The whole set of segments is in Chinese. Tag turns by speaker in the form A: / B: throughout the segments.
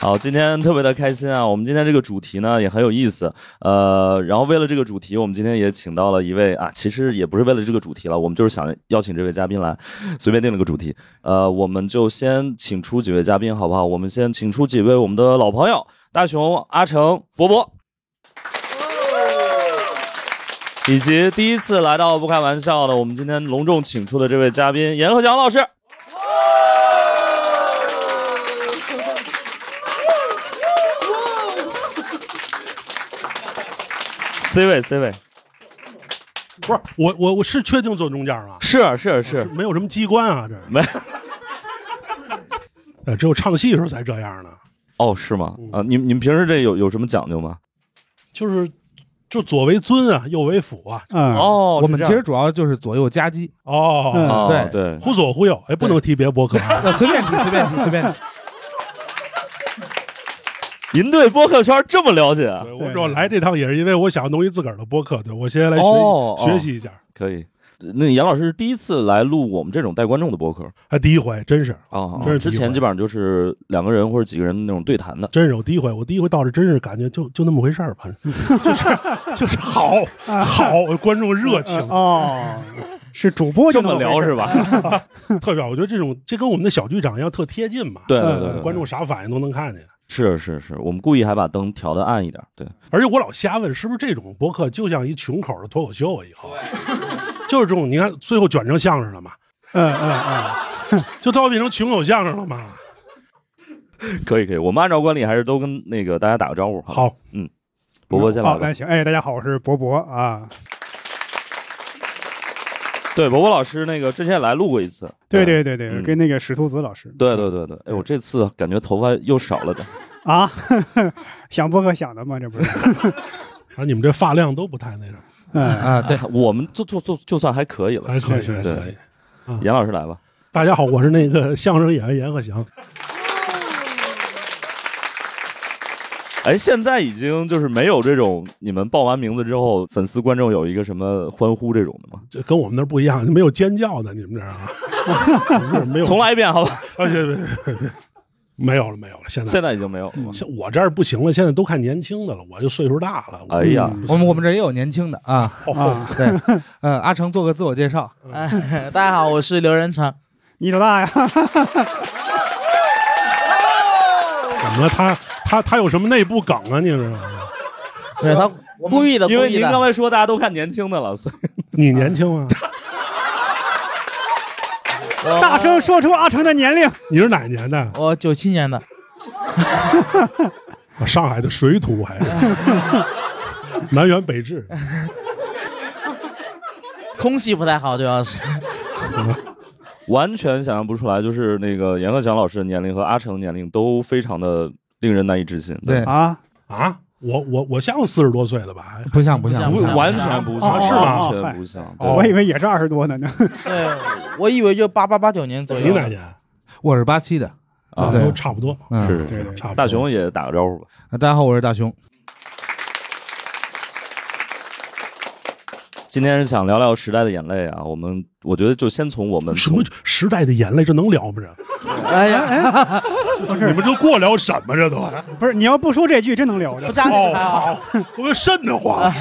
A: 好，今天特别的开心啊！我们今天这个主题呢也很有意思，呃，然后为了这个主题，我们今天也请到了一位啊，其实也不是为了这个主题了，我们就是想邀请这位嘉宾来，随便定了个主题，呃，我们就先请出几位嘉宾好不好？我们先请出几位我们的老朋友，大熊、阿成、博博，以及第一次来到不开玩笑的，我们今天隆重请出的这位嘉宾严鹤翔老师。C 位，C 位，
B: 不是我我我是确定坐中间啊，
A: 是啊是啊是啊，
B: 没有什么机关啊，这
A: 没，
B: 呃，只有唱戏的时候才这样呢，
A: 哦，是吗？啊，你们你们平时这有有什么讲究吗？
B: 就是就左为尊啊，右为辅啊，
C: 嗯，
A: 哦
C: 我们
A: 是这
C: 其
A: 样
C: 实主要就是左右夹击，
B: 哦，
C: 嗯
A: 哦，
C: 对
A: 对，
B: 忽左忽右，哎，不能提别博客啊，
C: 呃随便提，随便提，随便提。
A: 您对播客圈这么了解啊？
B: 对我我来这趟也是因为我想弄一自个儿的播客，对我先来学
A: 哦
B: 习学习一下，
A: 可以。那严老师是第一次来录我们这种带观众的播客
B: 还第一回，真是
A: 啊
B: 这是第
A: 之
B: 一
A: 前
B: 回
A: 基本上就是两个人或者几个人那种对谈的。
B: 真是我第一回，我第一回到这真是感觉就就那么回事儿，反正就是就是 好好观众热情，
C: 哦，是主播
A: 这
C: 就
A: 么
C: 回事
A: 聊是？吧？
B: 特别好，我觉得这种这跟我们的小剧场一样，特贴近嘛，
A: 对对
C: 嗯
A: 对对，
B: 观众啥反应都能看见。
A: 是是是，我们故意还把灯调的暗一点。对，
B: 而且我老瞎问，是不是这种博客就像一群口的脱口秀啊？以后就是这种，你看最后卷成相声了嘛，
C: 嗯嗯
B: 就最后变成群口相声了嘛。
A: 可以可以，我们按照惯例还是都跟那个大家打个招呼。吧，
B: 好，
A: 伯伯先
C: 嗯，
A: 来
C: 好，
A: 吧。
C: 那行，哎，大家好，我是博博啊，
A: 对，伯伯老师那个之前也来录过一次。
C: 对
A: 对
C: 对对对，
A: 嗯
C: 跟那个史图子老师
A: 对对对对，哎，我这次感觉头发又少了点。
C: 啊， 想播客想的吗？这不是？
B: 反啊正你们这发量都不太那啥，
C: 嗯，
A: 啊，对，我们就就就就算还可以了。
B: 还可以，嗯
C: 是
B: 还可以。
A: 严老师来吧。
B: 大家好，我是那个相声演员阎鹤祥。
A: 哎，现在已经就是没有这种你们报完名字之后，粉丝观众有一个什么欢呼这种的吗？
B: 这跟我们那儿不一样，没有尖叫的，你们这儿啊，你们这儿没有，
A: 重来一遍，好 吧？
B: 啊，别别别别别，没有了，没有了，现在
A: 现在已经没有了吗。
B: 像我这儿不行了，现在都看年轻的了，我就岁数大了。嗯我
A: 哎呀，
D: 我们我们这儿也有年轻的啊，
B: 哦
C: 啊，
D: 对，嗯，阿成做个自我介绍，
E: 哎，大家好，我是刘仁成。
C: 你多大呀？
B: 怎么他他他有什么内部梗啊？你知道吗？
E: 对他故意的，
A: 因
E: 故
A: 为
E: 意
A: 您刚
E: 的。
A: 才说大家都看年轻的了，所以
B: 你年轻啊？
E: 我
C: 大声，说出阿成的年龄。
B: 你是哪年的？
E: 我九七年的，
B: 啊上海的水土还是南辕北辙。
E: 空气不太好，主要是。
A: 完全想象不出来，就是那个严鹤强老师的年龄和阿成的年龄都非常的令人难以置信。
D: 对，
C: 啊，
B: 啊，我我我像四十多岁的吧？
D: 不像不像
E: 不
A: 不
E: 像
A: 完全不像，
C: 哦
B: 是吗
A: 完全不像。对
B: 哦
C: 我以为也是二十多呢呢。
E: 对，我以为就八八八九年左
B: 你
E: 右
B: 哪。年？
D: 我是八七的，
A: 啊，
D: 对
B: 都差不多，
D: 嗯，呃
A: 是
C: 对
A: 是。
C: 对，
B: 差不多。
A: 大熊也打个招呼吧。
D: 大家好，我是大熊，
A: 今天是想聊聊《时代的眼泪》啊，我们我觉得就先从我们
B: 什么时代的眼泪，这能聊吗？这
E: 哎呀，
C: 不
B: 你
C: 是
B: 们这过聊什么？这都
C: 不是，你要不说这句，真能聊
E: 不
C: 着。啊
E: 加这
B: 哦
E: 个还好。
B: 好，我瘆得 慌。哦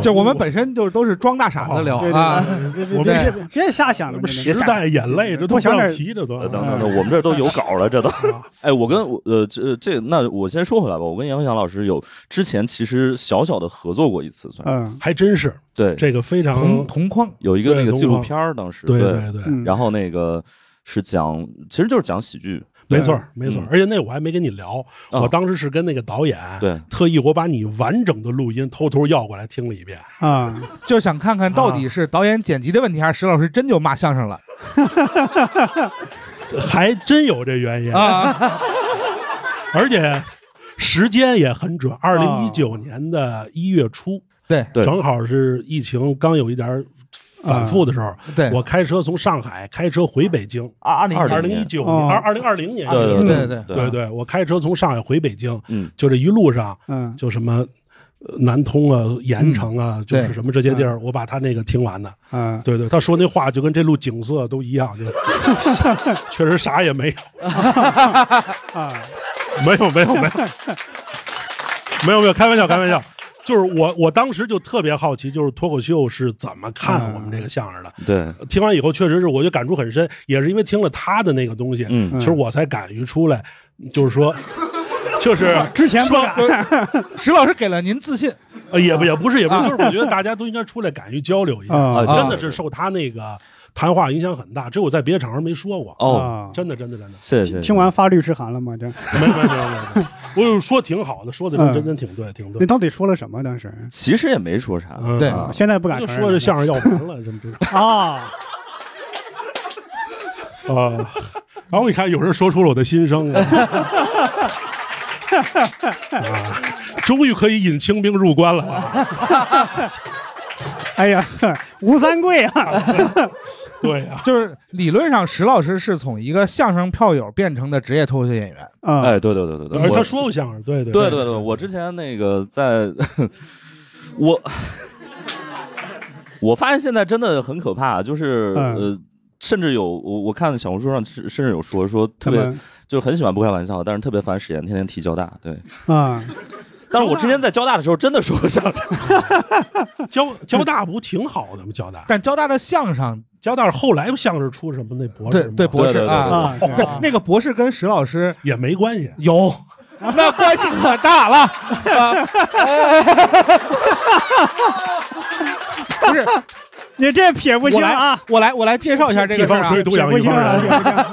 D: 就我们本身就是都是装大傻子聊
C: 对
D: 啊，
C: 对对，
B: 我们
C: 别别别直接瞎想了
B: 什。么
C: 真的
B: 时代眼泪，这都
C: 多
B: 不
C: 想
B: 让
C: 点
B: 提，这都啊
A: 呃，等等等，我们这儿都有稿了，这都。
B: 嗯
A: 哎，我跟我呃这这那我先说回来吧，我跟杨鹤翔老师有之前其实小小的合作过一次，算是
C: 嗯
B: 还真是
A: 对，
B: 这个非
D: 同
B: 常
D: 同框，
A: 有一个
B: 对
A: 那个纪
B: 东
A: 录
B: 方
A: 片儿，当时
B: 对对对，
C: 嗯，
A: 然后那个是讲，其实就是讲喜剧，
B: 没错儿没错儿
A: 嗯。
B: 而且那我还没跟你聊，
A: 啊
B: 我当时是跟那个导演
A: 嗯对，
B: 特意我把你完整的录音偷偷要过来听了一遍。
C: 啊，
D: 就想看看到底是导演剪辑的问题，还是石老师真就骂相 声了
B: 还真有这原因，
D: 啊？
B: 而且时间也很准，二零一九年的一月初，
D: 对
A: 对
B: 正好是疫情刚有一点儿反复的时候，
D: 对
B: 我开车从上海开车回北京，
E: 二
C: 啊
E: 二零
B: 二
A: 20
B: 零一九年，
C: 哦
B: 二二零二零年，
A: 对对
D: 对
A: 对
B: 对 对，我开车从上海回北京，
A: 嗯，
B: 就这一路上
C: 嗯，
B: 就什么。呃南通啊，盐城啊，就是
D: 对
B: 什么这些地儿，我把他那个听完的，
C: 啊，
B: 对对，他说那话就跟这路景色都一样，就确实啥也没有。
C: 啊，
B: 没有没有 没有没有没有，开玩笑开玩笑，就是我我当时就特别好奇，就是脱口秀是怎么看我们这个相声的。
A: 对，
B: 听完以后，确实是我就感触很深，也是因为听了他的那个东西，
A: 嗯
B: 其实我才敢于出来，就是 说，就是
C: 之前不
B: 说
C: 敢
D: 石老师给了您自信，啊
B: 呃也不也不是也不是，就是我觉得大家都应该出来敢于交流一下，
A: 啊
C: 啊
B: 真的是受他那个谈话影响很大，这我在别的场合没说过，
A: 哦，
B: 真的真的真的，
A: 谢谢谢谢。
C: 听完发律师函了吗？这嗯
B: 没没没没没，我有说挺好的，说
D: 嗯
B: 的真真真挺对挺对
C: 那。到底说了什么？当时
A: 其实也没说啥，
B: 嗯
D: 对
A: 啊
C: 现在不敢
B: 就
C: 承认
B: 说这相声要完了，什么 这
C: 啊，
B: 啊，然后一看有人说出了我的心 声了，啊，终于可以引清兵入关了啊！
C: 哎呀，吴三桂啊，
B: 对啊呀、
D: 就是理论上石老师是从一个相声票友变成的职业脱口秀演员，
C: 啊，
A: 哎，对对对对对，
B: 而
A: 我
B: 他说过相声，对对
A: 对对对，我之前那个在，我我发现现在真的很可怕，就是、
C: 嗯
A: 呃，甚至有我我看小红书上甚甚至有说说特
C: 他
A: 别
C: 们
A: 就是很喜欢不开玩笑，但是特别烦史岩天天提交大，对。
D: 嗯
C: 啊，
A: 但是我之前在交大的时候真的说过相声，
B: 交交大不挺好的吗？交大
D: 但交大的相声
B: 交大是后来相声出什么那博士
D: 对
B: 吗
D: 对博士
A: 对对对
D: 啊，
C: 啊，对
E: 啊
D: 那个博士跟石老师
B: 也没关系，啊
D: 有，那关系可大了。啊不是，
C: 你这撇不
D: 我
C: 清
D: 来
C: 啊，，
D: 我来，我来介绍一下这
B: 一
D: 个事儿
B: 方
D: 啊。
B: 水土
C: 撇
B: 养
C: 不
B: 一
C: 清
B: 方嗯
C: 啊，
B: 人。
C: 撇不清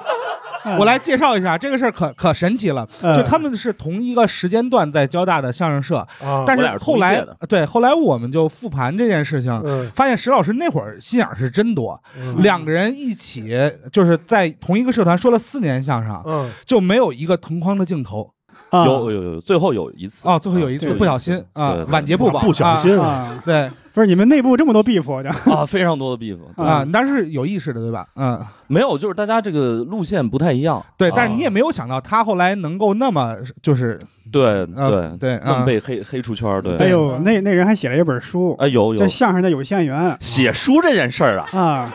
D: 我来介绍一下这个事儿，可可神奇了。
C: 嗯
D: 就他们是同一个时间段在交大的相声社，
B: 啊
A: 我
D: 但是
A: 俩是同
D: 后
A: 一届
D: 来
A: 的
D: 对后来我们就复盘这件事情，
B: 嗯
D: 发现石老师那会儿心眼儿是真多，
B: 嗯
D: 两个人一起就是在同一个社团说了四年相声，
B: 嗯，
D: 就没有一个同框的镜头
C: 啊
A: 有有有，最后有一次
D: 哦。最后有一次不小心啊，晚节不保，
B: 不小心啊，
C: 啊，
D: 对
C: 不是你们内部这么多 beef 的
A: 啊，非常多的 beef，对
D: 啊，你当时是有意识的对吧？嗯，
A: 没有，就是大家这个路线不太一样，
D: 对，
A: 啊
D: 但是你也没有想到他后来能够那么就是
A: 对
D: 呃
A: 对，
D: 对
A: 那
D: 啊
A: 么被黑黑出圈儿，对，
C: 哎呦，那那人还写了一本书，
A: 哎有
C: 叫《
A: 有
C: 相声的有限缘》
A: 写书这件事儿啊，
C: 啊。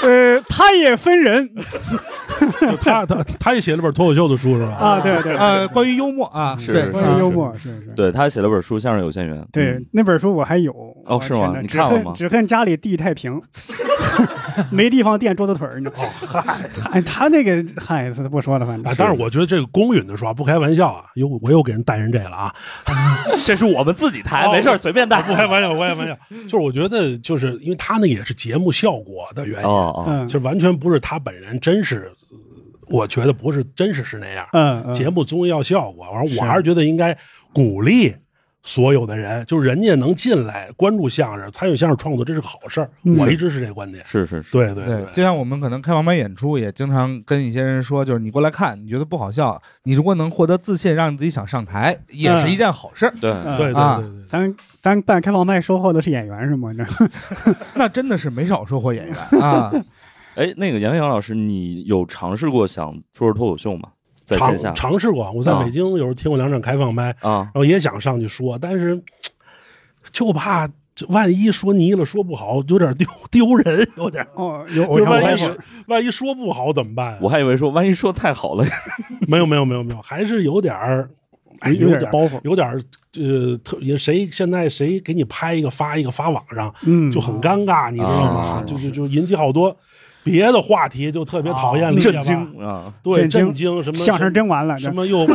C: 呃，他也分人
B: 就他他他也写了本脱口秀的书是吧？
C: 啊，对对，
D: 呃关于幽默啊，
A: 是
D: 对
A: 是
C: 关于幽默是是，
A: 对他写了本书《相声有限缘》，
C: 对
A: 嗯，哦
C: 那本书我还有我
A: 是吗
C: 天哪
A: 你
C: 只
A: 看了
C: 恨
A: 吗
C: 只恨家里地太平， 没地方垫桌子腿儿，你知道吗？
A: 哦
C: 嗨，他那个嗨，他不说了，反
B: 啊
C: 正，
B: 但是我觉得这个公允的说啊，不开玩笑啊，又我又给人带人这了啊，
A: 这是我们自己谈，
B: 哦
A: 没事儿随便带。
B: 不开玩笑，不开玩笑，就是我觉得就是因为他那也是节目效果的原因，
A: 哦
C: 嗯
B: 就啊完全不是他本人真是，呃我觉得不是真是是那样。
C: 嗯嗯
B: 节目综艺要效果，反正我还是觉得应该鼓励所有的人，就是人家能进来关注相声、参与相声创作，这是个好事儿。
C: 嗯
B: 我一直是这观点。
A: 是是是，
B: 对对
D: 对，就像我们可能开网版演出，也经常跟一些人说，就是你过来看，你觉得不好笑，你如果能获得自信，让你自己想上台，也是一件好事儿。
A: 对
C: 嗯
B: 对对
D: 啊
B: 对对对
C: 咱咱办开放麦收获的是演员是吗？这
D: 那真的是没少收获演员
B: 嗯
D: 啊。
A: 哎，那个杨洋老师，你有尝试过想说说脱口秀吗？在线下
B: 尝尝试过，我在
A: 啊
B: 北京有时候听过两场开放麦，
A: 啊
B: 然，后也想上去说，但是就怕这万一说泥了，说不好有点丢丢人，有点。
C: 哦，有
B: 就
C: 偶
B: 是
C: 像包
B: 万一
C: 袱
B: 说万一说不好怎么办、啊
A: 我还以为说万一说太好了，
B: 没有没有没有没有，还是有点儿，哎，
C: 有
B: 点
C: 点包袱，
B: 有点儿呃，特也谁现在谁给你拍一个发一个发网上，
C: 嗯，
B: 就很尴尬，你知道吗？
A: 啊
B: 就就就引起好多别的话题，就特别讨厌理解
A: 震
B: 吧，
A: 惊啊！
B: 对
C: 震惊
B: 震惊什么
C: 相声真完了，
B: 什么 又，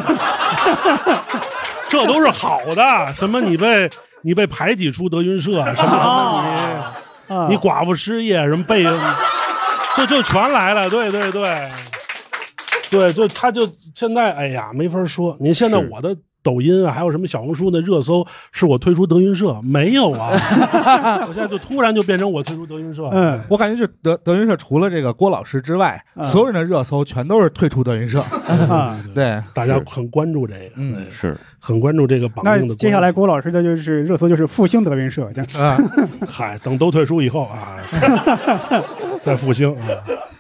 B: 这都是好的，什么你被你被排挤出德云社，啊什么
C: 啊啊
B: 你你寡妇失业，什么被， 这就全来了，对对对，对，就他就现在，哎呀，没法说。你现在
A: 是
B: 我的抖音啊，还有什么小红书的热 搜，是我退出德云社没有啊？我现在就突然就变成我退出德云社了。
C: 嗯，
D: 我感觉就是德德云社除了这个郭老师之外，
C: 嗯
D: 所有人的热搜全都是退出德云社。
C: 啊。
D: 对，
B: 嗯大家很关注这个，
D: 嗯
A: 是
B: 很关注这个绑定的
C: 那
B: 关系。
C: 接下来郭老师的就是热搜就是复兴德云社，这样
D: 啊，
B: 嗨，等都退出以后啊，再复兴啊，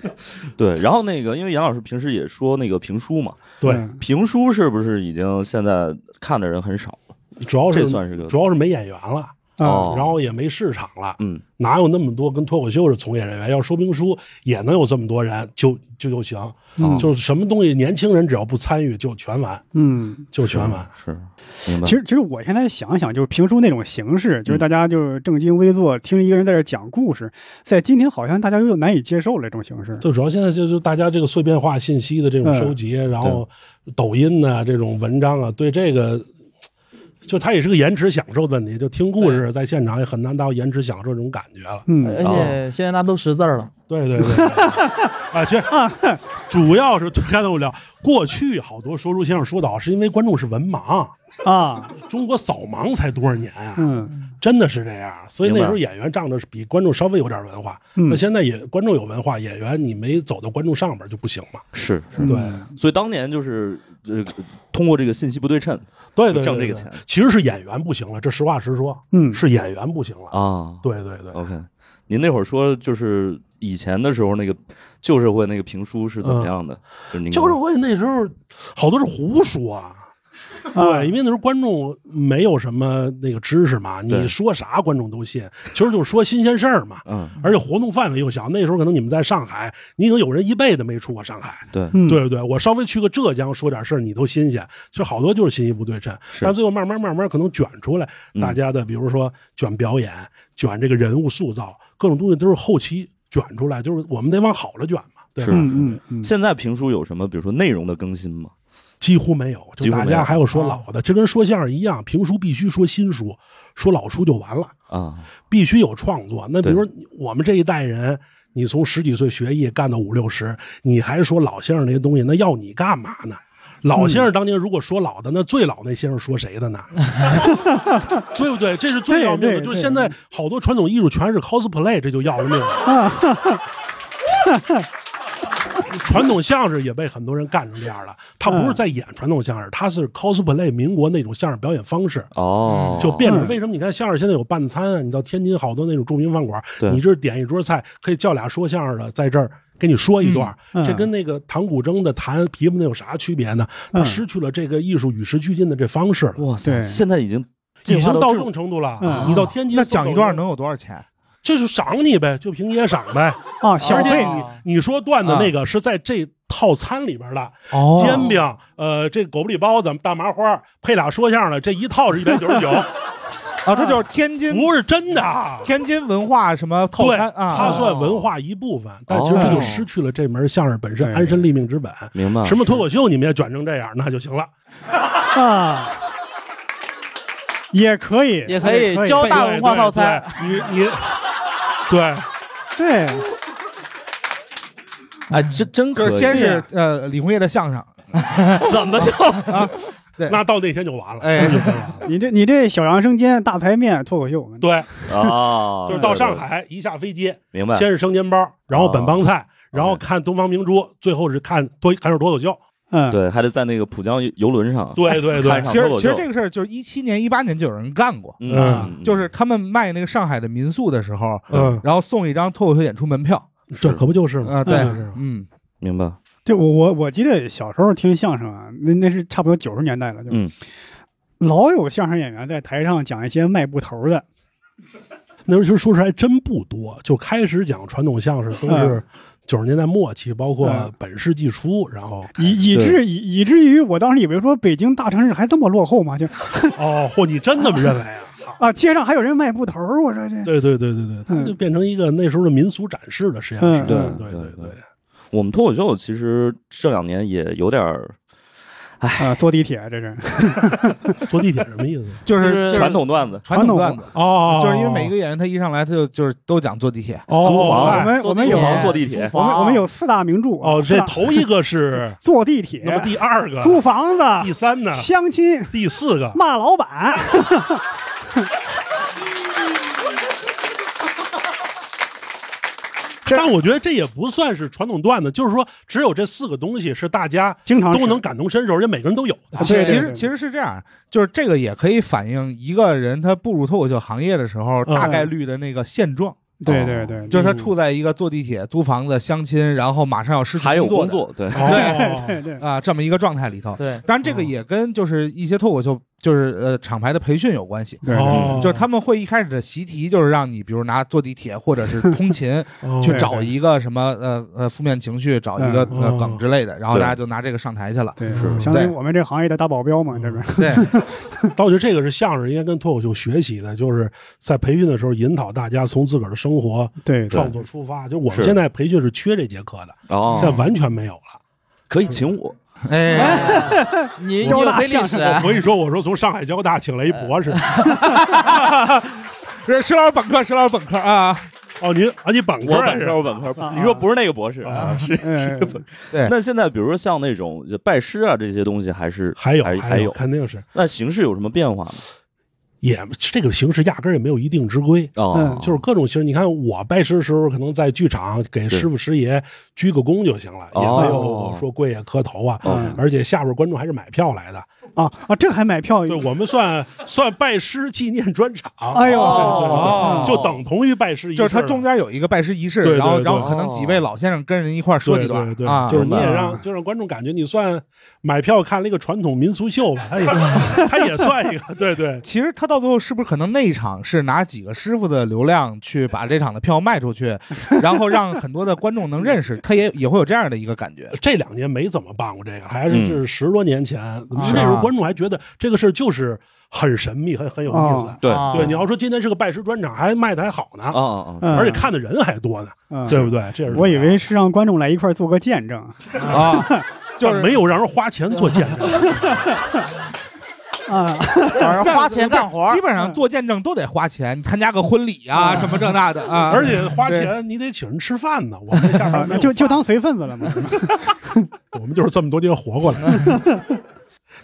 A: 对。然后那个，因为杨老师平时也说那个评书嘛，
B: 对，
C: 嗯
A: 评书是不是已经现在看的人很少了？
B: 主要
A: 这
B: 是
A: 算是个
B: 主要是没演员了，
C: 啊，
A: 哦
B: 然后也没市场了，
A: 嗯，
B: 哪有那么多跟脱口秀是从业人员？要说明书也能有这么多人，就就就行，
C: 嗯
B: 就是什么东西年轻人只要不参与就全完，
C: 嗯，
B: 就全完。
A: 是，明白。
C: 其实其实我现在想想，就是评书那种形式，
B: 嗯
C: 就是大家就正襟危坐，听一个人在这讲故事，在今天好像大家又难以接受了这种形式。
B: 就主要现在就是大家这个碎片化信息的这种收集，然后嗯抖音呐、这种文章啊，对这个，就它也是个延迟享受的问题。就听故事在现场也很难到延迟享受这种感觉了。
C: 嗯，
E: 而且现在大家都识字儿了，
B: 对对对，啊，其实 主要是刚才我聊，过去好多说书先生说的好，啊是因为观众是文盲，
C: 啊，
B: 中国扫盲才多少年啊，
C: 嗯
B: 真的是这样。所以那
A: 明白
B: 时候演员仗着比观众稍微有点文化，
C: 嗯
B: 那现在也观众有文化，演员你没走到观众上边就不行嘛。
A: 是是。
C: 嗯
B: 对
A: 所以当年就是呃，通过这个信息不对称
B: 对对对
A: 挣这个
B: 对
A: 钱
B: 其实是演员不行了，这实话实说，
C: 嗯
B: 是演员不行了。
A: 啊。
B: 对对对，
A: OK，您那会儿说就是以前的时候那个旧社会那个评书是怎么样的？就是您
B: 就是我也那时候好多是胡说啊。对，因为那时候观众没有什么那个知识嘛，
A: 对
B: 你说啥观众都信，其实就是说新鲜事儿嘛。
A: 嗯，
B: 而且活动范围又小，那时候可能你们在上海，你可能有人一辈子没出过上海，
A: 对，
C: 嗯，
B: 对不对？我稍微去个浙江说点事儿，你都新鲜。其实好多就是信息不对称，
A: 是
B: 但最后慢慢慢慢可能卷出来，
A: 嗯
B: 大家的比如说卷表演、卷这个人物塑造，各种东西都是后期卷出来，就是我们得往好了卷嘛，对吧？
C: 嗯嗯嗯，
A: 现在评书有什么，比如说内容的更新吗？
B: 几乎没有，就
A: 几乎
B: 大
A: 没有
B: 家还有说老的，这跟说相声一样，评书必须说新书，说老书就完了，
A: 啊，
B: 必须有创作。那比
A: 对
B: 如说你我们这一代人。你从十几岁学艺干到五六十，你还说老先生那些东西，那要你干嘛呢？老先生当年如果说老的，那最老那先生说谁的 呢？对不对？这是最要命
C: 对
B: 的，
C: 对
B: 就是现在好多传统艺术全是 cosplay，这就要了命了。 传统相声也被很多人干成这样了，他不是在演传统相声，他是 cosplay 民国那种相声表演方式。
A: 哦，
B: 就变成
C: 嗯
B: 为什么？你看相声现在有半餐啊，你到天津好多那种著名饭馆
A: 对，
B: 你这儿点一桌菜，可以叫俩说相声的在这儿给你说一段，
C: 嗯嗯
B: 这跟那个弹古筝的弹琵琶那有啥区别呢？它
C: 嗯
B: 失去了这个艺术与时俱进的这方式了，
A: 哇塞，
C: 对
A: 现在已经
B: 已
A: 进化
B: 经
A: 到
B: 到这
A: 这
B: 种
A: 种
B: 程度了。
C: 嗯
B: 你到天津
D: 那讲一段
B: 能，
D: 能有多少钱？
B: 就是赏你呗，就凭你也赏呗。
D: 哦
C: 啊，小
B: 而且
C: 费
B: 你你说段子那个是在这套餐里边的，
D: 哦
B: 煎饼，呃，这狗不理包子、大麻花配俩说相声的，这一套是一百九十九，
D: 啊，它就是天津
B: 不是真的。啊
D: 天津文化什么套
B: 对，
D: 餐啊，
B: 它算文化一部分，但其实这就
C: 哦
B: 失去了这门相声本身
C: 对
B: 安身立命之本。
A: 明白
B: 什么脱口秀你们也卷成这样，那就行了。
C: 啊，也可以，
E: 也可以教大文化套餐。
B: 对，对对你你对
C: 对，
A: 哎，真真
D: 就
A: 可
D: 是
A: 以
D: 先
C: 对
D: 是
C: 呀
D: 呃李洪业的相声， 啊
A: 怎 么就
D: 对
B: 那到那天就完了，
D: 哎
B: 真就完了。
C: 你这你这小杨生煎、大排面、脱口秀，
B: 对，
C: 哦
A: 啊？
B: 就是到上
A: 对，
B: 海一下飞机，
A: 对明白？
B: 先是生煎包，然后
C: 哦
B: 本帮菜，然后
A: 明白
B: 看东方明珠，最后是看脱看首脱口秀。
C: 嗯，
A: 对，还得在那个浦江游轮上
B: 对对
A: 看一，
B: 对
D: 其
A: 场
D: 实
A: 脱口
D: 哎其实
A: 秀
D: 这。个事儿就是一七年一八年就有人干过，啊
A: 嗯
B: 嗯
A: 嗯
D: 就是他们卖那个上海的民宿的时候，
B: 嗯，
D: 然后送一张脱口秀演出门票
B: 这可不就是吗？
D: 啊，对
B: 可不就是，吗
D: 嗯，
A: 明白，
C: 对我我我记得小时候听相声啊，那那是差不多九十年代了，就、
A: 嗯
C: 老有相声演员在台上讲一些卖布头的，
B: 那时候其实说出来真不多，就开始讲传统相声都是
C: 嗯
B: 九十年代末期，包括
C: 嗯
B: 本世纪初，然后
C: 以以至以以至于我当时以为说北京大城市还这么落后 吗？就
B: 哦，嚯，你真这么认为啊？
C: 啊，街上还有人卖布头儿，我说这
B: 对对对对对，它就变成一个那时候的民俗展示的实验室。
C: 嗯
B: 对
A: 嗯
B: 对
A: 对
B: 对对，
A: 我们脱口秀其实这两年也有点儿，
C: 啊，坐地铁这是
B: 坐地铁什么意思？
D: 就
E: 就
D: 是
E: 是
D: 传
A: 传
D: 统
A: 统段子，
D: 传统段
C: 传
D: 子，
B: 哦
D: 就是因为每个演员他一上来他就就是都讲坐地铁，
B: 哦
A: 租
C: 我
A: 房
C: 们哎我们有
A: 租房坐地铁
E: 租
C: 我
E: 房
C: 们我们有四大名著啊
B: 哦，
C: 四
B: 这
C: 大
B: 头一个是
C: 坐地铁，
B: 那么第二个，
C: 租房子，
B: 第三呢，
C: 相亲，
B: 哦第四个，
C: 骂老板，
B: 但我觉得这也不算是传统段子，就是说只有这四个东西是大家
C: 经常
B: 都能
C: 是
B: 感同身受，而且每个人都有的。
C: 对对
D: 其实
C: 对
D: 其实是这 样，就是这个也可以反映一个人他步入脱口秀行业的时候
B: 嗯
D: 大概率的那个现状，哦
C: 对对对，
D: 就是他
B: 嗯
D: 处在一个坐地铁、租房子、相亲，然后马上要失去
A: 还有工
D: 的
A: 作，对，
B: 哦
C: 对对，
D: 啊、这么一个状态里头。
E: 对，
D: 当然，这个也跟就是一些脱口秀就是呃厂牌的培训有关系。
C: 对
B: 哦，
D: 就是他们会一开始的习题就是让你，比如拿坐地铁或者是通勤
B: 哦
D: 去找一个什么呃呃负面情绪，找一个
B: 嗯
D: 呃
B: 哦
D: 梗之类的，然后
A: 对
D: 大家就拿这个上台去了。
C: 对
B: 是
C: 相当于我们这行业的大保镖嘛，这边
D: 对，
B: 但我觉得这个是相声应该跟脱口秀学习的，就是在培训的时候引导大家从自个儿的生活
C: 对
B: 创作出发。就我们
A: 是
B: 现在培训是缺这节课的，现在
A: 哦，
B: 完全没有了。
A: 可以请我，
D: 哎，
E: 你你
C: 教
E: 有嗯
C: 大
E: 黑历
C: 象
E: 史
C: 是吧
E: 啊
B: 我？跟你说，我说从上海交大请来一博 士，
D: 石石老师本科，石老师本科啊，
B: 哦，您啊，你本科
A: 我
B: 还
A: 本
B: 是
A: 科，我本科
C: 啊，
A: 你说不是那个博士
E: 啊
A: 啊，
B: 哎
A: 是
C: 嗯
A: 是本。
D: 对
A: 那现在比如说像那种就拜师啊这些东西，还是
B: 还有
A: 还
B: 还
A: 有。
B: 肯定是
A: 那形式有什么变化吗？
B: 也这个形式压根儿也没有一定之规。
A: 哦
C: 嗯，
B: 就是各种形式，你看我拜师的时候，可能在剧场给师傅师爷鞠个躬就行了，
A: 对
B: 也没
A: 哦
B: 有说跪下磕头啊。
A: 哦
B: 而且下边观众还是买票来的，
C: 嗯啊啊，这还买票？
B: 对我们 算算拜师纪念专场，
C: 哎呦，
D: 哦
B: 就等同于拜师仪式
D: 就
B: 了，
D: 是他中间有一个拜师仪式，
B: 对对
D: 然后
B: 对
D: 然后可能几位老先生跟人一块儿说
B: 对
D: 几段
B: 对对，
D: 啊，
B: 就是你也
C: 明白
B: 让就让观众感觉你算买票看了一个传统民俗秀吧，他 也他也算一个，对对
D: 其实他到最后是不是可能那一场是拿几个师傅的流量去把这场的票卖出 去，然后让很多的观众能认识，他也也会有这样的一个感觉。
B: 这两年没怎么办过这个，还
A: 嗯
B: 是是十多年前，
C: 啊
D: 嗯
B: 那
D: 啊
B: 时候观众还觉得这个事儿就是很神秘，很很有意思
C: 哦。
A: 对
E: 啊
B: 对，你要说今天是个拜师专场，还卖的还好呢
A: 哦，哦哦，
C: 嗯
B: 而且看的人还多呢，
C: 嗯
B: 啊对不对？这是
C: 我以为是让观众来一块儿做个见证
D: 啊，就是
B: 没有让人花钱做见证，
C: 啊，
E: 反正花钱干活儿
D: 基，
B: 嗯
D: 本上做见证都得花钱，你参加个婚礼啊，什么这那的 啊，
B: 而且花钱你得请人吃饭呢。我们这下边没有
C: 就就当随份子了嘛。
B: 我们就是这么多年活过来的。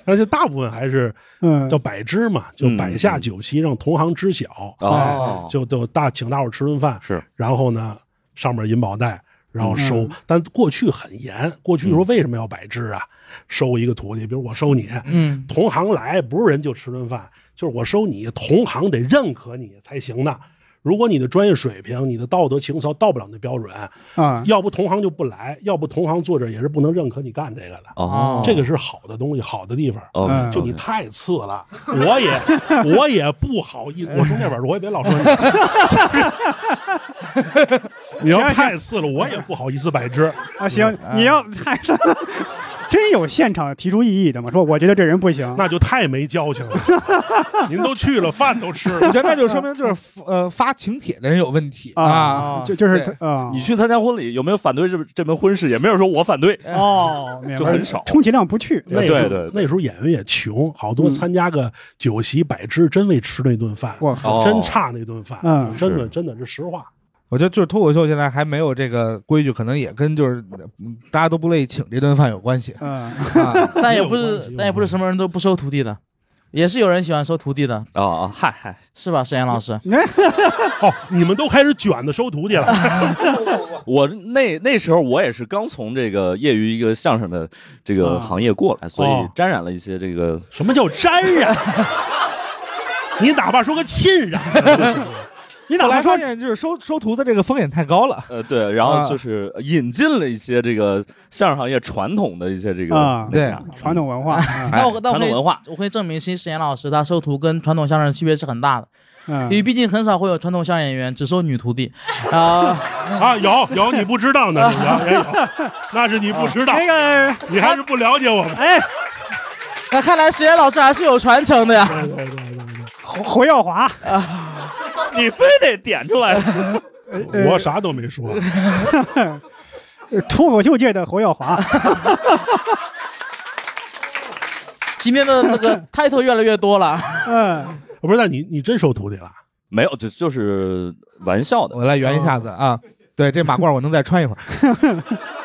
B: 而且大部分还是
C: 嗯，
B: 叫摆支嘛，就摆下酒席，让同行知晓。
A: 嗯哦
B: 哎就就大请大伙吃顿饭，
A: 是
B: 然后呢，上面银保带，然后收。但过去很严，过去
A: 嗯
B: 说为什么要摆支啊？收一个徒弟，比如我收你，
E: 嗯，
B: 同行来不是人就吃顿饭，就是我收你，同行得认可你才行的。如果你的专业水平、你的道德情操到不了那标准，
C: 啊，
B: 要不同行就不来，要不同行作者也是不能认可你干这个的。
A: 哦，
B: 这个是好的东西，好的地方。
C: 嗯
A: 哦，
B: 就你太次了，我也 我也不好
C: 哎
B: 意思，我从那边儿说我也别老说你，你要太次了，我也不好意思摆嗯支。
C: 啊，行，你要孩子 真有现场提出异议的吗？说我觉得这人不行，
B: 那就太没交情了。 您 都去了，饭都吃
D: 我
B: 了，
D: 觉得那就说明就是发呃发请帖的人有问题啊
E: 啊，
C: 就就是
D: 对
C: 啊，
A: 你去参加婚礼有没有反对这这门婚事？也没有说我反
D: 嗯
A: 对，
C: 哦， 明白
A: 就很少
C: 充其量不去。嗯
B: 那时候
A: 对对对
B: 那时候演员也穷，好多参加个酒席摆支，真为吃那顿饭，
C: 我
A: 哦
B: 真差那顿饭，
C: 嗯
B: 真的
A: 是
B: 真的是实话。
D: 我觉得就是脱口秀现在还没有这个规矩，可能也跟就是嗯大家都不乐意请这顿饭有关系
C: 嗯，
D: 啊。
E: 但也
B: 有
E: 不
C: 哎
B: 关
E: 是
B: 系，有
E: 但也不是什么人都不收徒弟的，也是有人喜欢收徒弟的，
A: 哦哦，嗨嗨，
E: 是吧，沈岩老师？
B: 哦，你们都开始卷的收徒弟了，
A: 我那那时候我也是刚从这个业余一个相声的这个
C: 啊
A: 行业过来，所以
B: 哦
A: 沾染了一些这个
B: 什么叫沾染？你哪怕说个浸染都不行，
C: 你
D: 后
C: 哪
D: 来发
C: 怕说
D: 现就是收收徒的这个风险太高了。
A: 呃对，然
D: 啊
A: 后就是引进了一些这个相声行业传统的一些这个
C: 啊
A: 那啥
C: 传统文化，啊
E: 那我那我
A: 传
E: 可
A: 统
E: 以
A: 文化，
E: 我可以证明，新沈岩老师他收徒跟传统相声区别是很大的，因为
C: 嗯，
E: 毕竟很少会有传统相声演员只收女徒 弟，啊，
B: 啊，有有你不知道呢，有也有，那是你不知
E: 啊
B: 道，
C: 那个
B: 你还是不了解我们。
C: 哎，
E: 那看来沈岩老师还是有传承的呀。
B: 对对对对啊对
C: 侯侯耀华，
A: 你非得点出来，
C: 呃
B: 我啥都没说，
C: 脱口秀界的侯耀华，
E: 今天的那个 title 越来越多了。
C: 嗯，
B: 不是，那你你真收徒弟了？
A: 没有，就就是玩笑的。
D: 我来圆一下子
C: 哦
D: 啊，对，这马褂我能再穿一会儿。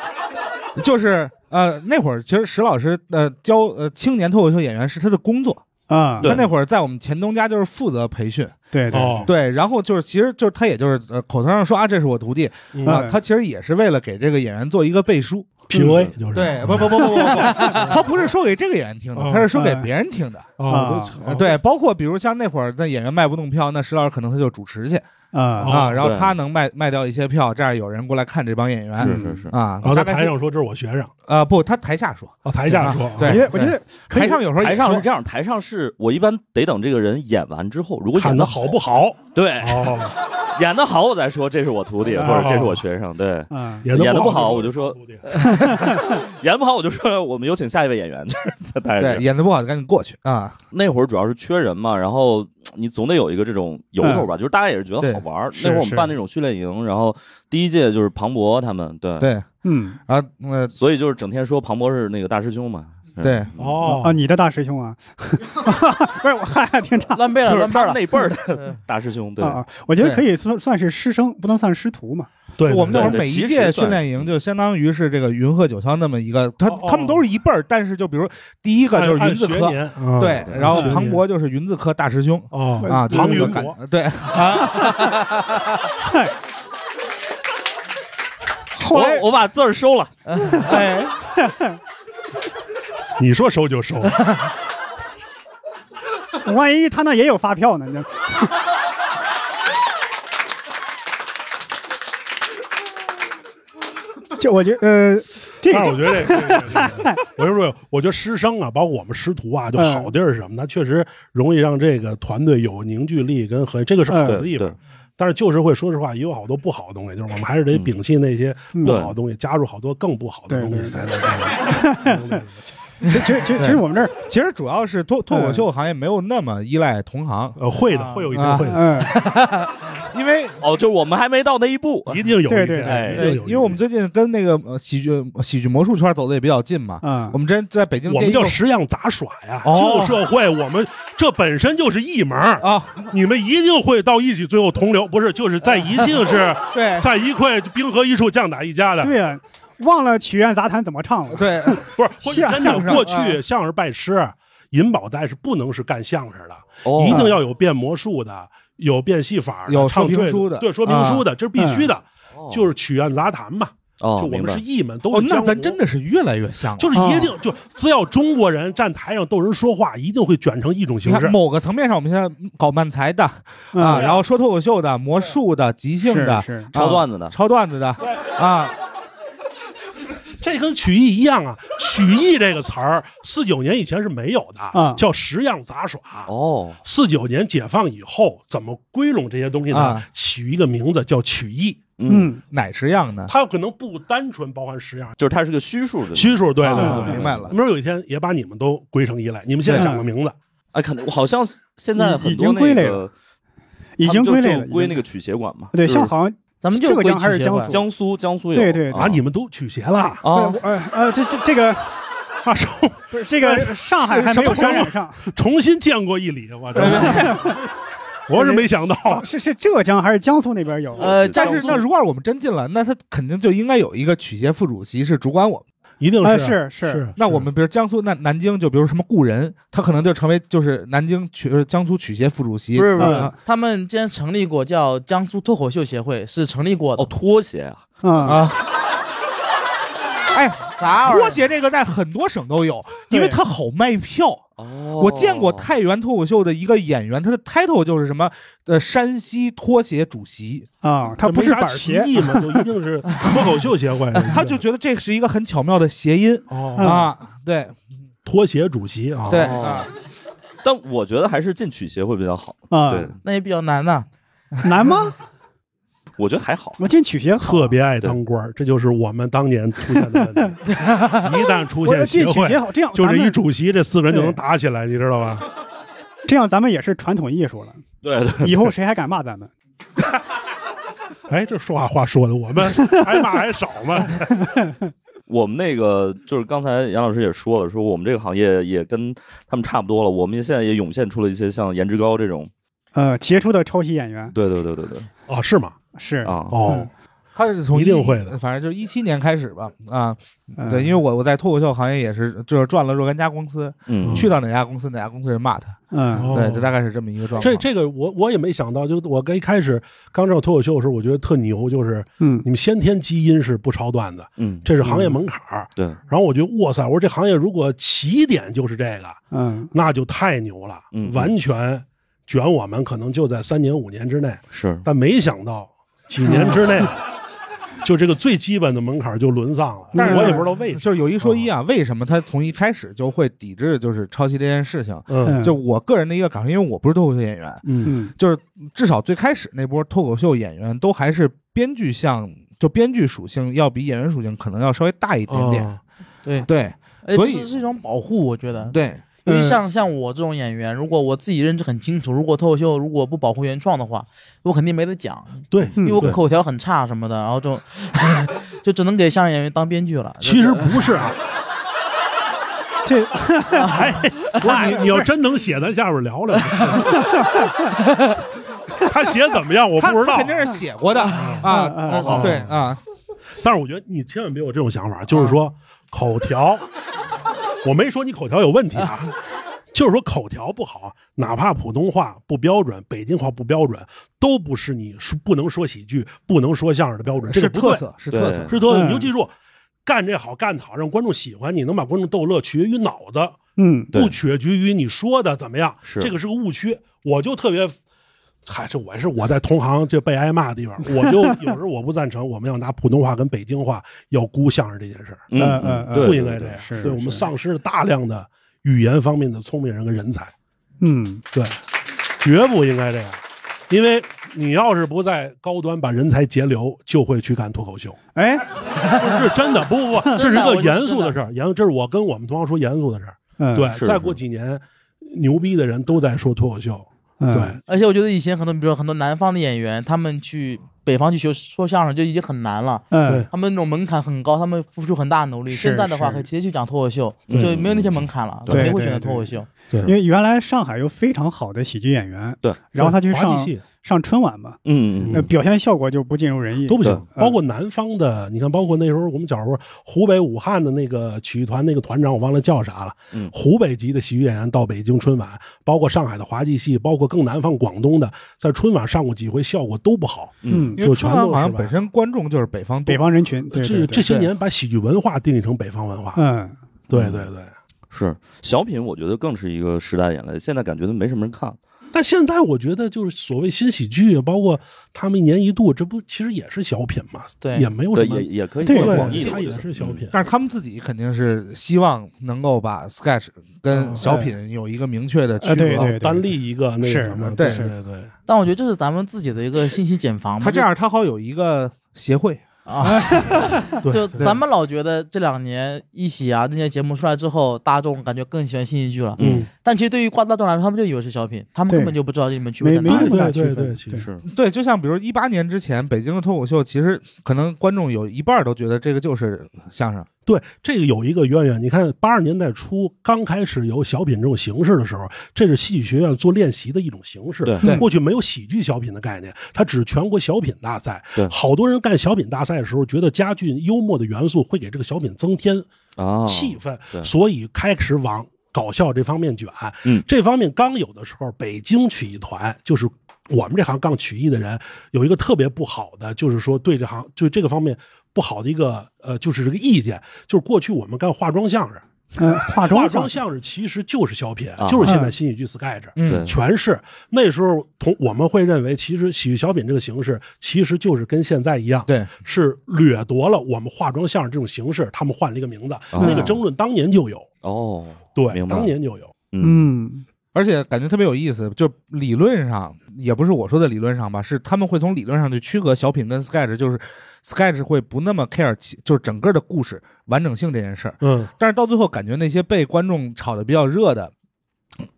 D: 就是呃，那会儿其实石老师呃教呃青年脱口秀演员是他的工作，
C: 啊，
A: 对
D: 他那会儿在我们前东家就是负责培训，
C: 对对，
B: 哦，
D: 对，然后就是其实就是他也就是呃口头上说啊这是我徒弟
B: 嗯
D: 啊，他其实也是为了给这个演员做一个背书，嗯
B: ，PUA 就是
D: 对，不不不不不不， 他不是说给这个演员听的，
B: 哦
D: 他是说给别人听的。
B: 哦
C: 啊，
D: 呃对，包括比如像那会儿那演员卖不动票，那石老师可能他就主持去
C: 啊
B: 哦
D: 啊，然后
A: 对
D: 他能卖卖掉一些票，这样有人过来看这帮演
C: 哎
A: 是
D: 员
A: 是是，
D: 啊
B: 然。后在
D: 大概
B: 哦台
D: 是
B: 上说这是我学生，
D: 呃不，他台下说，啊
B: 哦，台下说，
D: 对
C: 我觉得我觉得可以
D: 台上有时候也
A: 台上
D: 说
A: 是这样，台上是我一般得等这个人演完之后，如果哎
B: 看
A: 演
B: 的
A: 的
B: 好不，好？
A: 对，
B: 哦，
A: 演的好我再说这是我徒弟
C: 啊
A: 或者这是我学生，对，
C: 啊，
B: 得
A: 演得
B: 不
A: 不好我就说
B: 徒弟
A: 演得不好我就说我们有请下一位演员，就是 在台
D: 对
A: 上。
D: 演的不好就赶紧过去啊。
A: 那会儿主要是缺人嘛，然后你总得有一个这种由头
D: 嗯
A: 吧，就是大家也是觉得好玩儿。
C: 对
A: 那会儿我
C: 是
A: 们办那种训练营，然后第一届就是庞博他们，对，啊
D: 对，
C: 嗯
D: 然后呃
A: 所以就是整天说庞博是那个大师兄嘛，嗯
D: 对，
C: 啊，
B: 哦，
C: 你的大师兄啊，
E: 哎
C: 不是我还挺差。
E: 乱背了，
A: 就是
E: 乱背
A: 他
E: 了
A: 们。那辈儿的
E: 嗯
A: 大师兄，对
C: 啊，啊，我觉得可以算算是师生，不能算师徒嘛。
B: 对，
D: 我们那会儿
A: 对
D: 每
A: 其
D: 一
A: 实
D: 届
A: 算
D: 训练
C: 嗯
D: 营就相当于是这个云鹤九霄那么一个，他
B: 哦哦
D: 他们都是一辈儿，但是就比如第一
B: 那
D: 个就是云字科，
B: 科
C: 嗯
D: 对，
A: 对
D: 然后
B: 学
D: 庞
B: 年
D: 博就是云字科大师兄
B: 哦
C: 呃
D: 啊，
B: 庞
D: 就是这
B: 云
D: 个感
B: 博，
D: 对啊，
C: 后来
A: 我我把字儿收了，
D: 哎，
B: 你说收就收，
C: 万一他那也有发票呢？你就 就我觉得呃， 这
B: 但是我
C: 个
B: 觉得这个， 我就说，我觉得师生啊，包括我们师徒啊，就
C: 嗯
B: 好地儿是什么呢？确实容易让这个团队有凝聚力跟和，这个是好的地方
A: 嗯。
B: 但是就是会说实话，也有好多不好的东西，就是我们还是得摒弃那些不好的东西，加入好多更不好的东西
C: 嗯对
B: 才能。
C: 其实其实其实其实我们这儿嗯
D: 其实主要是脱脱口秀行业没有那么依赖同行，
B: 呃，会的，
E: 啊
B: 会有一天会的，
C: 嗯
D: 因为
A: 哦，就是我们还没到那一步， 啊
B: 一定有一
C: 对对对
B: 天，
A: 哎
B: 一定
D: 呃
B: 有一天。
D: 因为我们最近跟那个呃喜剧喜剧魔术圈走的也比较近嘛，
C: 嗯
D: 我，们之前在北京
B: 我
D: 见
B: 们
D: 一个
B: 叫十样杂耍呀，
D: 哦
B: 旧社会，我们这本身就是一门儿
D: 啊，
B: 你们一定会到一起，最后同流，不是，就是在一定 是
D: 对
B: 在一块冰河一处将打一家的，
C: 对呀、忘了曲苑杂谈怎么唱了。
D: 对，
B: 不是，或者
C: 相啊
B: 真的
D: 声
B: 过
D: 哎
B: 去相声拜师，银宝带是不能是干相声的，
A: 哦
B: 一定要有变魔术的，有变戏法的，
D: 有
B: 唱
D: 说评
B: 对的
D: 书的嗯
B: 对，说评书的，这是必须的，就是是曲苑杂谈嘛，
A: 哦，
B: 就我
A: 明白
B: 们是一门，都
D: 哦，
B: 是
D: 那
B: 江湖
D: 咱真的是越来越像了。啊
B: 就是
C: 哦
B: 一定就只要中国人站台上逗人说话，一定会卷成一种
D: 你
B: 形式
D: 看，。某个层面上，我们现在搞漫才的
C: 嗯、
D: 啊，然后说脱口秀的、魔术的、即兴的、啊
C: 是是
A: 抄段子的，
D: 抄段子的啊，
B: 这跟曲艺一样啊，曲艺这个词儿，四九年以前是没有的，
C: 啊
B: 叫十样杂耍。
A: 哦，
B: 四九年解放以后，怎么归拢这些东西呢？
D: 啊
B: 起一个名字叫曲艺，
A: 嗯，
C: 嗯，
D: 哪是样的？
B: 它有可能不单纯包含十样，
A: 就是它是个虚数的，
B: 虚数对对
D: 啊
B: 对，
D: 明白了
B: 没准有一天也把你们都归成一类。你们现在
C: 对
B: 想个名字，
A: 哎，可能好像现在
C: 嗯已已
A: 很
C: 经
A: 多
C: 归
A: 那
C: 类
A: 个
C: 已经归类
A: 就
C: 了，
A: 就归那
C: 个
A: 个曲协管嘛，
C: 对，
A: 就是
C: 像好像
E: 咱们就
C: 这个
E: 归
C: 江还是
E: 曲协
C: 江
E: 管
C: 苏
A: 江苏江苏有，
C: 对对
B: 啊，你们都曲协了
D: 哦
A: 啊
C: 呃，呃呃，这这这个
B: 啊，重
C: 不是这
B: 哎
C: 个上海还没有
B: 什么
C: 沾染上，
B: 重新见过一礼，我真的，我是没想到，
C: 是是浙江还是江苏那边有？
E: 呃，
D: 但
E: 江
D: 是
E: 苏
D: 那如果是我们真进了，那他肯定就应该有一个曲协副主席是主管我们。
B: 一定
C: 呃
B: 是
C: 是是
B: 是。
D: 那我们比如江苏那南京，就比如什么故人，他可能就成为就是南京曲呃江苏曲协副主席。
E: 不是不是
D: 啊，
E: 他们之前成立过叫江苏脱口秀协会，是成立过的
A: 哦。拖鞋啊，
C: 嗯，
D: 啊。哎，
E: 啥玩意儿
D: 拖鞋这个在很多省都有，因为
C: 对
D: 它好卖票。
A: 哦
D: 我见过太原脱口秀的一个演员，他的 title 就是什么呃山西拖鞋主席，
C: 啊， 他不是
B: 没啥
C: 板鞋
B: 歧义嘛，就一定是脱口秀协会，
D: 他就觉得这是一个很巧妙的谐音
B: 哦，
D: 啊。对
B: 拖鞋主席啊，
D: 对
A: 哦
D: 啊，
A: 但我觉得还是进曲协会比较好，
C: 啊，
A: 对，
E: 那也比较难呐、
C: 难吗？
A: 我觉得还好，
C: 我进曲协好
B: 特，别爱当官儿，这就是我们当年出现的问题。一旦出
C: 我
B: 现
C: 进
B: 协
C: 曲
B: 会
C: 协，好，这样
B: 就
C: 咱
B: 是一
C: 们
B: 主席，这四个人就能打起来，你知道吧？
C: 这样咱们也是传统艺术了，
A: 对对，
C: 以后谁还敢骂咱们？
B: 哎，这说话话说的，我们挨骂还少吗？
A: 我们那个就是刚才杨老师也说了，说我们这个行业也跟他们差不多了，我们现在也涌现出了一些像颜值高这种，
C: 呃，杰出的抄袭演员
A: 对对对对对，
B: 哦，是吗？
C: 是，
A: 啊，
B: 哦，
D: 他是从
B: 一定会的
D: 反正就是一七年开始吧，啊，
C: 嗯
D: 对，因为我我在脱口秀行业也是，就是转了若干家公司，
A: 嗯，
D: 去到哪家公司哪家公司人骂他，
C: 嗯
B: 哦
D: 对，就大概是这么一个状况。
B: 这这个我我也没想到，就我刚一开始刚上脱口秀的时候，我觉得特牛，就是
C: 嗯
B: 你们先天基因是不抄段子，
A: 嗯，
B: 这是行业门槛儿。
A: 对，
B: 然后我觉得哇塞，我说这行业如果起点就是这个，
C: 嗯，
B: 那就太牛了，
A: 嗯
B: 完全卷我们可能就在三年五年之内，
A: 是，
B: 但没想到几年之内。就这个最基本的门槛就沦丧
E: 啊
B: 了，
C: 但是
B: 我 也不知道为什
D: 就
B: 么。
D: 是有一说一啊，为什么他从一开始就会抵制就是抄袭这件事情？
B: 嗯
D: 就我个人的一个感受，因为我不是脱口秀演员，
B: 嗯
C: 嗯
D: 就是至少最开始那波脱口秀演员都还是编剧向，就编剧属性要比演员属性可能要稍微大一点点。
B: 哦
E: 对，
D: 对
E: 哎
D: 所以
E: 这是一种保护，我觉得。
D: 对，
E: 因为
C: 嗯
E: 像像我这种演员，如果我自己认知很清楚，如果脱口秀如果不保护原创的话，我肯定没得讲，
B: 对，
E: 因为我
B: 对
E: 口条很差什么的，然后就 就只能给相声演员当编剧了。
B: 其实不是啊，
C: 这
B: 哎，不是你，你要真能写，咱下边聊聊。他写怎么样，我
D: 他
B: 不知
D: 他
B: 道
D: 肯。定是写过的啊
C: 嗯嗯
D: 嗯
B: 嗯
D: 对啊，
B: 但是我觉得你千万别有这种想法，就是说口条，我没说你口条有问题啊，就是说口条不好，哪怕普通话不标准，北京话不标准，都不是你说不能说喜剧、不能说相声的标准，这
D: 是
B: 个不对
D: 特，色，是特色
A: 对。
B: 是特色。你就
C: 嗯
B: 记住，干这好干得好，让观众喜欢你，能把观众逗乐，取决于脑子。
C: 嗯
A: 对
B: 不取决于你说的怎么样，
A: 是
B: 这个是个误区。我就特别，嗨，这我是我在同行这被挨骂的地方，我 就有时候我不赞成我们要拿普通话跟北京话要估相声这件事儿，
A: 嗯
C: 嗯嗯嗯
A: 对，
B: 不
A: 对
B: 应该这样，
C: 是
B: 对我们
C: 是
B: 丧失了大量的语言方面的聪明人跟人才，
C: 嗯
B: 对，绝不应该这样，因为你要是不在高端把人才截流，就会去干脱口秀，
C: 哎
B: 不 是真的，不不不，这
E: 真
B: 是一
E: 的我
B: 个
E: 就
B: 严肃
E: 知道
B: 的事儿，严，这是我跟我们同行说严肃的事儿。
C: 嗯
B: 对，
A: 是
B: 再
A: 是
B: 过几年，牛逼的人都在说脱口秀。
C: 嗯
B: 对，
E: 而且我觉得以前很多，比如说很多南方的演员，他们去北方去学说相声就已经很难了。
C: 嗯
E: 他们那种门槛很高，他们付出很大努力。
C: 是
E: 现在的话，
C: 是
E: 可以直接去讲脱口秀，
A: 对
E: 就没有那些门槛了，
A: 对
E: 肯定会啊选择
C: 对对
E: 脱口秀。
C: 因为原来上海有非常好的喜剧演员，
A: 对，
C: 然后他去
B: 滑稽
C: 上
B: 戏
C: 上春晚嘛，呃
A: 嗯嗯
C: 那表现效果就不尽如人意呃
B: 都。不行
A: 对，
B: 包括南方的，你看，包括那时候我们小时候湖北武汉的那个曲艺团那个团长，我忘了叫啥了。
A: 嗯
B: 湖北籍的喜剧演员到北京春晚，包括上海的滑稽戏，包括更南方广东的，在春晚上过几回，效果都不好。
C: 嗯，
D: 因为
B: 就
D: 春
B: 全
D: 晚
B: 都
D: 好
B: 是
D: 像
B: 吧
D: 本身观众就是北方多呃
C: 北方人群，对
B: 这
C: 对
B: 这
C: 对，
B: 些
D: 对
B: 年把喜剧文化定义成北方文化，
C: 嗯
B: 对对对。
A: 是小品，我觉得更是一个时代眼泪，现在感觉都没什么人看了，
B: 但现在我觉得就是所谓新喜剧，包括他们一年一度，这不其实也是小品嘛，
E: 对
B: 也没有
A: 对，
B: 什么
A: 也也可以
C: 对
A: 做广义的，
B: 它
A: 我觉
B: 也
A: 得
B: 是小品。
D: 但是他们自己肯定是希望能够把 sketch
B: 啊
D: 跟小品有一个明确的区
C: 呃对
D: 隔。
C: 对
B: 单立一个那个
C: 是
B: 什么，
D: 对
B: 对对对，
E: 但我觉得这是咱们自己的一个信息茧房嘛。
D: 他这样，他好有一个协会，
E: 就啊，
B: 对
E: 就
B: 对
E: 咱们老觉得这两年一喜啊那些节目出来之后，大众感觉更喜欢新喜剧了。
B: 嗯，
E: 但其实对于挂大众来说，他们就以为是小品，他们
C: 对
E: 根本就不知道这里面区别
C: 没
E: 在
C: 没
E: 哪
C: 那
E: 里。
C: 么大
B: 对
C: 区
B: 对对，
C: 分，
B: 其实
A: 是
D: 对，就像比如一八年之前，北京的脱口秀，其实可能观众有一半都觉得这个就是相声。
B: 对这个有一个渊源。你看八十年代初刚开始有小品这种形式的时候，这是戏剧学院做练习的一种形式。
A: 对
D: 对
B: 过去没有喜剧小品的概念，它只是全国小品大赛。
A: 对
B: 好多人干小品大赛的时候，觉得加剧幽默的元素会给这个小品增添
A: 啊，
B: 气氛，
A: 对
B: 所以开始往搞笑这方面卷。
A: 嗯
B: 这方面刚有的时候，北京曲艺团就是我们这行干曲艺的人有一个特别不好的，就是说对这行就这个方面不好的一个呃，就是这个意见，就是过去我们干化妆相声，呃
C: 嗯，化
B: 化
C: 妆
B: 妆
C: 上
B: 相声其实就是小品，
A: 啊嗯
B: 就是现在新喜剧 sketch。
C: 嗯
A: 对
B: 全是那时候同我们会认为，其实喜剧小品这个形式其实就是跟现在一样，
D: 对，
B: 是掠夺了我们化妆相声这种形式，他们换了一个名字。
A: 哦
B: 那个争论当年就有，
A: 哦，
B: 对，
A: 明白
B: 当年就有。
A: 嗯
C: 嗯
D: 而且感觉特别有意思，就理论上也不是我说的理论上吧，是他们会从理论上去区隔小品跟 sketch，就是 sketch 会不那么 care，其就是整个的故事完整性这件事儿。
B: 嗯，
D: 但是到最后，感觉那些被观众炒得比较热的，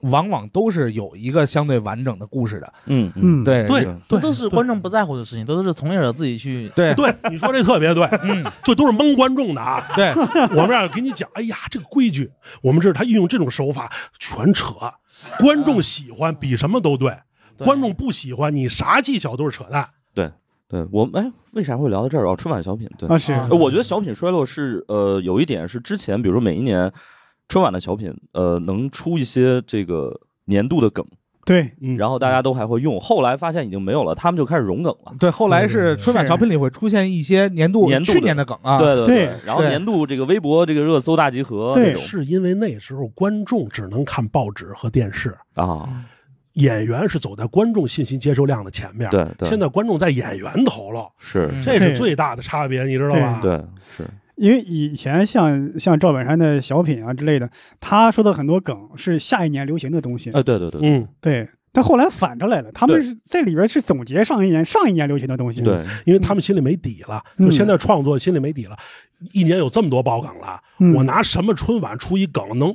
D: 往往都是有一个相对完整的故事的。
A: 嗯嗯
C: 嗯，，
D: 对
B: 对对
E: 都是观众不在乎的事情，都是从业者自己去。
D: 对
B: 对，你说这特别对，
D: 嗯，
B: 这都是蒙观众的啊。
D: 对，
B: 我们这儿给你讲，哎呀，这个规矩，我们这儿他运用这种手法全扯，观众喜欢比什么都对，
E: 对
B: 观众不喜欢你啥技巧都是扯淡。
A: 对，我们哎，为啥会聊到这儿？哦，春晚小品，对，
C: 啊是
E: 啊
A: 呃我觉得小品衰落是呃有一点是之前，比如说每一年春晚的小品，呃，能出一些这个年度的梗，
C: 对，
B: 嗯
A: 然后大家都还会用，后来发现已经没有了，他们就开始融梗了。
D: 对，后来是
C: 嗯
D: 春晚
C: 是
D: 小品里会出现一些年度
A: 年度
D: 去
A: 的
D: 年的梗啊，
A: 对对
C: 对
A: 然后
D: 对
A: 年度这个微博这个热搜大集合这
C: 对
A: 种
B: 是因为那时候观众只能看报纸和电视，
A: 啊，
B: 演员是走在观众信息接受量的前面。
A: 对对
B: 现在观众在演员头了，
A: 是，
E: 嗯
B: 这是最大的差别，你知道
D: 啊
B: 吧？
A: 对是，
C: 因为以前像像赵本山的小品啊之类的，他说的很多梗是下一年流行的东西，
E: 呃
A: 哎对对对对
B: 嗯，
C: 对。但后来反着来了，他们
A: 对
C: 是在里边是总结上一年上一年流行的东西。
A: 对，
B: 因为他们心里没底了，
C: 嗯
B: 就现在创作心里没底了，一年有这么多爆梗了，
C: 嗯
B: 我拿什么春晚出一梗能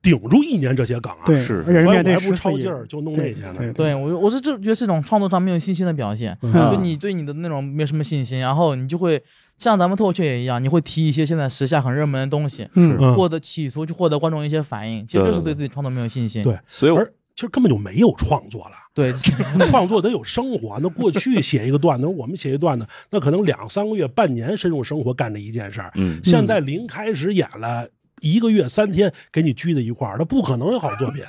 B: 顶住一年这些梗啊？
C: 对，
A: 是
C: 而且
B: 所
C: 是
B: 以
C: 面
B: 我
C: 对
B: 还不
C: 十
B: 超
C: 四亿
B: 劲儿
C: 人，
B: 就弄那
C: 对
B: 些呢。
C: 对
E: 对我，我是这觉得是一种创作上没有信心的表现，
C: 嗯
E: 就你对你的那种没有什么信心，然后你就会像咱们脱口秀也一样，你会提一些现在时下很热门的东西，
C: 嗯
B: 嗯
E: 获得企图去获得观众一些反应，其实
A: 对
E: 就是
A: 对
E: 对自己创作没有信心。
B: 对
A: 所以我
B: 而其实根本就没有创作了，
E: 对，
B: 创作得有生活。那过去写一个段子，我们写一段子，那可能两三个月、半年深入生活干这一件事儿。
A: 嗯
B: 现在临开始演了一个月、三天，给你拘在一块儿，那不可能有好作品，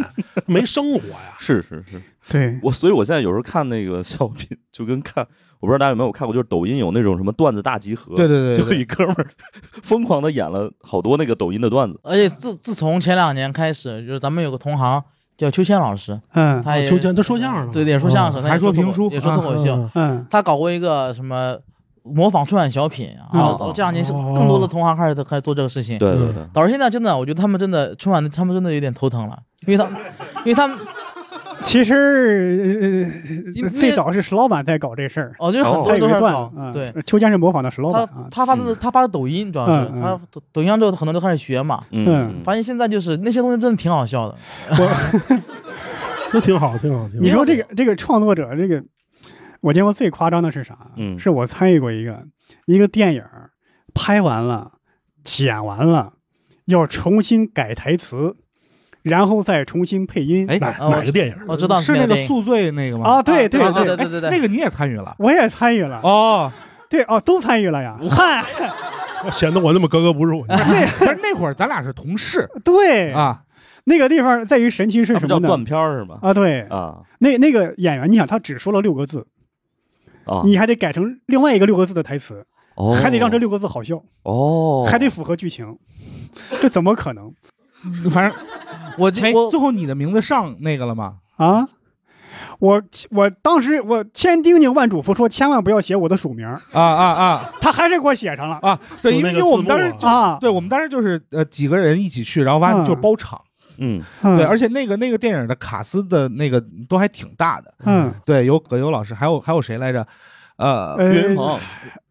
B: 没生活呀。
A: 是是是，
C: 对，
A: 我所以我现在有时候看那个小品，就跟看我不知道大家有没有看过，就是抖音有那种什么段子大集合，
D: 对对对
A: 就
D: 对
A: 一哥们儿疯狂的演了好多那个抖音的段子，
E: 而且自自从前两年开始，就是咱们有个同行叫秋千老师，
C: 嗯
E: 他也
B: 秋啊千他说相声的
E: 对，也哦说
B: 哦
E: 啊相声，他
D: 还
E: 也
D: 说
E: 脱
D: 评
E: 口
D: 书
E: 也说脱口秀，
B: 嗯
C: 嗯
E: 他搞过一个什么模仿春晚小品，然后这两年是
B: 哦
E: 更多的同行开始开始做这个事情。
A: 对对对，
E: 导致现在真的，我觉得他们真的春晚的，他们真的有点头疼了，因为他们，因为他们，
C: 其实呃
E: 因为
C: 呃最早是石老板在搞这事儿，
E: 哦，就是很多
C: 他
E: 人
C: 有
E: 都
C: 一
E: 在
C: 个段
E: 搞
C: 子，嗯，，
E: 对。，
C: 秋千是模仿的石老板
E: 他
C: 啊，
E: 他发的
A: 嗯
E: 他发的抖音，主要是
C: 嗯嗯
E: 他抖抖音上之后，很多都开始学嘛。
A: 嗯，
E: 发现现在就是那些东西真的挺好笑的，
B: 那挺好，挺好，挺
C: 你
B: 好。
C: 说这个这个创作者，这个我见过最夸张的是啥？
A: 嗯
C: 是我参与过一个一个电影儿拍完了，剪完了，要重新改台词，然后再重新配音。
D: 哎，
B: 哪
E: 啊我
B: 哪个电影？
E: 我知道
D: 是那
E: 哪
D: 个
E: 电影
D: 宿醉那个吗？
C: 啊，对对
E: 啊
C: 对
E: 对
D: 哎那个你也参与了
C: 我也参与了，
D: 哦，
C: 对哦，都参与了呀。嗨，
B: 显得我那么格格不入。
D: 不是那会儿咱俩是同事
C: 对，
D: 啊，
C: 那个地方在于神奇
A: 他
C: 是
A: 们
C: 什
A: 叫
C: 么
A: 断
C: 呢？
A: 片儿是吗？
C: 啊，对，
A: 啊
C: 那那个演员，你想他只说了六个字，
A: 啊，
C: 你还得改成另外一个六个字的台词，
A: 哦
C: 还得让这六个字好笑，
A: 哦，
C: 还得符合剧情，这怎么可能？
D: 反正
E: 我这
D: 哎，
E: 我
D: 最后你的名字上那个了吗？
C: 啊，我我当时我千叮咛万嘱咐说千万不要写我的署名儿，
D: 啊啊啊
C: 他还是给我写上了
D: 啊！对，
B: 就
D: 因为
B: 那
D: 因
B: 个
D: 为我们当时
B: 字幕
D: 就
B: 啊
C: 啊。
D: 对我们当时就是呃几个人一起去，然后发现
C: 嗯
D: 就是包场，
A: 嗯
C: 嗯
D: 对，而且那个那个电影的卡斯的那个都还挺大的，
C: 嗯
D: 对，有葛优老师，还有还有谁来着？呃
C: 呃
A: 岳云鹏
D: 啊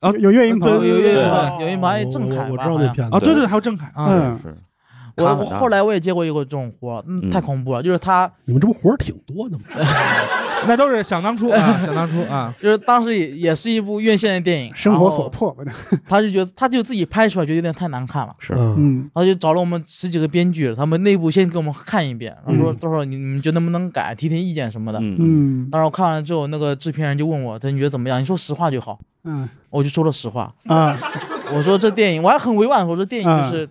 C: 有有岳云
E: 有
C: 鹏，
E: 有有
A: 对
E: 有有一把郑恺吧，
B: 我知道
E: 好
B: 那
E: 像
B: 片
D: 啊，
B: 子。
D: 对对，还有郑恺啊，
C: 嗯
A: 是
E: 我
A: 看
E: 我
A: 了
E: 后来我也接过一个这种活儿，嗯，
A: 嗯
E: 太恐怖了。就是他，
B: 你们这不活儿挺多的吗？
D: 那都是想当初啊，想当初啊，
E: 就是当时也也是一部院线的电影，
C: 生活所，迫吧？
E: 他就觉得他就自己拍出来，觉得有点太难看了，
A: 是
B: 嗯，
C: 嗯
E: 他就找了我们十几个编剧，他们内部先给我们看一遍，然后说到时候你你们觉得能不能改，提提意见什么的。
A: 嗯
C: 嗯
E: 当时我看完了之后，那个制片人就问我，他说你觉得怎么样？你说实话就好。
C: 嗯
E: 我就说了实话，
C: 啊
E: 我说这电影我还很委婉，我说电影就
C: 嗯
E: 是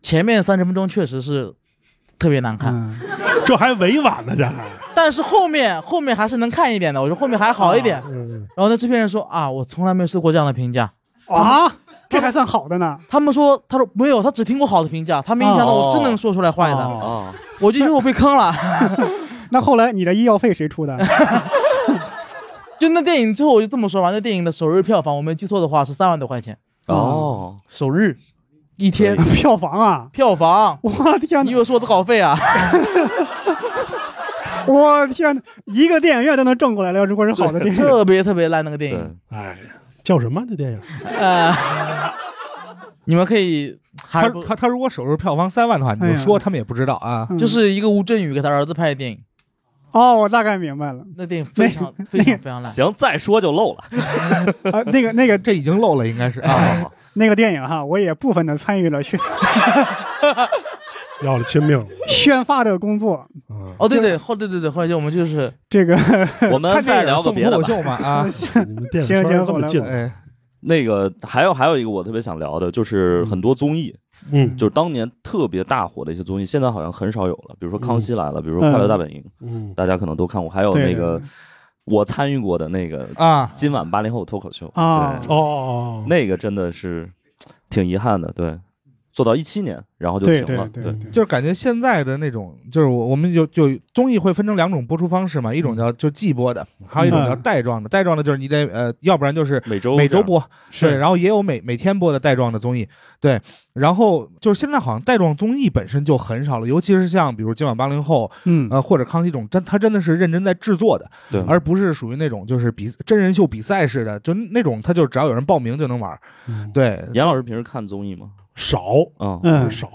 E: 前面三十分钟确实是特别难看，
C: 嗯
B: 这还委婉呢，这还。
E: 但是后面后面还是能看一点的，我说后面还好一点。
B: 嗯，
E: 然后那制片人说啊，我从来没有受过这样的评价。
C: 啊，这还算好的呢。
E: 他们说，他说没有，他只听过好的评价，他没想到
A: 哦
E: 我真能说出来坏的，
C: 哦
A: 啊，
E: 我就觉得我被坑了。
C: 那后来你的医药费谁出的？
E: 就那电影最后我就这么说吧，那电影的首日票房，我没记错的话是三万多块钱，
A: 哦，
E: 首日一天
A: 对
C: 票房啊！
E: 票 房。
C: 我天
E: 你以
C: 哪！
E: 为是我的稿费啊？
C: 我天哪！一个电影院都能挣过来了，要如果是好的电影，
E: 特别特别烂那个电呃
A: 对
E: 影，
B: 哎，叫什么这电影？
E: 呃，你们可以还
D: 他
E: 是不
D: 他他如果首日票房三万的话，你
C: 哎
D: 就
C: 呀
D: 说他们也不知道啊。
C: 嗯
E: 就是一个吴镇宇给他儿子拍的电影，
C: 哦，我大概明白了
E: 那电影非常非常非常烂。
A: 行，再说就漏 了。
C: 啊，那个那个
D: 这已经漏了，应该是啊。
A: 啊
C: 那个电影哈，我也部分的参与了宣
B: 要了亲命了。
C: 宣发的工作。
B: 嗯，
E: 哦，对对，后对对对，后来就我们就是
C: 这个，
A: 我们
D: 看
A: 再
D: 电影
A: 聊个
D: 送
A: 别
D: 脱
A: 的
D: 口
A: 吧。
D: 秀嘛啊
B: 你们电影
C: 行
B: 圈
C: 行
B: 这么
C: 我来
B: 近，
D: 哎，
A: 那个还有还有一个我特别想聊的，就是很多综艺，
B: 嗯
A: 就是当年特别大火的一些综艺，现在好像很少有了。比如说《康熙来了》，比如说《快乐大本营》，
B: 嗯，
A: 大家可能都看过。还有
C: 对
A: 那个我参与过的那个《
D: 啊，
A: 今晚八零后脱口秀》
C: 啊
A: 对
B: 哦哦，哦
A: 那个真的是挺遗憾的。对，做到一七年，然后就
C: 对
A: 停
C: 对
A: 了。
C: 对对，
D: 就是感觉现在的那种，就是我我们就就综艺会分成两种播出方式嘛，一种叫就季播的，还有一种叫
C: 嗯
D: 带状的。带状的就是你得呃，要不然就是
A: 每周
D: 每
A: 这
D: 周
A: 样
D: 播，对，然后也有每每天播的带状的综艺，对，然后就是现在好像带状综艺本身就很少了，尤其是像比如今晚八零后，
C: 嗯
D: 呃或者康熙这种，真他真的是认真在制作的，
A: 对，
D: 而不是属于那种就是比真人秀比赛似的，就那种他就只要有人报名就能玩儿，
B: 嗯
D: 对，
A: 严老师平时看综艺吗？
B: 少
A: 嗯，
C: 嗯
B: 少，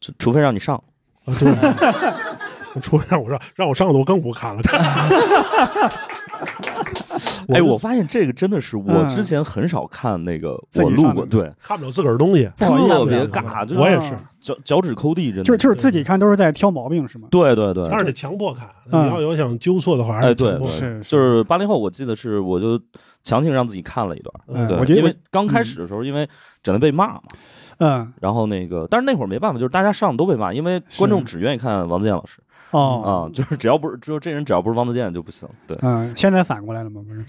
A: 除除非让你上，
B: 啊对，除非让我上，让我上的我更不看了。
A: 哎，我发现这个真的是我
C: 嗯
A: 之前很少看那个，
C: 自己
A: 我录
C: 上
A: 过，
C: 的
A: 对，
B: 看不了自个儿东西，
C: 不好意思
A: 特别
B: 对
A: 尬，就
B: 我也
A: 是
B: 是，
A: 脚脚趾抠地，真的
C: 就是就是自己看都是在挑毛病是吗？
A: 对对对，
B: 但是得强迫看。你
C: 嗯
B: 要有想纠错的话，还
A: 哎
B: 是
A: 对
B: 强迫
A: 对
B: 看。
C: 是
A: 就是八零后，我记得是我就强行让自己看了一段，
C: 嗯
A: 对，
C: 我觉得
A: 因为刚开始的时候，因为整天被骂嘛，
C: 嗯
A: 然后那个，但是那会儿没办法，就是大家上都被骂，因为观众只愿意看王自健老师
C: 哦
A: 啊，就是只要不是，只有这人只要不是王自健就不行，对，
C: 嗯，现在反过来了吗？不是，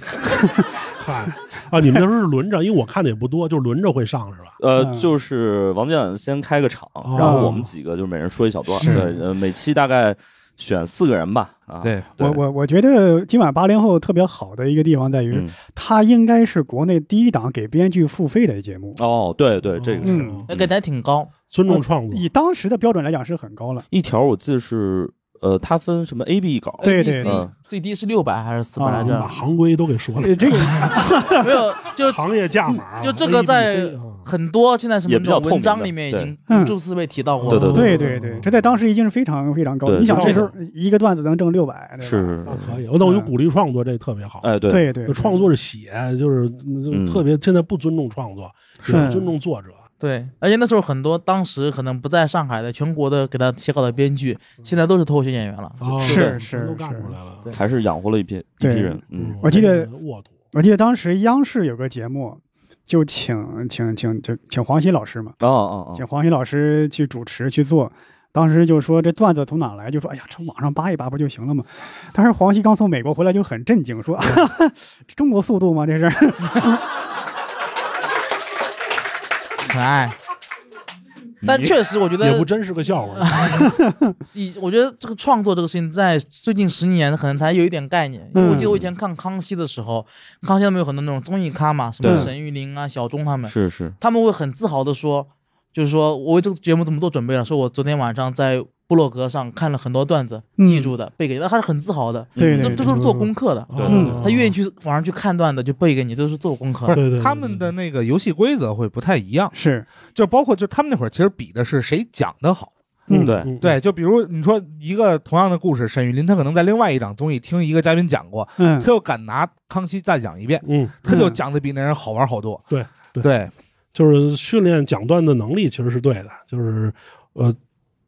B: 嗨啊，你们那时候是轮着，因为我看的也不多，就是轮着会上是吧？
A: 呃，
C: 嗯哦
A: 就是王健先开个场，然后我们几个就每人说一小段，
C: 是
A: 对，呃，每期大概选四个人吧，啊，
D: 对
A: 对
C: 我我我觉得今晚八零后特别好的一个地方在于，
A: 嗯，
C: 它应该是国内第一档给编剧付费的节目，
A: 哦，对对，这个是
C: 嗯
E: 哎
C: 呃
E: 那给的还挺高，
B: 啊尊重创作，
C: 以当时的标准来讲是很高了。
A: 一条，我记得是呃，它分什么 A、B 嗯稿，
C: 对
E: ABC
C: 对
A: 对
E: 最低是六百还是四百
C: 啊
E: 来
B: 你把
E: 着？
B: 行规都给说了，
C: 呃这个
E: 没有，就
B: 行业价码
E: 就这个在
B: ABC 啊
E: 很多现在什么
A: 也比较
E: 那种文
A: 透明
E: 章
A: 的
E: 里面已
A: 对
E: 经
C: 嗯
E: 无数次被提
B: 哦
E: 到过
A: 对
E: 了。
A: 对嗯
C: 对对
B: 嗯
C: 对，这在当时已经是非常非常高了。
A: 对
C: 你想
B: 就
C: 那
B: 这
C: 时候一个段子能挣六百，
A: 是
C: 哎对吧
A: 是，
B: 哎那
A: 是
B: 可以。我等于
C: 嗯
B: 鼓励创作，这特别好。
A: 哎，对，
C: 对对，对
B: 创作是写，就是就
A: 嗯
B: 特别现在不尊重创作，也不尊重作者。
E: 对，而且那时候很多当时可能不在上海的全国的给他写稿的编剧，现在都是脱口秀演员了。
B: 啊
C: 是
B: 对
C: 是
B: 全都干
C: 是
B: 出来了。
E: 对
A: 还是养活了一批一批
C: 对
A: 人，嗯，
C: 我记得
B: 沃土，
C: 我记得当时央视有个节目，就请请请就请黄西老师嘛，
A: 哦哦
C: 请
A: 哦，
C: 黄西老师去主持去做。当时就说这段子从哪来，就说哎呀，从网上扒一扒不就行了吗？当时黄西刚从美国回来就很震惊，说、 哈哈，中国速度吗？这是
E: 可爱。但确实，我觉
B: 也不
E: 得
B: 真是个笑话。
E: 以我觉得这个创作这个事情，在最近十年可能才有一点概念。因为我记得我以前看《康熙》的时候，康熙他们有很多那种综艺咖嘛，什么
C: 对
E: 沈玉琳啊、小钟他们，
A: 是是，
E: 他们会很自豪的说，就是说我为这个节目怎么做准备了，说我昨天晚上在部落格上看了很多段子，
C: 嗯
E: 记住的背给，那他是很自豪的，
C: 对
E: 这
C: 对
E: 这
C: 对，
E: 都是做功课的。
A: 对
B: 嗯
E: 他愿意去网上去看段子，就背给你，都是做功课
D: 啊
E: 的。
D: 不
B: 对对
D: 是
B: 对
D: 他们的那个游戏规则会不太一样，
C: 是
D: 就包括就他们那会儿其实比的是谁讲的好。
C: 嗯
A: 对
B: 嗯
D: 对，就比如你说一个同样的故事，沈玉琳她可能在另外一档综艺听一个嘉宾讲过，
C: 嗯
D: 她，又敢拿康熙再讲一遍，
B: 嗯，
D: 她就讲的比那人好玩好多。
B: 对对
D: 对，
B: 就是训练讲段子能力其实是对的，就是呃，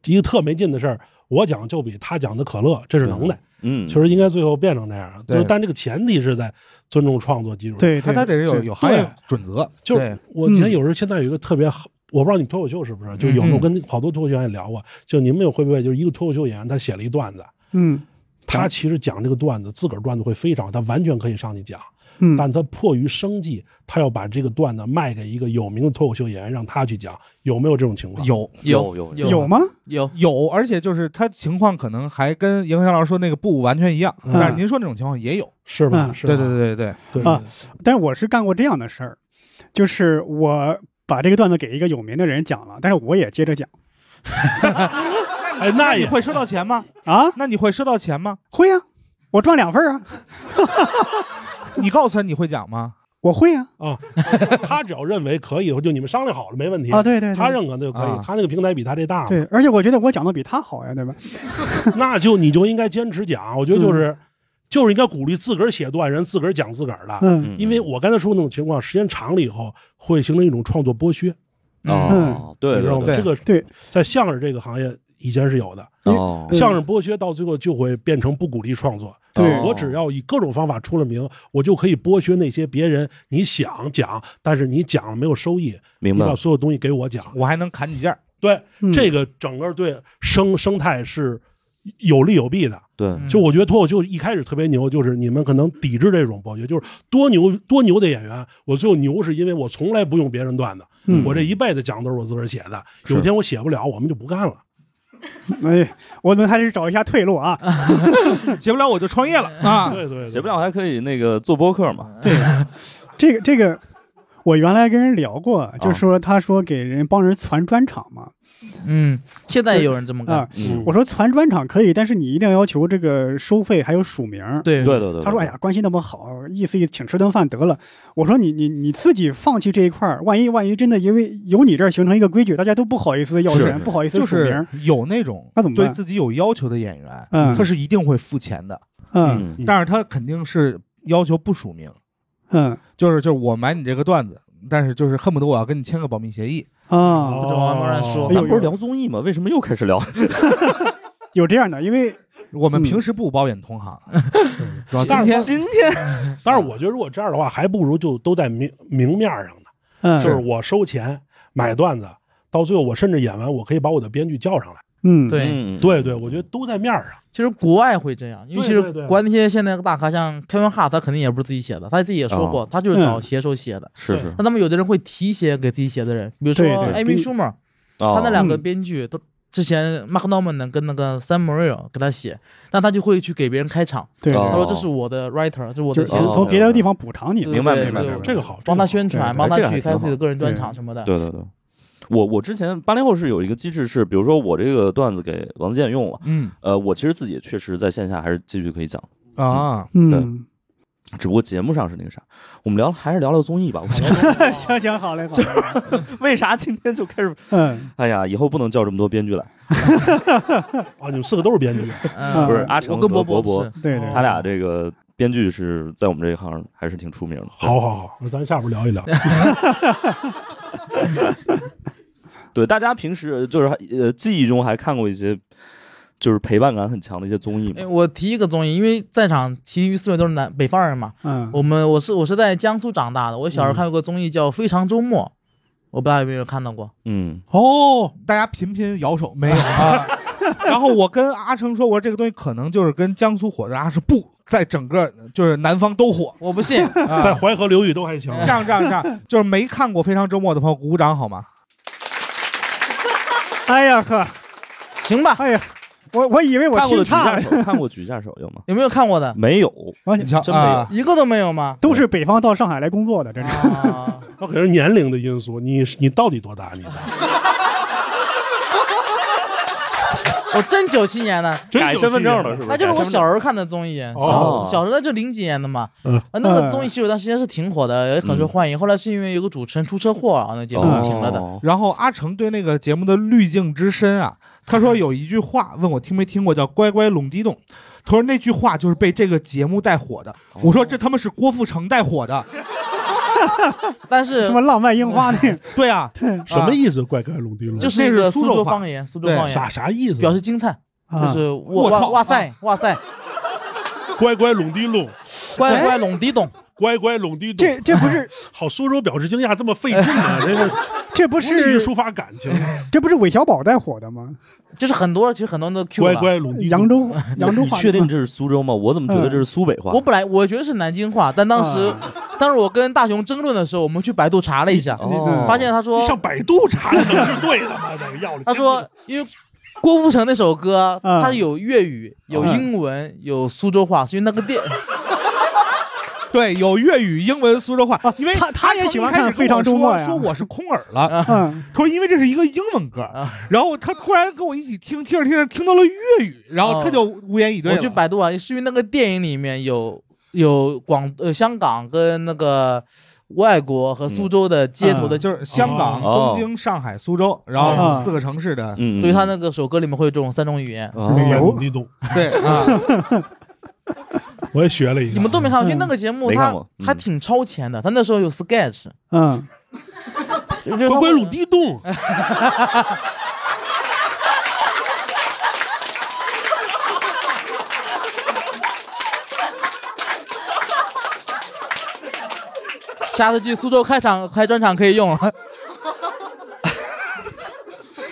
B: 一个特没劲的事儿，我讲就比他讲的可乐，这是能耐。
A: 嗯，
B: 其实应该最后变成这样，
D: 对
B: 就是但这个前提是在尊重创作基础上。，
C: 对，
D: 她她得是有有行业准则。
B: 就
D: 对
B: 是我以前有时候现在有一个特别好。我不知道你脱口秀是不是，就有时候
D: 嗯
B: 跟好多脱口秀演员聊过，就你们有会不会，就是一个脱口秀演员他写了一段子，
C: 嗯
B: 他其实讲这个段子，自个儿段子会非常，他完全可以上去讲，
C: 嗯，
B: 但他迫于生计，他要把这个段子卖给一个有名的脱口秀演员，让他去讲，有没有这种情况？，
D: 有
E: 有
A: 有
E: 有
C: 有吗？
E: 有
D: 有，而且就是她情况可能还跟营销老师说那个不完全一样，
B: 嗯
D: 但是您说那种情况也有。
B: 是吧？
C: 嗯
B: 是吧
D: 对对对对对，
B: 对
C: 啊但是我是干过这样的事儿，就是我把这个段子给一个有名的人讲了，但是我也接着讲
B: 哎，那
D: 你
B: 也
D: 会收到钱吗？
C: 啊，
D: 那你会收到钱吗？
C: 会啊，我赚两份儿啊，
D: 你告诉他你会讲吗？
C: 我会啊，
B: 啊， 他只要认为可以，就你们商量好了没问题
C: 啊对对对
B: 他认可那就可以
D: 啊，
B: 他那个平台比他这大嘛，
C: 对，而且我觉得我讲的比他好呀，对吧？
B: 那就你就应该坚持 讲，我觉得
C: 嗯
B: 就是就是应该鼓励自个儿写段，人自个儿讲自个儿的，
C: 嗯
B: 因为我刚才说那种情况，时间长了以后会形成一种创作剥削，
A: 哦，对
B: 你知
A: 对
B: 道吗？
A: 对
B: 这个
C: 嗯对，
B: 在相声这个行业以前是有的，
A: 哦，
C: 对
B: 相声剥削到最后就会变成不鼓励创作。
C: 对
B: 我只要以各种方法出了名，我就可以剥削那些别人你想讲，但是你讲了没有收益，
A: 明
B: 你
A: 白
B: 把
A: 了，
B: 所有东西给我讲。
D: 我还能砍几件儿。
B: 对，
C: 嗯
B: 这个整个对生生态是有利有弊的。
A: 对，
E: 嗯
B: 就我觉得脱口秀一开始特别牛，就是你们可能抵制这种剥削，就是多牛多牛的演员，我最后牛是因为我从来不用别人段子，
C: 嗯
B: 我这一辈子讲都是我自个儿写的。
A: 是
B: 有一天我写不了，我们就不干了。
C: 哎，我们还是找一下退路 啊。
D: 写不了我就创业了啊！
B: 对对，对
A: 写不了还可以那个做播客嘛，
C: 这个这个，我原来跟人聊过，
E: 啊
C: 就说他说给人帮人传专场嘛，
E: 嗯，现在也有人这么干
C: 啊，，
A: 嗯
C: 我说传专场可以，但是你一定要要求这个收费还有署名。
E: 对
A: 对对对，
C: 他说：“哎呀，关系那么好，意思意思，请吃顿饭得了。”我说你：“你你自己放弃这一块儿，万一万一真的因为由你这儿形成一个规矩，大家都不好意思要
A: 是
C: 钱，
A: 是
C: 哎不好意思
D: 就
C: 署名
D: 是，有那种
C: 那怎么办
D: 对自己有要求的演员，
C: 嗯
D: 他是一定会付钱的，
C: 嗯
A: 嗯，
D: 但是他肯定是要求不署名，
C: 嗯
D: 就是就是我买你这个段子，但是就是恨不得我要跟你签个保密协议。
B: 哦
C: 啊，
E: 不知道王默然说
D: 哦
C: 哎呦
A: 咱不是聊综艺吗？为什么又开始聊？
C: 有这样的，因为
D: 我们
C: 嗯
D: 平时不包养同 行，主要今
B: 但是
D: 天
A: 今天
B: 但是我觉得如果这样的话，还不如就都在明明面上呢，
C: 嗯
B: 就是我收钱买段子，到最后我甚至演完，我可以把我的编剧叫上来。
C: 嗯
E: 对，
A: 嗯
B: 对对，我觉得都在面上。
E: 其实国外会这样，因为其实
B: 对对对
E: 国外那些现在大咖，像 Kevin Hart，他肯定也不是自己写的，他自己也说过，他就是
C: 嗯
E: 找写手写的。
A: 哦是是，
E: 那他们有的人会提写给自己写的人，比如说
C: 对对
E: Amy
C: 比
E: Schumer，
A: 他
E: 他那两个
C: 嗯
E: 编剧都之前 Mark Norman 跟那个 Sam Morril 给他写，但他就会去给别人开场，
C: 对，
A: 哦
E: 他说这是我的 writer，这是我
C: 就
E: 的
C: 是
E: 写
A: 哦
E: 手，
C: 从别的地方补偿你
E: 对
C: 们。
A: 明白
E: 对
A: 明白
E: 对
A: 明白
B: 这个好，
E: 帮他
B: 这个
E: 宣
B: 好
E: 传，
C: 对
E: 帮他
A: 这个还
E: 去开
A: 挺
E: 自己的个人专
C: 好
E: 场什么的。
A: 对对对，我我之前八零后是有一个机制是，比如说我这个段子给王自健用了，
D: 嗯
A: 呃，我其实自己确实在线下还是继续可以讲，
D: 啊，
C: 嗯，
A: 只不过节目上是那个啥。我们聊还是聊聊综艺吧，我觉 得
C: 行行，好嘞，好嘞，
A: 为啥今天就开始？
C: 嗯，
A: 哎呀，以后不能叫这么多编剧来，
B: 啊，你们四个都是编啊剧，
E: 嗯，
A: 不是阿成
E: 我跟
A: 和
E: 博
A: 博博
E: 是，嗯
C: 对对，
A: 他俩这个编剧是在我们这一行还是挺出名的。
B: 好好好，那咱下 边聊一聊。
A: 对，大家平时就是呃记忆中还看过一些就是陪伴感很强的一些综艺
E: 哎，
A: 嘛。
E: 我提一个综艺，因为在场其余四位都是南北方人嘛。
C: 嗯，
E: 我们我是我是在江苏长大的，我小时候看过个综艺叫《非常周末》，我不知道有没有看到过。
A: 嗯，
D: 哦，大家频频摇手，没有啊。 然后我跟阿成说，我说这个东西可能就是跟江苏火的，阿成不在整个就是南方都火。
E: 我不信，
D: 啊
B: 在淮河流域都还行，
D: 这样这样 这样，就是没看过《非常周末》的朋友鼓鼓掌好吗？
C: 哎呀呵，
E: 行吧？
C: 哎呀，我我以为哎我
A: 看过
C: 听
A: 的举
C: 差
A: 下
C: 了，
A: 手，看过举下手有吗？
E: 有没有看过 的？
A: 没有，
C: 我
D: 你瞧
A: 真没有
D: 啊，
E: 一个都没有吗？
C: 都是北方到上海来工作的，真是。
E: 啊，
B: 那可是年龄的因素。你你到底多大？你
E: 我真九七年的，
B: 真
A: 改
B: 有
A: 身份
B: 气人
A: 证了是不
E: 那就是我小时候看的综艺，
B: 哦
E: 小小时候那就零几年的嘛。
B: 嗯
E: 啊，那个综艺其实有段时间是挺火的，也很受欢迎。后来是因为有个主持人出车祸，然后那节目
A: 哦
E: 停了的。
D: 然后阿成对那个节目的滤镜之深啊，他说有一句话，问我听没听过，叫“乖乖拢地动”。他说那句话就是被这个节目带火的。
B: 哦
D: 我说这他妈是郭富城带火的。
E: 但是
C: 什么浪漫樱花那个，
D: 对啊，
B: 什么意思？怪怪龙地龙，
E: 就是
D: 那
E: 一
D: 是
E: 个
D: 苏
E: 苏
D: 州
E: 州
D: 话
E: 方言，苏州
D: 对
E: 方
B: 啥
E: 言
B: 啥意思？
E: 表示惊叹，就
C: 啊
E: 是我
D: 我
E: 哇
D: 操
E: 哇塞哇塞，
B: 乖乖龙地龙，
E: 乖乖拢地懂。
B: 乖乖龙地
C: 这
B: 龙。
C: 这不是
B: 好，苏州表示惊讶这么费劲 啊，这个
C: 这
B: 不
C: 不
B: 利于
C: 是
B: 抒发感情。
C: 这不是韦小宝带火的吗？
E: 就是很多，其实很多人都 Q
B: 乖
E: 了。
B: 乖龙地
C: 扬
B: 洞，
C: 州扬州
A: 你
C: 话。
A: 确定这是苏州吗？我怎么觉得这是苏北话？嗯
E: 我本来我觉得是南京话，但当时、当时我跟大雄争论的时候，我们去百度查了一下，
A: 哦
E: 发现他说
B: 上百度查的能是对的吗？这个要了
E: 他说因为。郭富城那首歌，
C: 嗯
E: 它有粤语、有英文、有苏州话，是因为那个电，
D: 对，有粤语、英文、苏州话，因为
C: 啊他他也
D: 阿成
C: 喜
D: 一
C: 欢
D: 开始
C: 看
D: 跟
C: 非常
D: 我
C: 周
D: 说
C: 末呀
D: 说我是空耳了。
C: 嗯，
D: 他说因为这是一个英文歌
E: 啊，
D: 然后他突然跟我一起听，听着听着听到了粤语，然后他就无言以对
E: 哦我
D: 了。
E: 去百度啊，是因为那个电影里面有有广呃香港跟那个外国和苏州的街头的，
D: 嗯就是香港、
A: 哦
D: 东京、上海、苏州，然
C: 哦
D: 后四个城市的，
A: 嗯，
E: 所以他那个首歌里面会有这种三种语言。
A: 哦
C: 旅游
B: 你懂，
D: 对啊，
B: 我也学了一个。
E: 你们都没看过，就
C: 嗯
E: 那个节目
A: 没看
E: 他
A: 过嗯
E: 还挺超前的，他那时候有 sketch，
C: 嗯，
E: 就就
B: 乖乖
E: 鲁
B: 鲁，地洞，
E: 下次去苏州开场开专场可以用 了。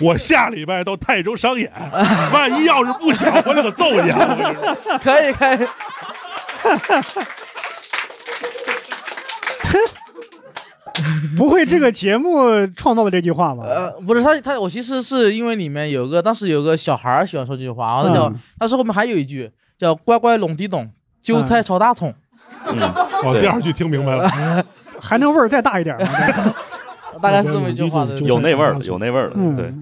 B: 我下礼拜到泰州商演， 万一要是不小，我可揍你！啊！我跟你 说
E: 可以可以。
C: 不会这个节目创造的这句话吧？
E: 呃，不是他他我其实是因为里面有个当时有个小孩儿喜欢说这句话，然后他叫
C: 嗯，
E: 但是后面还有一句叫乖乖拢地懂，韭
C: 嗯
E: 菜炒大葱。
B: 哦，第二句听明白了，
C: 还能味儿再大一点吗？
E: 大概是这么一句话的
B: 嗯。
A: 有那味儿了，有那味儿了，
C: 嗯，
A: 对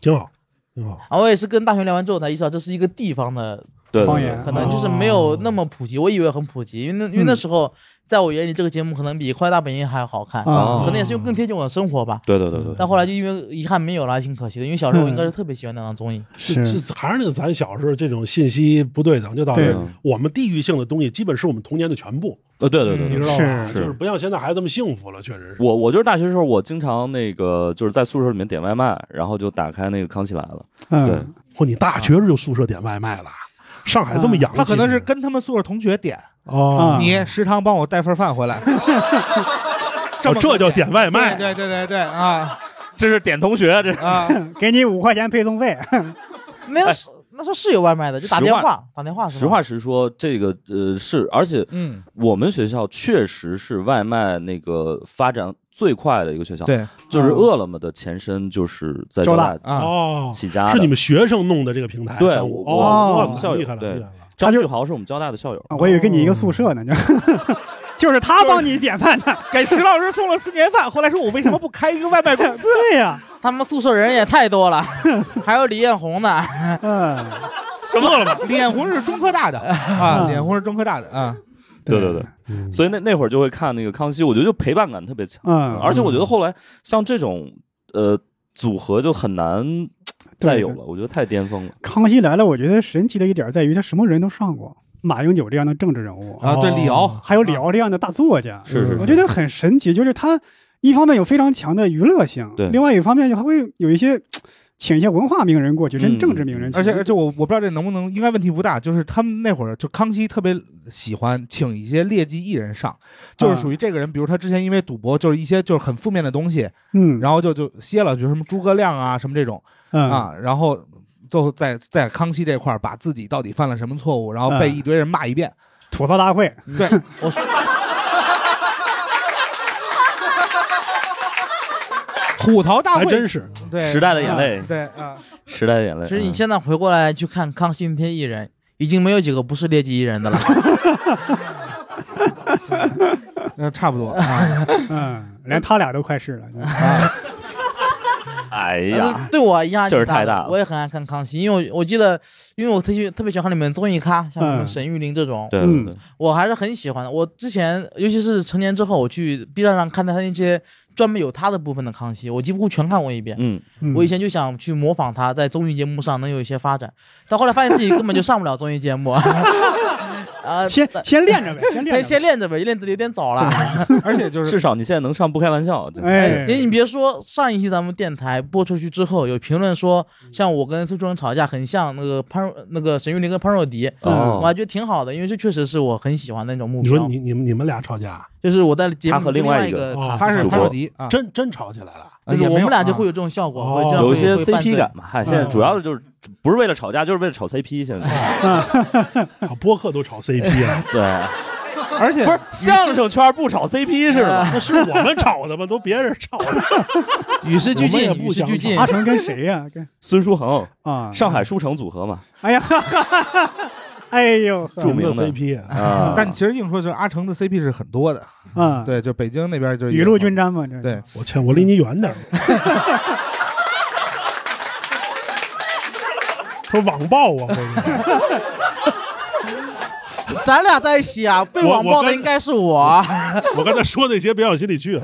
B: 挺好，挺好。
E: 啊，我也是跟大学聊完之后才意识到这是一个地方的，
A: 对
C: 方
A: 对
C: 言
E: 可能就是没有那么普及。我以为很普及，因为那因为那时候在我眼里这个节目可能比《快乐大本营》还好看，
A: 哦
E: 可能也是更贴近我的生活吧。
A: 对对对对对，
E: 但后来就因为遗憾没有了，挺可惜的。因为小时候我应该是特别喜欢那档综艺，
C: 是
B: 这还是那个咱小时候这种信息不对等，就导致
C: 对
B: 我们地域性的东西基本是我们童年的全部，
A: 呃对对对
E: 嗯
A: 对
B: 你
A: 对
B: 知。道吧？
C: 是
B: 就是不像现在孩子这么幸福了，确实是。
A: 我我就是大学时候，我经常那个就是在宿舍里面点外卖，然后就打开那个《康熙来了》，对
C: 嗯，
B: 哦，你大学时候就宿舍点外卖了，上海这么洋气，
D: 嗯啊他可能是跟他们宿舍同学点，
B: 哦
C: 啊，
D: 你食堂帮我带份饭 回来，这
B: 哦
D: 么
B: 这叫点外
D: 对
B: 卖，
D: 对对对对啊
A: 这是点同学，这是
D: 啊，
C: 给你五块钱配送费，
E: 没有是那时候是有外卖的，就打
A: 实
E: 电
A: 话
E: 话打电话啊是吧。
A: 实话实说，这个呃是，而且
D: 嗯，
A: 我们学校确实是外卖那个发展最快的一个学校，，
D: 对
A: 就是饿了么的前身就是在
C: 交
A: 交
C: 大
A: 大
D: 啊，
B: 哦，
A: 起家的，
B: 是你们学生弄的这个平台
A: 对
B: 商务，
A: 我
C: 我
B: 哦，
C: 我
B: 哇塞，
A: 校友
B: 厉害了，
A: 对
B: 厉害了。
A: 张旭豪是我们交大的校友，
C: 啊我以为跟你一个宿舍呢，就 就是他帮你点饭的，
D: 给石老师送了四年饭，后来说我为什么不开一个外卖公司？
C: 对呀，
E: 他们宿舍人也太多了， 还有李彦宏呢。
C: 嗯，
D: 什么了吧？脸红是中科大的 啊，
C: 嗯
D: 脸红是中科大的啊，
A: 对对对，
B: 嗯
A: 所以那那会儿就会看那个康熙，我觉得就陪伴感特别强，
C: 嗯
A: 而且我觉得后来像这种呃组合就很难再有了，我觉得太巅峰了。
C: 康熙来了，我觉得神奇的一点在于他什么人都上过，马英九这样的政治人物，
D: 啊，对，李
B: 哦
D: 敖，
C: 还有李敖这样的大作家，
A: 是是是
C: 我觉得很神奇，就是他一方面有非常强的娱乐性，
A: 对
C: 另外一方面还会有一些请一些文化名人过去，甚
A: 嗯
C: 至政治名人去，
D: 而且而且我我不知道这能不能，应该问题不大。就是他们那会儿就康熙特别喜欢请一些劣迹艺人上，就是
C: 啊
D: 属于这个人，比如他之前因为赌博，就是一些就是很负面的东西，
C: 嗯，
D: 然后就就歇了，比如什么诸葛亮啊什么这种
C: 嗯
D: 啊，然后最后在在康熙这块儿把自己到底犯了什么错误，然后被
C: 嗯
D: 一堆人骂一遍。
C: 吐槽大会，
D: 对，
E: 我说
D: 吐槽大
B: 还
D: 会
B: 真是，
D: 对
A: 时代的眼泪
D: 啊对啊，
A: 时代的眼泪，
E: 其实你
A: 嗯
E: 现在回过来去看《康熙那些艺人》，已经没有几个不是劣迹艺人的了。
D: 那差不多啊
C: 嗯，连他俩都快是了，
D: 啊，
A: 哎
E: 但
A: 呀，
E: 是呃对我压力
A: 劲儿太大了
E: 我也很爱看《康熙》，因为我我记得，因为我特喜特别喜欢看里面的综艺咖，像什么
C: 嗯
E: 沈玉琳这种，嗯
A: 对对对，
E: 我还是很喜欢的。我之前尤其是成年之后，我去 B 站上看他那些专门有他的部分的《康熙》，我几乎全看过一遍。
A: 嗯，
C: 嗯
E: 我以前就想去模仿他，在综艺节目上能有一些发展，但后来发现自己根本就上不了综艺节 目。啊，
C: 先先练着呗，先练
E: 先
C: 着
E: 先
C: 呗，
E: 练着呗，练的有点早了。
D: 而且就是
A: 至少你现在能上不开玩笑，真的
E: 哎，
C: 哎，
E: 你你别说，上一期咱们电台播出去之后，有评论说，
C: 嗯
E: 像我跟苏州人吵架，很像那个潘若那个沈玉琳跟潘若迪，
C: 嗯
E: 我还
A: 哦，
E: 觉得挺好的，因为这确实是我很喜欢的那种目
B: 你
E: 标。
B: 说你你们你们俩吵架，
E: 就是我在节目
A: 他和
E: 另
A: 另外
E: 一
A: 一个嗯
B: 哦
D: 他是
A: 主
D: 潘
A: 播
D: 若迪啊，
B: 真真吵起来了。
E: 就是
D: 也
E: 我
D: 没有
E: 们俩就
D: 啊
E: 会有这种效果，
B: 哦
E: 会这样
A: 有一些
E: 会会拌嘴
A: CP 感嘛，嗨，现在
E: 嗯
A: 主要的就是不是为了吵架，就是为了炒 CP，现 在
B: 啊，播客都炒 CP 了，
A: 对，
D: 而且
A: 不是相声圈不炒 CP 是
E: 啊
A: 吗？
B: 那是我们炒的吗？都别人炒的。
E: 与时俱进
B: 我，们也
E: 与
B: 不
E: 时
B: 想
E: 俱进
C: 阿。成跟谁呀、跟
A: 孙书恒，
C: 啊，
A: 上海书城组合嘛，
C: 哎呀， 哈哈哈哈哎呦，呵
A: 著名的
B: 我们 CP 啊
A: 啊，
D: 但其实硬说，就是阿成的 CP 是很多的，
C: 啊，，
D: 对，就北京那边就是
C: 雨露均沾嘛，这
D: 对，
B: 我劝我离你远 点儿。说网暴啊！
E: 咱俩在一起啊， 被
B: 我
E: 网暴
B: 我
E: 的
B: 跟
E: 应该是我。
B: 我刚才说那些别往心里 去。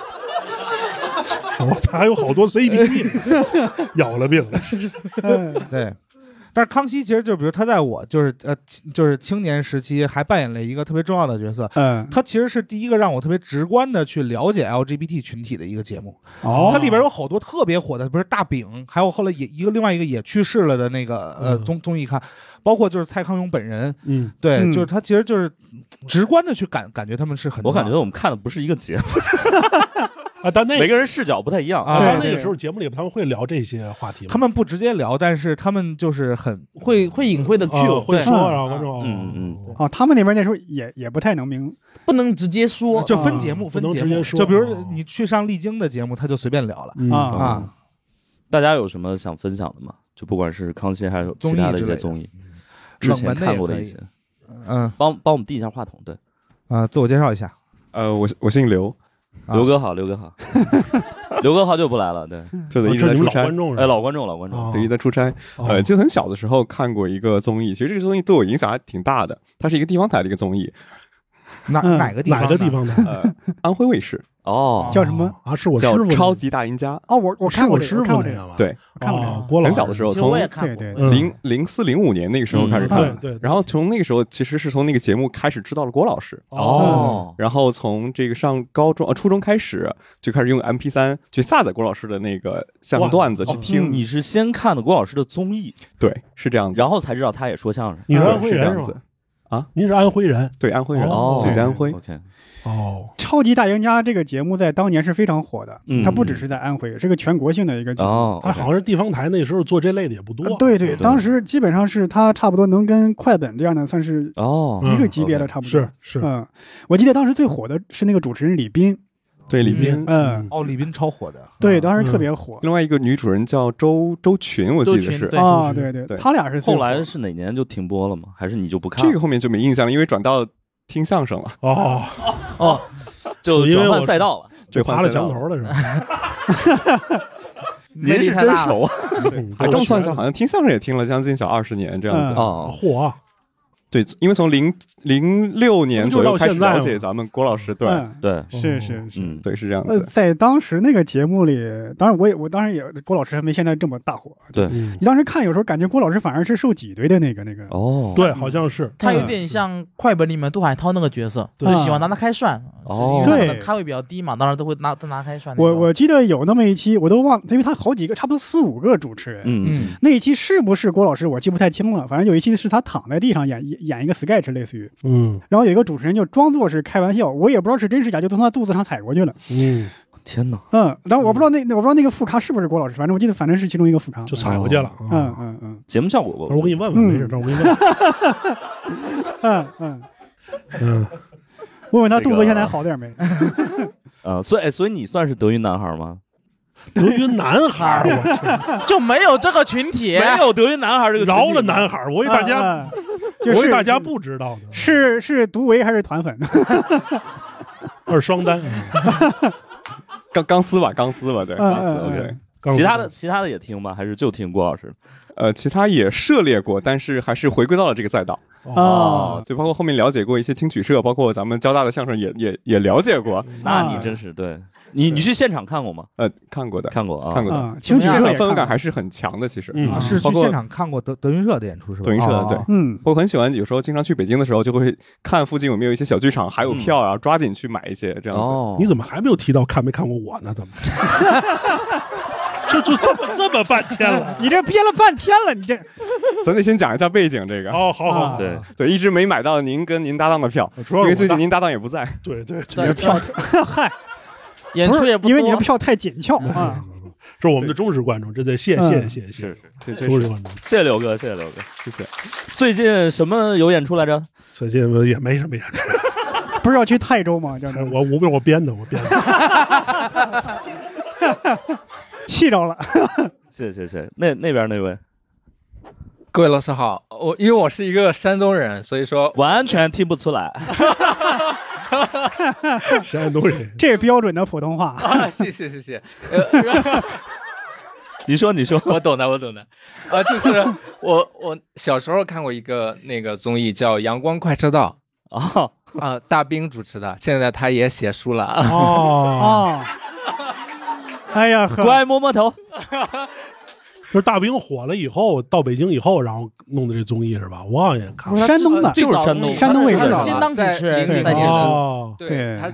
B: 我操，还有好多 CDP，要了命了！
D: 对。但是康熙其实就比如他在我就是呃就是青年时期还扮演了一个特别重要的角色，
C: 嗯，
D: 他其实是第一个让我特别直观的去了解 LGBT 群体的一个节目。
C: 哦，
D: 它里边有好多特别火的，不是大饼，还有后来也一个另外一个也去世了的那个呃
B: 嗯
D: 综综艺咖，包括就是蔡康永本人，
B: 嗯，
D: 对，
C: 嗯
D: 就是他其实就是直观的去感感觉他们是很，
A: 我感觉我们看的不是一个节目，
B: 啊，但那
A: 每个人视角不太一样
D: 啊
B: 但
C: 对
B: 那个时候节目里他们会聊这些话题吗？
D: 他们不直接聊，但是他们就是很哦
E: 会会隐晦的具
B: 啊
E: 有，
B: 会
E: 对
B: 说，
C: 嗯
B: 然后观众
A: 嗯嗯
C: 哦，他们那边那时候也也不太能明，
E: 不能直接说。
D: 嗯就分节目、
B: 啊
D: 分
B: 不能
D: 节
B: 直接
D: 目，
B: 说
D: 就比
B: 啊
D: 如你去上丽晶的节目，他就随便聊了、
B: 嗯
C: 啊
D: 啊，
A: 大家有什么想分享的吗？就不管是康熙还是其他的一些综艺，之
D: 嗯冷
A: 前
D: 门的
A: 看
D: 也
A: 过的
D: 可
A: 一
D: 以
A: 些，，
D: 嗯
A: 帮帮我们递一下话筒。对，
D: 啊、自我介绍一下，
F: 呃，我我姓刘，
D: 啊
A: 刘哥好，刘哥 好，刘哥好久不来了。对，
D: 嗯
F: 就
B: 啊
F: 得一直
B: 这
F: 在
B: 你
F: 出
B: 们老
F: 差
B: 观，众是吧
A: 哎，老观众，老观众，
B: 啊
F: 对，一直在出差。呃，
B: 哦
F: 记得很小的时候看过一个综艺，其实这个综艺对我影响还挺大的。它是一个地方台的一个综艺，
D: 哪、
C: 嗯
D: 哪个地方呢？
B: 哪个地方的？
F: 呃，安徽卫视
A: 哦，
C: 叫什么？
B: 啊，是我师
F: 叫
B: 傅
F: 《
B: 那
F: 超级大赢家
C: 哦，我我
B: 是
C: 看过
B: 我
C: 这
B: 师
C: 个，我看
B: 傅
C: 过
B: 那
C: 这个，
B: 个吧？》，
F: 对，
C: 我看过这
B: 哦
C: 个，
B: 郭老
F: 很小的时候
E: 其实我也
F: 从嗯
E: 看过，
C: 对对
E: 我也
F: 零零四零五年那个时候开始看
B: 嗯对
F: 的，
B: 对，
F: 然后从那个时候其实是从那个节目开始知道了郭老师，
A: 哦，
F: 然后从这个上高中呃初中开始就开始用 MP 三去下载郭老师的那个相声段子去
D: 嗯
F: 听，
A: 你是先看的郭老师的综艺，
F: 对，是这样子，
A: 然后才知道他也说相声。
B: 你是安
F: 对
B: 徽
F: 是这
B: 人
F: 样
B: 是
F: 子
B: 吧？，
F: 啊，
B: 您是安徽人
F: 对，安徽人，
A: 哦，
F: 祖籍安徽，
A: OK，
B: 哦，
C: 超级大赢家》这个节目在当年是非常火的，
A: 嗯
C: 它不只是在安徽，是个全国性的一个节目。
A: 哦，
B: 他好像是地方台那时候做这类的也不多
C: 呃。对
A: 对
C: 对，当时基本上是它差不多能跟快本这样的算是
B: 嗯
A: 哦，
C: 一个级别的，差不多。
B: 是是，
C: 嗯，我记得当时最火的是那个主持人李斌，
F: 对，李斌。
C: 嗯，
D: 哦，李斌超火
A: 嗯
B: 啊
D: 的，
C: 对，当时特别火
F: 嗯另外一个女主人叫周周群，我记得是
E: 周群对
C: 啊，
B: 嗯
C: 对对，
F: 对
C: 他俩是最
A: 后
C: 火
A: 来是哪年就停播了吗？还是你就不看
F: 这个后面就没印象了，因为转到听相声了，
B: 哦，
E: 哦，
A: 就转换赛道了？
F: 对，
B: 爬
F: 换
B: 了
F: 赛道
B: 墙头了是吧？
E: 没
A: 您
E: 理
A: 是
E: 太大
A: 真
E: 了
A: 熟啊！
B: 嗯
F: 还这哎么算一下，好像听相声也听了将近小二十年这样子。
C: 嗯
A: 哦，
B: 嚯，
F: 对，因为从零零六年左右开
B: 那
F: 始了
B: 就到现在
F: 解咱们郭老师，对、
C: 嗯，
A: 对，
C: 是是是。
A: 嗯，
F: 对，是这样
C: 呃，
F: 子。
C: 在当时那个节目里，当然我也我当然也郭老师还没现在这么大火。
B: 嗯，
C: 你当时看有时候感觉郭老师反而是受挤兑的那个那个，
A: 哦，
B: 对，好像是嗯
E: 他有点像快本里面杜海涛那个角色，
B: 对
E: 就喜欢拿他开涮，
A: 哦
E: 就是因为他的
C: 对
E: 咖位比较低嘛，当然都会拿他拿开涮那
C: 我
E: 种。
C: 我记得有那么一期，我都忘，因为他好几个，差不多四五个主持人。
A: 嗯，
D: 嗯，
C: 那一期是不是郭老师？我记不太清了。反正有一期是他躺在地上演演演一个 sketch，类似于，
B: 嗯
C: 然后有一个主持人就装作是开玩笑，我也不知道是真是假，就从他肚子上踩过去了。
B: 嗯，
A: 天哪，
C: 嗯，但我不知道那那我不知道那个副咖是不是郭老师，反正我记得反正是其中一个副咖。
B: 就踩回去了。
C: 嗯，嗯嗯
A: 哦节目效
B: 我
A: 果
B: 说我
A: 不
B: 给你问问，没事，这我给你问 问。
C: 嗯嗯，
B: 嗯，
C: 问问他
A: 这个
C: 肚子现在好点没？
A: 啊，所以所以你算是德云男孩吗？
B: 德云男孩儿，我 去，
E: 就没有这个群体，
A: 没有德云男孩这个群体
B: 饶了男孩儿，我以为大家，
C: 嗯，嗯
B: 我
C: 就
B: 以为
C: 是
B: 大家不知道呢，
C: 是是独唯还是团粉？
B: 二双 单，
F: 钢钢丝吧，钢丝吧，对，
C: 嗯
F: 钢丝。
C: 嗯
F: OK，
B: 刚
A: 其他的其他的也听吗？还是就听郭老师？
F: 呃，其他也涉猎过，但是还是回归到了这个赛道。
A: 哦
C: 啊，
F: 对，包括后面了解过一些听曲社，包括咱们交大的相声也也也了解过。
A: 那你真是对你你去现场看过吗？
F: 呃，看过的，
A: 看过啊，
F: 看过
D: 嗯
F: 的。
C: 啊，情绪
F: 现
C: 社
F: 场
C: 也
F: 氛围
C: 看
F: 感
C: 过
F: 还是很强的，其实。
B: 嗯
D: 啊是去
F: 包括
D: 现场看过德德云社的演出是吧？
F: 德云社的
D: 哦
F: 对
D: 哦
C: 嗯
F: 我很喜欢，有时候经常去北京的时候，就会看附近有没有一些小剧场，还有票啊，然后抓紧去买一些这样子。
A: 嗯哦，
B: 你怎么还没有提到看没看过我呢？怎么？这就这么这么半天了？
C: 你这憋了半天了，你这
F: 咱得先讲一下背景，这个、
B: 哦，好好好，
A: 对
F: 对，一直没买到您跟您搭档的票，
B: 主要
F: 因
B: 是
F: 为
B: 我
F: 最
B: 大
F: 近您搭档也不在。
B: 对对
E: 对
B: 对，
C: 票 嗨，
E: 演出也
C: 不
E: 不多嗯
C: 是因为你的票太紧俏啊。
B: 这是我们的忠实观众，这得谢谢
C: 嗯
B: 谢谢
A: 是
B: 谢
A: 是，
F: 对，
B: 谢
F: 确
B: 忠
F: 实
B: 实观众。
A: 谢谢刘哥，谢谢刘哥。
F: 谢谢。
A: 最近什么有演出来着？
B: 最近也没什么演出，
C: 不是要去泰州吗？这
B: 我我我编的，我编的。
C: 气 着了。
A: 谢谢谢谢。那那边那位
G: 各位老师好，我因为我是一个山东人，所以说
A: 完全听不出来，
B: 山东人，
C: 这标准的普通话，
G: 啊，谢谢谢谢，呃，
A: 你说，你说，
G: 我懂的，我懂的。呃，就是我我小时候看过一个那个综艺叫《阳光快车道
A: 哦，》
G: 啊、大兵主持的，现在他也写书了啊。
B: 哦，
C: 哦，哎呀，很
A: 乖，摸摸头。
B: 就是大兵火了以后，到北京以后，然后弄的这综艺是吧？我好像也看
C: 不是啊山东的，
A: 就是山东
C: 山东卫视
E: 他
C: 的
E: 是新当主持人
G: 在
E: 在
G: 在
E: 写
G: 写
E: 书
G: 书。
B: 哦，
C: 对
G: 他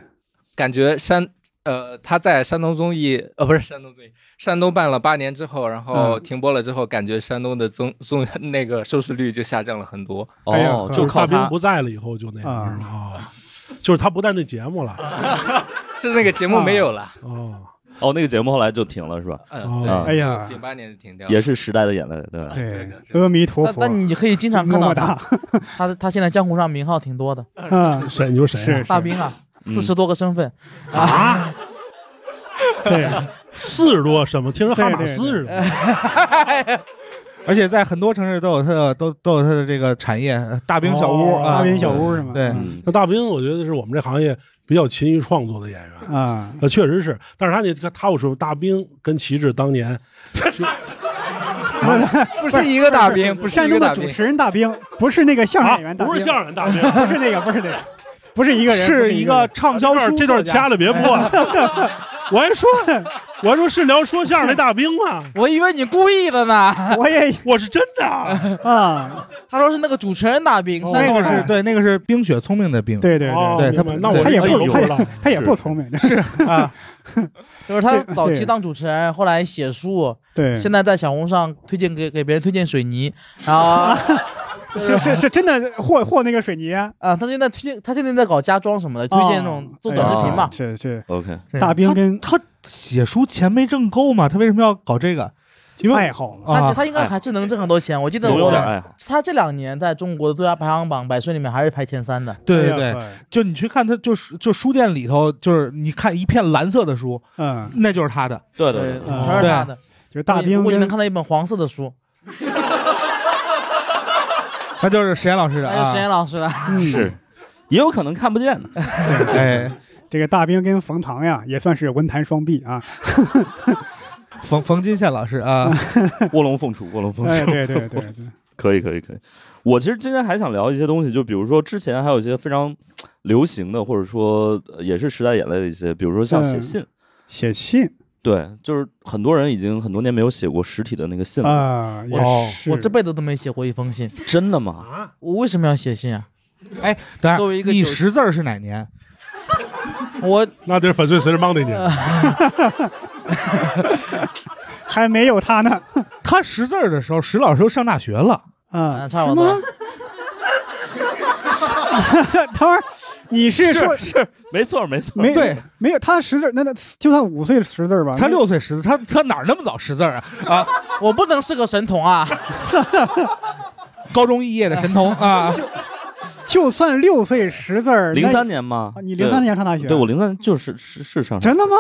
G: 感觉山呃他在山东综艺呃不是山东综艺，山东办了八年之后，然后
C: 嗯
G: 停播了之后，感觉山东的综综那个收视率就下降了很多。
C: 哎呀
A: 哦，
C: 呵
A: 就
B: 就是
A: 靠
B: 大兵
A: 他。
B: 不在了以后就那样
C: 啊
B: 啊，哦就是他不在那节目了。
G: 是那个节目没有了，
B: 哦，
A: 哦，那个节目后来就停了，是吧？
G: 嗯，
B: 哦
G: 对，
C: 哎呀
G: 零八年就停掉了，
A: 也是时代的眼泪，对吧？
C: 对，阿弥陀
E: 那
C: 佛
E: 那，你可以经常
C: 么
E: 看到
C: 么
E: 他，
C: 哒，
E: 他他现在江湖上名号挺多的，
C: 嗯，
B: 谁？你说谁啊？
C: 是
E: 大兵啊，
C: 嗯
E: 四十多个身份，
B: 啊，
C: 对，
B: 四十多什么？听着 哈马斯
C: 对对
B: 似的。
D: 而且在很多城市都有它的都都有它的这个产业，呃大兵小屋
B: 哦
D: 啊，
C: 阿云小屋是吗？
D: 对
A: 嗯，
B: 那大兵，我觉得是我们这行业比较勤于创作的演员。
C: 啊，
B: 呃，确实是，但是他那他我说大兵跟旗帜当年，
G: 不是一个大兵，不是
C: 山
G: 一
C: 东
G: 个
C: 的
G: 大
C: 主
G: 兵，
C: 持人大兵，不是那个相声
B: 啊
C: 演员，大兵，
B: 不是相声大兵，
C: 不是那个，不是那个，不是一个人，不
D: 是
C: 一
D: 一个畅销
B: 这段
D: 书
B: 这段掐了别播了。我还说，我还说是聊说相声那大兵吗？
E: 我以为你故意的呢。
C: 人，我也
B: 我是真的。
C: 啊， 哦
E: 他说是那个主持人大兵，山
D: 哦那
E: 东
D: 个
E: 人
D: 是对，那个是冰雪聪明的冰，
C: 对对
B: 哦
C: 对，
B: 明
D: 对他
B: 白
D: 不
B: 那我
C: 他也不
B: 有
C: 他也
B: 了。
C: 他也
A: 是
C: 不聪明， 是
D: 啊，
E: 就是他
C: 对
E: 早
C: 对
E: 期当主持人，后来写书，
C: 对，
E: 现在在小红上推荐给给别人推荐水泥，然后
C: 是是是真的和和那个水泥啊，
E: 啊，他现在推荐他现在在搞家装什么的，推荐那
C: 哦
E: 种做短视频嘛。
C: 哎是是
A: OK，
D: 嗯
E: 对
C: 大兵跟
D: 他写书钱没挣够嘛，他为什么要搞这个？因为
C: 爱好嘛
E: 他
D: 啊，
E: 他应该还是能挣很多钱，我记得
A: 总有
E: 我
A: 点爱好。
E: 他这两年在中国的最佳排行榜百岁里面还是排前三的。
D: 对对
C: 哎呀
D: 对，就你去看他，就是就书店里头，就是你看一片蓝色的书，
C: 嗯，
D: 那就是他的。
A: 对
E: 对，
A: 对对，
C: 嗯
E: 全是他的。
C: 就是大
E: 如
C: 兵
E: 果你能
C: 跟
E: 看到一本黄色的书，
D: 那就是实验老师的
E: 那就
D: 啊
E: 实，验老师了。
C: 嗯
A: 是，也有可能看不见的。
D: 哎，
C: 这个大兵跟冯唐呀，也算是文坛双璧啊，
D: 冯冯金宪老师啊，
A: 卧龙凤雏，卧龙凤
C: 哎，
A: 雏。
C: 对对对对，
A: 可以，可以，可以。我其实今天还想聊一些东西，就比如说之前还有一些非常流行的，或者说呃也是时代眼泪的一些，比如说像写
C: 嗯
A: 信。
C: 写信
A: 对，就是很多人已经很多年没有写过实体的那个信了。
C: 啊，也
D: 哦
C: 是，
E: 我这辈子都没写过一封信，
A: 真的吗？
B: 啊，
E: 我为什么要写信啊？
D: 等
E: 作
D: 下
E: 为一个
D: 哎你
E: 九
D: 识字儿是哪年？
E: 我
B: 那得是粉碎谁是帮的你。
C: 还没有他呢，
D: 他识字儿的时候，石老师都上大学了。
C: 啊，
E: 啊差不
C: 是
E: 多
C: 吗。等会儿，你是说
A: 是，没错没错。
C: 没
D: 对
C: 没有他识字儿？那那就算五岁识字儿吧。
D: 他六岁识字，他他哪儿那么早识字儿啊？啊，
E: 我不能是个神童啊！
D: 高中肄业的神童 啊，
C: 就算六岁识字儿，
A: 零
C: 那
A: 三年吗
C: 啊？你零三年上大学？
A: 对？对，我零三就是是是上
C: 真的吗？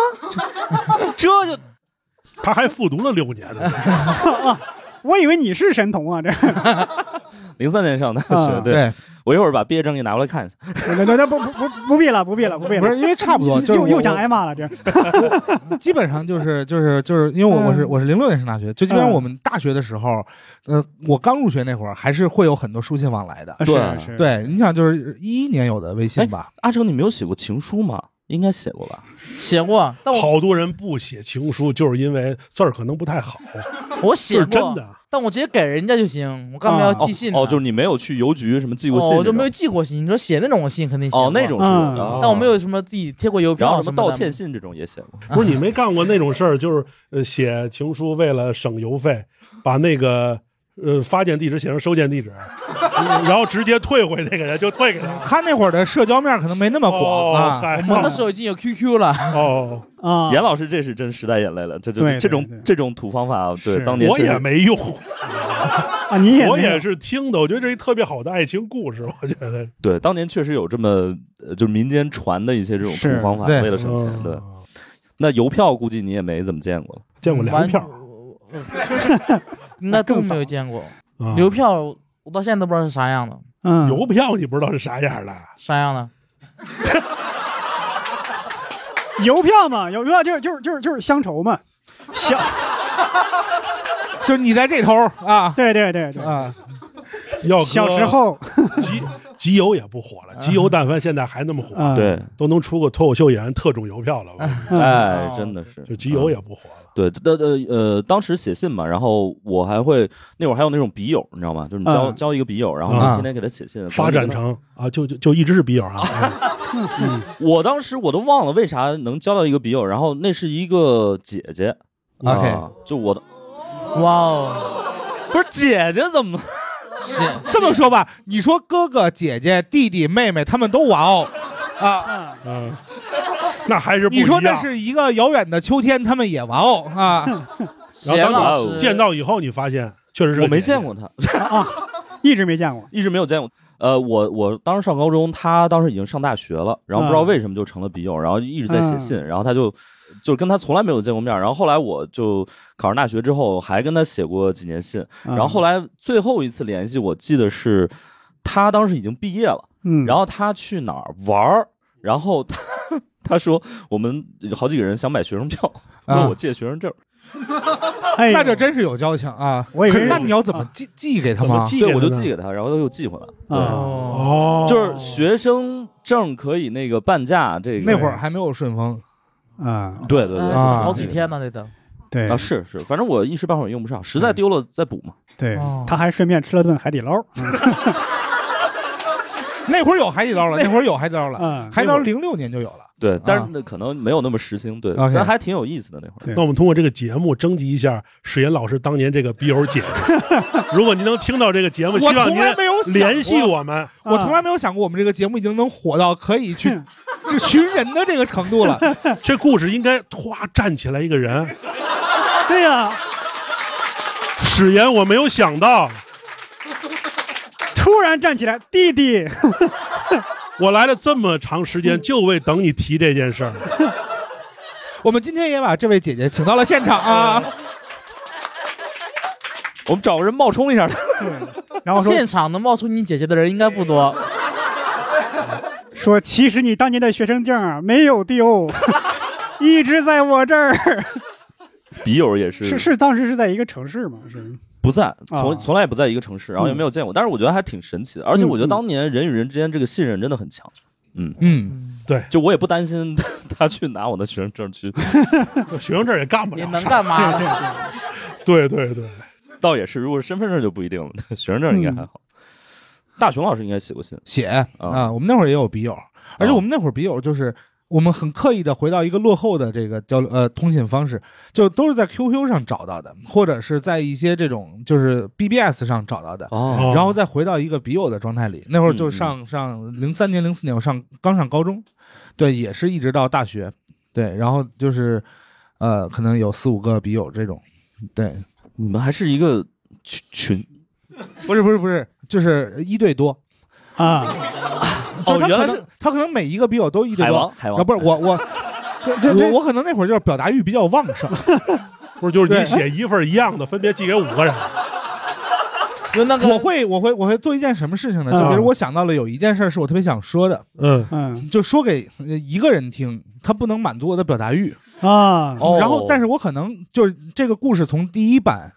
A: 这就
B: 他还复读了六年 呢。
C: 啊我以为你是神童啊！这
A: 零三年上大学。
C: 啊
A: 对，，我一会儿把毕业证给拿过来看一下。
C: 那那那不不不不必了，不必了，不必了。
D: 不是因为差不多，就是
C: 又
D: 我
C: 又讲挨骂了，这
D: 基本上就是就是就是因为我
C: 嗯
D: 我是我是零六年上大学，就基本上
C: 嗯
D: 我们大学的时候，呃，我刚入学那会儿还是会有很多书信往来的。
A: 对
C: 啊
A: 哎
C: 是是，
D: 对，你想就是一一年有的微信吧，
A: 阿成，你没有写过情书吗？应该写过吧？
E: 写过，啊但我
B: 好多人不写情书，就是因为字儿可能不太好，
E: 我
B: 这
E: 写
B: 是真
E: 过，
B: 的。
E: 但我直接给人家就行，我干
C: 啊
E: 嘛要寄信呢？
A: 哦，就是你没有去邮局什么寄过
E: 哦，
A: 信这种？
E: 我就没有寄过信。你说写那种信肯定写过，
A: 哦那种是有的，
C: 嗯
A: 哦
E: 但我没。有什么自己贴过邮
A: 然后
E: 票
A: 什么
E: 的
A: 道歉信这种也写 过，
C: 啊
B: 不是你没干过那种事儿，就是呃写情书为了省邮费，把那个呃发件地址写成收件地 址，然后直接退回那个人就退给他。
D: 他那会儿的社交面可能没那么广
B: 哦，
D: 啊。
B: 嗨
E: 我们那时候已经有 QQ 了，
B: 哦，
C: 啊，
A: 严老师这是真时代眼泪了，这就
C: 对对
A: 这种
C: 对
A: 这种土方法，对
C: 是
A: 当年
B: 我
A: 确实
B: 也没用，
C: 啊，你也
B: 我也
C: 没
B: 是听的，我觉得这是一特别好的爱情故事，我觉得
A: 对当年确实有这么呃就是民间传的一些这种土
C: 是
A: 方法，
D: 对
A: 为了省钱。对，那邮票估计你也没怎么见过了。
B: 见过粮
E: 完
B: 票，
E: 应该都没有见过
B: 啊
E: 邮票，我到现在都不知道是啥样的，
C: 嗯
B: 邮票你不知道是啥样的，
E: 啥样的。
C: 邮票嘛，邮票就是就是就是就是乡愁嘛，乡
D: 就你在这头啊，
C: 对对对对
D: 啊，
B: 要搁
C: 小时候
B: 集集邮也不火了，集邮但凡现在还那么火，
C: 啊，
A: 对，
B: 都能出个脱口秀演员特种邮票了吧？哦
A: 哎，真的是，
B: 嗯就集邮也不火了。
A: 对，呃呃呃，当时写信嘛，然后我还会那会儿还有那种笔友，你知道吗？就是你交、
C: 嗯
A: 交一个笔友，然后
B: 啊
A: 你天天给他写信，
B: 发展。成啊，就就就一直是笔友啊， 啊
A: 我当时我都忘了为啥能交到一个笔友，然后那是一个姐姐
D: OK
A: 啊就我的
E: 哇哦，
A: 不是姐姐怎么？
E: 是
D: 这么说吧，你说哥哥、姐姐、弟弟、妹妹，他们都玩哦，啊，
B: 嗯，那还是不一
D: 你
B: 样
D: 说那是一个遥远的秋天，他们也玩 哦啊，
E: 贤
B: 然后当
E: 老师
B: 你见到以后，你发现确实是个
A: 我没
B: 姐姐
A: 见，过她，
C: 一直没见过。
A: 一直没有见过。呃，我我当时上高中，她当时已经上大学了，然后不知道
C: 嗯
A: 为什么就成了笔友，然后一直在写信，然后她就就是跟她从来没有见过面，然后后来我就考上大学之后还跟她写过几年信，然后后
C: 来，
A: 来最后一次联系，我记得是他当时已经毕业了，
C: 嗯，
A: 然后他去哪儿玩儿，然后他 他说我们好几个人想买学生票，
D: 啊
A: 问我借学生证，
C: 哎呦，
D: 那就真是有交情啊。
C: 我以为
D: 那你要怎么
C: 啊
D: 寄寄给他
B: 怎么
D: 吗？
B: 寄给
A: 对，
B: 他
A: 我就
B: 呢
A: 寄给他，然后他又寄回来。对，
C: 啊
E: 哦，
B: 哦，
A: 就是学生证可以那个半价，这个
D: 那会儿还没有顺丰，
C: 啊，
A: 对对对
E: 哎
A: 对
D: 啊
E: 好几天呢，得等。
C: 对
A: 啊是是，反正我一时半会儿也用不上，实
D: 嗯
A: 在丢了再补嘛。
C: 对
E: 哦，
C: 他还顺便吃了顿海底捞。
D: 嗯那会儿 有海底捞了，那会儿有海底捞了，
C: 嗯，
D: 海底捞零六年就有了。
A: 对，但
D: 啊
A: 是那可能没有那么时兴，对，
D: OK
A: 但还挺有意思的那会儿。
C: 对
B: 那我们通过这个节目征集一下史岩老师当年这个笔友解释。如果您能听到这个节目，
D: 我
B: 希望您
D: 从来没有想过
B: 联系我们。
D: 我从来没有想过我们这个节目已经能火到可 以去这寻人的这个程度了。
B: 这故事应该唰站起来一个人，
C: 对呀，
B: 史岩我没有想到，
C: 突然站起来，弟弟，
B: 我来了这么长时间就为等你提这件事儿。
D: 我们今天也把这位姐姐请到了现场啊，
A: 呃我们找个人冒充一下他，
C: 嗯然后说
E: 现场能冒出你姐姐的人应该不多，
C: 说，其实你当年的学生证啊没有 丢，一直在我这儿。
A: 笔友也是
C: 是是，当时是在一个城市嘛？是
A: 不在，
C: 啊
A: 从从来也不在一个城市，然后也
C: 嗯
A: 没有见过，但是我觉得还挺神奇的，而且我觉得
C: 嗯嗯
A: 当年人与人之间这个信任真的很强。嗯，
D: 嗯，
A: 就我也不担心 他去拿我的学生证去，
B: 学生证也干不
E: 也
B: 了
E: 能
B: 啥。
E: 干嘛呢？
B: 对对对，
A: 倒也是，如果是身份证就不一定了， 学生证应该还好。
D: 嗯
A: 大雄老师应该写过信，
D: 写啊，我们那会儿也有笔友，而
A: 啊
D: 且我们那会儿笔友就是。我们很刻意的回到一个落后的这个交流呃通信方式，就都是在 QQ 上找到的，或者是在一些这种就是 BBS 上找到的，
A: 哦
B: 哦
D: 然后再回到一个笔友的状态里。那会儿
A: 嗯
D: 就
A: 嗯
D: 上上零三年零四年，我上刚上高中，对，也是一直到大学，对，然后就是呃，可能有四五个笔友这种，对，
A: 你们还是一个群群
D: 不是不是不是，就是一对多，
C: 啊，
D: 就
A: 哦
D: 他可
A: 原来
D: 能
A: 是
D: 他可能每一个笔友都一对
A: 海
D: 多
A: 王，，海
D: 啊，
A: 王
D: 不是 我我
C: 这这
D: 我
C: 这
D: 我可能那会儿就是表达欲比较旺 盛，
B: 不是 就是你
D: 对
B: 写一份一样的，分别寄给五个人。
E: 就那个
D: 我会我会我会做一件什么事情呢？就比如我想到了有一件事儿是我特别想说的，
B: 嗯，
C: 嗯
D: 就说给呃一个人听，他不能满足我的表达欲，
C: 啊，
A: 哦，
D: 然后，但是我可能就是这个故事从第一版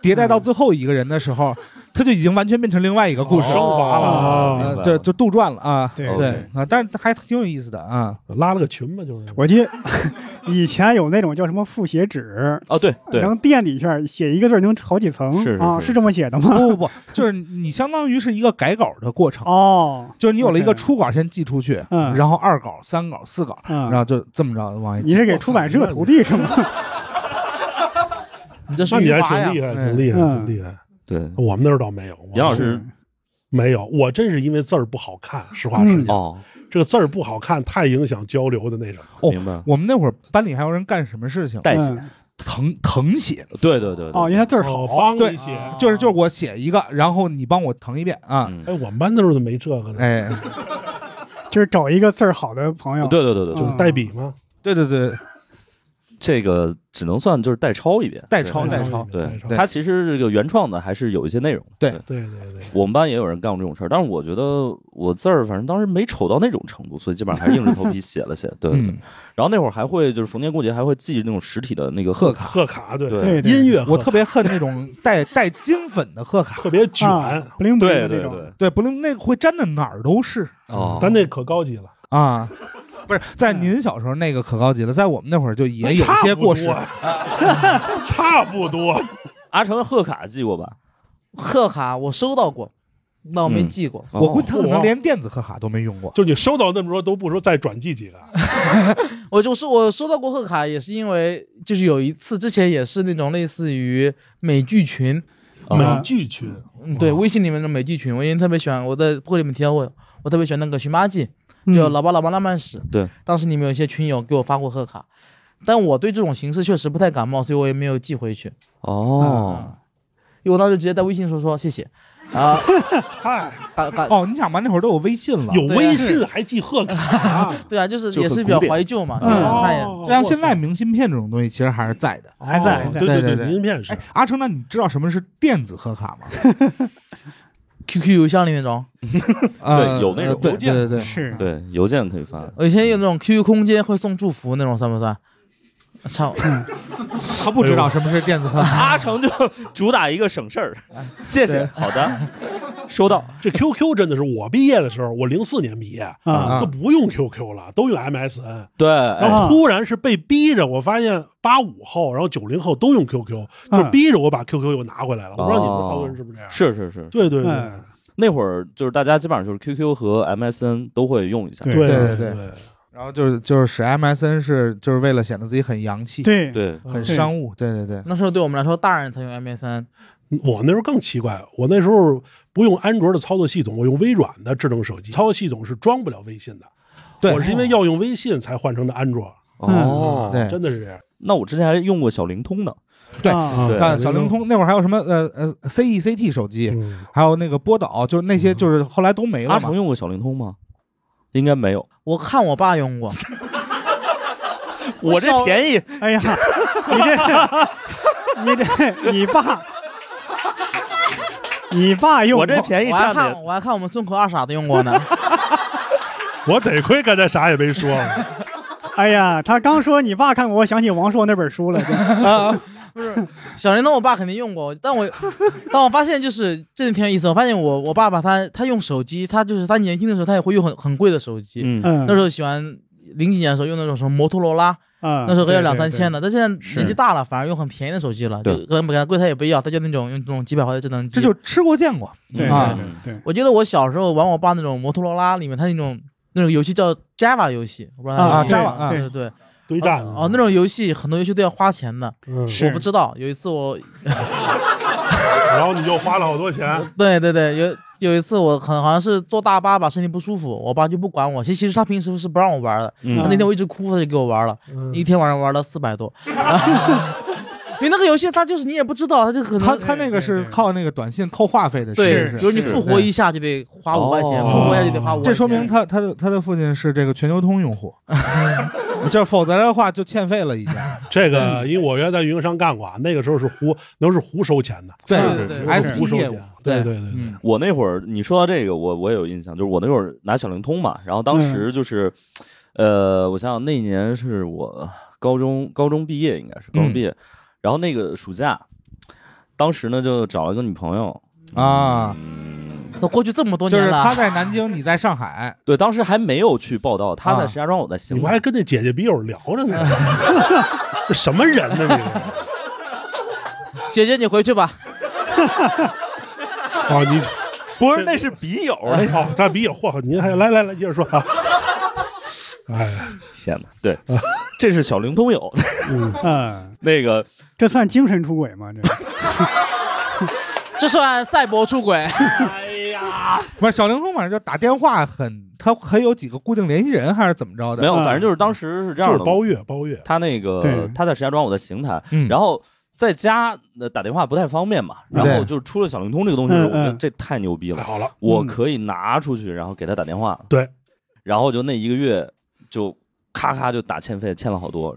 D: 迭代
C: 嗯
D: 到最后一个人的时候，他就已经完全变成另外一个故事，
B: 升华了
C: 哦
D: 呃
A: 明白，
D: 就
A: 了
D: 就杜撰了啊，
C: 对
D: 对啊，但是还挺有意思的啊。
B: 拉了个群嘛，就是。
C: 我记得 以前有那种叫什么复写纸，
A: 哦，对对，
C: 能垫底下，写一个字儿能好几层
A: 是是
C: 啊，
A: 是
C: 是这么写的
D: 不
C: 吗？
D: 不不，就是你相当于是一个改稿的过程，
C: 哦，
D: 就是你有了一个
C: OK
D: 初稿先寄出去，
C: 嗯
D: 然后二稿、三稿、四稿，
C: 嗯
D: 然后就这么着往下寄。
C: 你是给出版社徒弟是吗？
E: 你这是
B: 那你
E: 余
B: 还
E: 华呀
B: 挺厉？害，挺厉害，
C: 嗯
B: 挺厉害。
A: 对
B: 我们那儿倒没有。
A: 杨老师
B: 没有，我真是因为字儿不好看。实话
E: 嗯
B: 实讲，
A: 哦，
B: 这个字儿不好看，太影响交流的那什么。
D: 哦
A: 明白了，
D: 我们那会儿班里还有人干什么事情？
A: 代写，
C: 嗯
D: 誊誊写，
A: 对对对对，
C: 哦，因为他字儿好
B: 好方
D: 对
B: 一些。
E: 啊
D: 就是就是我写一个，然后你帮我誊一遍啊。
A: 嗯
B: 哎，我们班那时候就没这个呢，
D: 哎，
C: 就是找一个字儿好的朋友。嗯
A: 对对对对
B: 就
A: 对，
B: 是代笔嘛。
D: 对对对，
A: 这个只能算就是代抄一遍，
D: 代抄
A: 对
D: 代抄
A: 对
D: 代抄，
A: 它其实这个原创的还是有一些内容的。
D: 对
B: 对对对，
A: 我们班也有人干过这种事儿，但是我觉得我字儿反正当时没丑到那种程度，所以基本上还是硬着头皮写了写。对，对对
D: 嗯
A: 然后那会儿还会就是逢年过节还会寄那种实体的那个
D: 贺
A: 卡，
D: 卡，
B: 贺卡对
A: 对
C: 对
B: 音乐贺
D: 我
B: 卡
D: 特别恨那种带带金粉的贺卡，
B: 特别卷，
C: 啊，不灵不
A: 对
C: 灵的
A: 对对
C: 那种，
A: 对
D: 对，不能那个会粘的哪儿都是
A: 哦，
B: 但那可高级了，嗯
D: 啊。不是在您小时候那个可高级了，在我们那会儿就也有
B: 差
D: 一些
B: 不
D: 过时
B: 多，差不多。
A: 阿成贺卡寄过吧？
E: 贺卡我收到过，但我没
A: 嗯
E: 寄过。
D: 我估计他可
B: 哦
D: 能连电子贺卡都没用过。
B: 就你收到那么多都不说再转寄几个，
E: 我就是我收到过贺卡，也是因为就是有一次之前也是那种类似于美剧群，
A: 啊
B: 美剧群
E: 嗯，对，微信里面的美剧群，我因为特别喜欢，我在播客里面提到过，我特别喜欢那个《寻八记》，就《老爸老妈浪漫史》。
A: 对，
E: 当时你们有一些群友给我发过贺卡，但我对这种形式确实不太感冒，所以我也没有寄回去，
A: 哦，
E: 因为我当时直接在微信说说谢谢， 啊，
B: 嗨，
E: 打打。
D: 哦，你想吧，那会儿都有微信了，
B: 有
E: 对啊
B: 微信还寄贺 卡，
E: 对啊，就是
A: 就
E: 也
A: 很
E: 是比较
A: 古典
E: 怀旧嘛，
C: 嗯
E: 就是看也
B: 哦
D: 就像现在明信片这种东西，其实还是在的。
C: 还在还在
B: 对
D: 对对
B: 对
D: 对
B: 明信片是
D: 哎，阿成，那你知道什么是电子贺卡吗？
E: QQ 邮箱里那 种，啊
D: 呃
A: 有那种
D: 对
A: 邮
D: 对
A: 件
D: 对对，
C: 是，
A: 对，邮件可以发。
E: 我以前有那种 QQ 空间会送祝福那种，算不算？操，
D: 他不知道什么是电子贺卡。
A: 阿成就主打一个省事儿，谢谢，好的，
E: 嗯
A: 收到。
B: 这 QQ 真的是我毕业的时候，我零四年毕业，
C: 啊
B: 就不用 QQ 了，都用 MSN。
A: 对，
B: 然
A: 哎
E: 啊
B: 后突然是被逼着，我发现八五后，然后九零后都用 QQ，就是
E: 啊
B: 逼着我把 QQ 又拿回来了。我不知道你们好多人是不是这样？哎
A: 是是是，
B: 对对对
C: 嗯
A: 那会儿就是大家基本上就是 QQ 和 MSN 都会用一下。
C: 对
B: 对
D: 对
B: 对，
D: 然后就是就是使 MSN 是就是为了显得自己很洋气，
C: 对
A: 对，
D: 很商务。对对对，
E: 那时候对我们来说，大人才用 MSN，
B: 我那时候更奇怪，我那时候不用安卓的操作系统，我用微软的智能手机，操作系统是装不了微信的。
D: 对嗯
B: 我是因为要用微信才换成的安卓，
A: 哦，
D: 对
B: 真的是这样。
A: 那我之前还用过小灵通呢。
D: 对
C: 啊
A: 对
D: 啊，小灵通那会儿还有什么呃呃 CECT 手机，
B: 嗯，
D: 还有那个波导，就是那些就是后来都没
A: 嗯阿
D: 了嘛
A: 成。用过小灵通吗？应该没有，
E: 我看我爸用过，
A: 我这便宜
C: 哎呀，你这你这你爸，你爸用
A: 我这便宜
E: 我还
A: 占的
E: 看
A: 也
E: 我还看我们村口二傻子用过呢。
B: 我得亏刚才啥也没说，
C: 哎呀，他刚说你爸看过，我想起王朔那本书 了。真
E: 啊小灵通我爸肯定用过，但我 但我发现就是这点挺有意思。我发现我我爸爸他他用手机，他就是他年轻的时候他也会用很很贵的手机，
A: 嗯，
C: 嗯，
E: 那时候喜欢。零几年的时候用那种什么摩托罗拉，
C: 啊
E: 那时候可以要
D: 对
E: 两
D: 对
E: 三千的，但现在
A: 是
E: 年纪大了，反而用很便宜的手机了，就
A: 对
E: 可能给他贵他也不要，他就那种用这种几百块的智能机。
D: 这就吃过见过，
C: 对
D: 啊
C: 对对
E: 我记得我小时候玩我爸那种摩托罗拉里面，他那种那种游戏叫 Java 游戏，我不知道
D: 啊
E: 大家有没有
D: Java，啊
E: 对对对，
B: 对战
E: 哦哦那种游戏很多游戏都要花钱的，
B: 嗯，
C: 是
E: 我不知道。 有一次我，
B: 然后你就花了好多钱，
E: 对对对，有有一次我很好像是坐大巴吧，身体不舒服，我爸就不管我。其实其实他平时是不让我玩的，
A: 嗯
E: 他那天我一直哭，他就给我玩了，一天晚上玩了四百多。因为那个游戏，它就是你也不知道，它就可
D: 他
E: 能
D: 他那个是靠那个短信扣话费的，
E: 对，
D: 是
E: 比
D: 是。
E: 如你复活一下就得花五块钱，
A: 哦
E: 复活一下就得花五块钱。嗯
D: 这说明他他的他的父亲是这个全球通用户，就是否则的话就欠费了已经。
B: 这个因为我原来在运营商干过，啊，那个时候是胡能是胡收钱的，
D: 对
E: 是是是
B: 是胡
D: SP
B: 收
D: 业
B: 钱
D: 务，，
B: 对
D: 对
B: 对对，
D: 嗯，
A: 我那会儿你说到这个，我我有印象，就是我那会儿拿小灵通嘛，然后当时就是，
B: 嗯
A: 呃，我想想那年是我高中高中毕业，应
B: 嗯
A: 该是高中毕业，然后那个暑假，当时呢就找了个女朋友
D: 啊，
A: 嗯，
E: 都过去这么多
D: 就
E: 年
D: 是
E: 了，
D: 他在南京，你在 上海，
A: 对，当时还没有去报道，她在石家庄，我在
B: 啊你
A: 邢
B: 不
A: 台。
B: 还跟那姐姐笔友聊着呢？这什么人呢？你
E: 姐姐你回去吧。
B: 啊，你
A: 不是，那是笔友。
B: 哦，他笔友，嚯，您还来来来，接着说 啊。 哎，
A: 天哪，对，这是小灵通友
C: 嗯，
A: 那个
C: 这算精神出轨吗？这
E: 这算赛博出轨，哎
D: 不是小灵通，反正就打电话很，他很有几个固定联系人还是怎么着的？
A: 没有，反正
E: 嗯
A: 就是当时是这
B: 嗯就
A: 样
B: 是
A: 的，
B: 包月，包月，
A: 他那
C: 对
A: 个他在石家庄，我在邢台，
D: 嗯
A: 然后在家呃打电话不太方便嘛，然后
D: 对
A: 就出了小灵通这个东西，
C: 嗯
A: 我觉得
C: 嗯
A: 这太牛逼
B: 太
A: 了，
B: 好了，嗯
A: 我可以拿出去，然后给他打电话，
B: 对，
A: 然后就那一个月就咔咔就打欠费，欠了好多，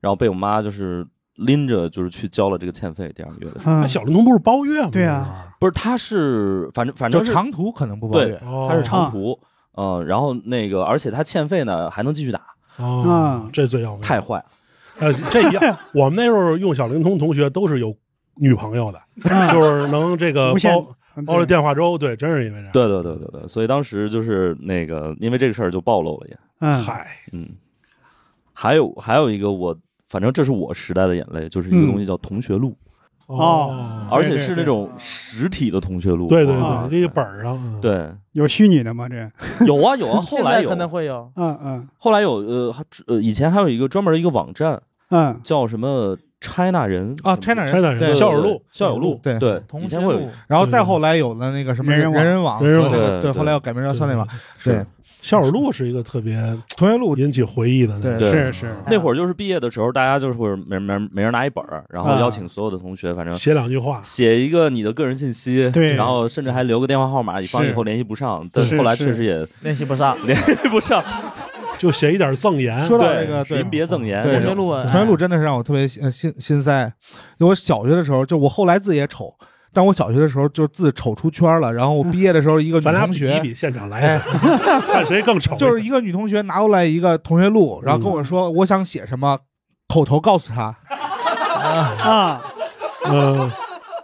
A: 然后被我妈就是拎着就是去交了这个欠费，第二个月的时候。
C: 嗯
B: 那，小灵通不是包月吗？
C: 对啊，
A: 不是，他是反正反
D: 就
A: 正是
D: 长途可能不包
A: 对
D: 月，，
B: 哦
A: 他是长途，呃，然后那个而且他欠费呢还能继续打，
B: 哦
C: 嗯
B: 这最要命。
A: 太坏了。
B: 呃，这一 样，我们那时候用小灵通同学都是有女朋友的，就是能这个
C: 嗯无限
B: 包
C: 嗯
B: 包了
C: 对
B: 电话粥，对，真是因为这样。
A: 对对对对对，所以当时就是那个因为这个事儿就暴露了也，
C: 嗯，
B: 嗨，
A: 嗯，还有还有一个我。反正这是我时代的眼泪，就是一个
C: 嗯
A: 东西叫同学录，
C: 哦
A: 而且
C: 对
A: 是那种实体的同学录。
B: 对对
A: 哇塞
B: 对，这个本儿上，嗯，
A: 对，
C: 啊有虚拟的吗？这，
A: 有啊 有啊。后
E: 现
A: 来
E: 在
A: 有
E: 可，能会有，
C: 嗯嗯
A: 后来有呃还呃，以前还有一个专门一个网站
C: 嗯，
A: 叫什么 China 人
D: 啊，China 人
B: China 人
D: 对
A: 对
B: 校
A: 对
B: 友
A: 对
B: 录
A: 校友录，
D: 对
A: 对，以
E: 同学
A: 前会有
E: 录，
D: 然后再后来有了那个什么
C: 人人网
D: 人人网和
B: 人人
D: 那
B: 网
D: 个，对，
A: 对
D: 后来又改名叫校内网。对，
B: 校友录是一个特别
D: 同学录，
B: 引起回忆的那
D: 对嗯
A: 对
B: 个。
C: 是是，
A: 那会儿就是毕业的时候，大家就是会每每每人拿一本儿，然后
C: 啊
A: 邀请所有的同学，反正
B: 写两句话，
A: 写一个你的个人信息，
C: 对
A: 然后甚至还留个电话号码，以防
C: 是
A: 以后联系不上。但
C: 是
A: 后来
C: 是
A: 确实也
E: 练习不 上。
A: 联系不上，
B: 就写一点赠言。
D: 说到
A: 对
D: 这个对
A: 临别赠言
D: 对
A: 那
E: 同学
A: 种，
E: 录，啊
D: 同学录真的是让我特别心呃心心塞。因为我小学的时候，就我后来字也丑，但我小学的时候就字丑出圈了。然后我毕业的时候，一个女
B: 咱俩
D: 同
B: 比
D: 学哎
B: 一比，现场来一个， 看谁更丑。嗯
D: 就是一个女同学拿过来一个同学录，然后跟我说我想写什么，口头告诉 她。
C: 啊，
B: 嗯，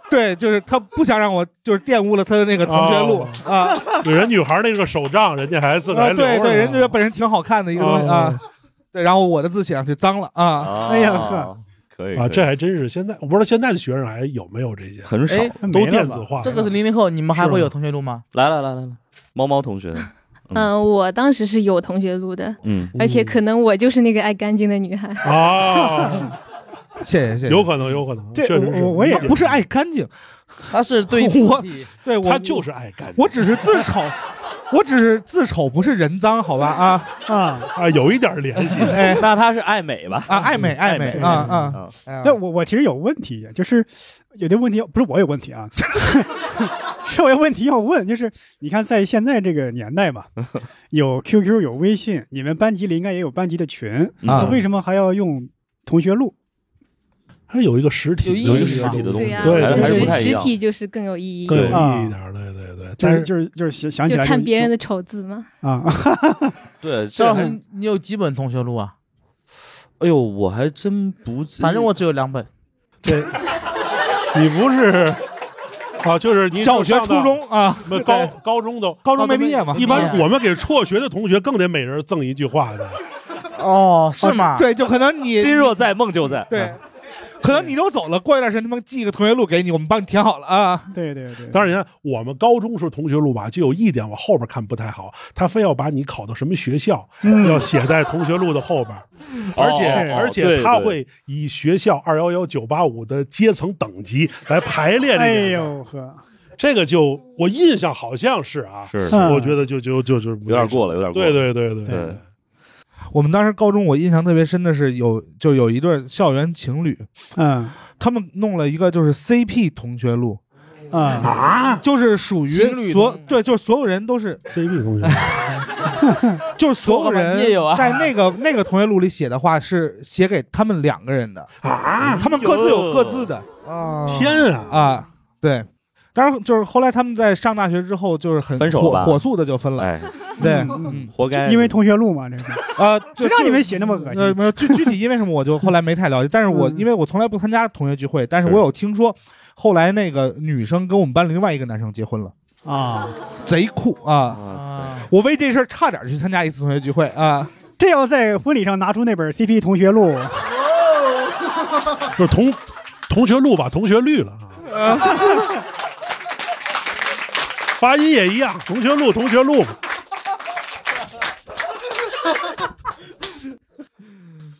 D: 对，就是她不想让我就是玷污了她的那个同学录
B: 哦
D: 啊
B: 人女孩那个手账，人家还自个儿
D: 啊！
B: 还留着
D: 对
B: 呢
D: 对，人觉得本身挺好看的一个东西啊，对，然后我的字写上去脏了啊，
A: 啊
C: 哎呀呵，
A: 可以
B: 啊，
A: 可以
B: 这还真是现在，我不知道现在的学生还有没有这些，
A: 很少。
E: 哎，
C: 那没
B: 都
C: 了
B: 电
C: 吧
B: 子化。
E: 这个是零零后，你们还
B: 是吗
E: 会有同学录吗？
A: 来来来来来，猫猫同学，
H: 嗯、我当时是有同学录的，
A: 嗯，
H: 而且可能我就是那个爱干净的女孩。
B: 啊，
D: 谢谢谢谢。
B: 有可能，有可能，
C: 这
B: 确实是。
C: 我我也
D: 不是爱干净，
E: 他是对
D: 我
E: 字体
D: 对我
B: 他就是爱干净
D: 我只是字丑，我只是字丑，不是人脏，好吧啊
C: 啊，
B: 啊，有一点联系。
D: 哎
A: 那他是爱美吧？嗯
D: 啊爱美爱
B: 哎
D: 美啊啊，
A: 啊，
C: 但我我其实有问题，就是有的问题不是我有问题啊， 是我有问题要问，就是你看在现在这个年代吧，有 QQ 有微信，你们班级里应该也有班级的群，
D: 啊
C: 那为什么还要用同学录？
B: 还有一个实体，
E: 有意义
A: 有一个
E: 是
A: 实
E: 吧
A: 体的东
H: 对
A: 西，
H: 呀、
B: 对
A: 还是还是
H: 实
A: 不太一
H: 实
A: 样。
H: 体就是更有意义，
B: 更有
H: 就
B: 意义一点。对对对，
C: 啊就
B: 但
C: 是
B: 是
C: 就是就是想想起来
H: 看别人的丑字嘛。
C: 啊，
A: 对，这
E: 赵老
A: 样
E: 师，你有几本同学录啊？
A: 哎呦，我还真不记，
E: 反正我只有两本。
B: 对，你不是啊，就是你
D: 小学
B: 上到
D: 初中啊，
B: 什么高高中都。
D: 高中没毕业
E: 高
D: 嘛
E: 中没毕，业
B: 一般我们给辍学的同学更得每人赠一句话的，
E: 哦，是吗？
D: 对，就可能你
A: 心若在，梦就在。
D: 对，可能你都走了，过一段时间他们寄个同学录给你，我们帮你填好了啊。
C: 对对对，
B: 当然，你看我们高中时候同学录吧，就有一点我后边看不太好，他非要把你考到什么学校，要写在同学录的后边，而且
A: 哦
B: 而
A: 对
B: 且
A: 对
B: 他会以学校二幺幺九八五的阶层等级来排列这
C: 哎
B: 个人，
C: 呦呵，
B: 这个就我印象好像是啊，
A: 是
C: 是
B: 我觉得就就就就有
A: 有点过了，有点过了。
B: 对对对对
C: 对
A: 对，
D: 我们当时高中，我印象特别深的是有就有一对校园情侣，
C: 嗯
D: 他们弄了一个就是 CP 同学录，
C: 啊，
B: 啊
D: 就是属
E: 情
D: 于
E: 侣
D: 所
E: 同
D: 对，就是所有人都是
B: ，CB 同学，
D: 就是所
E: 说
D: 有
E: 吧你也有
D: 人
E: 啊
D: 在那个那个同学录里写的话是写给他们两个人的啊，他们各自有各自的
A: 哎
E: 啊，
B: 天啊！
D: 啊，对。当然，就是后来他们在上大学之后，就是很
A: 分手
D: 火
A: 吧
D: 火速的就分了。
A: 哎，
D: 对，
C: 嗯
A: 活该，
C: 因为同学录嘛，这是
D: 啊，就
C: 谁让你们写那么恶
D: 呃，
C: 心？
D: 没有具具体因为什么，我就后来没太了解。但是我
C: 嗯
D: 因为我从来不参加同学聚会，但是
A: 是
D: 我有听说，后来那个女生跟我们班另外一个男生结婚了，
C: 啊，
D: 贼酷啊！
A: 哇塞，
E: 啊
D: 我为这事儿差点去参加一次同学聚会啊！
C: 这要在婚礼上拿出那本 CP 同学录，
B: 就是 同同学录把同学绿了啊。发音也一样，同学录同学录嘛，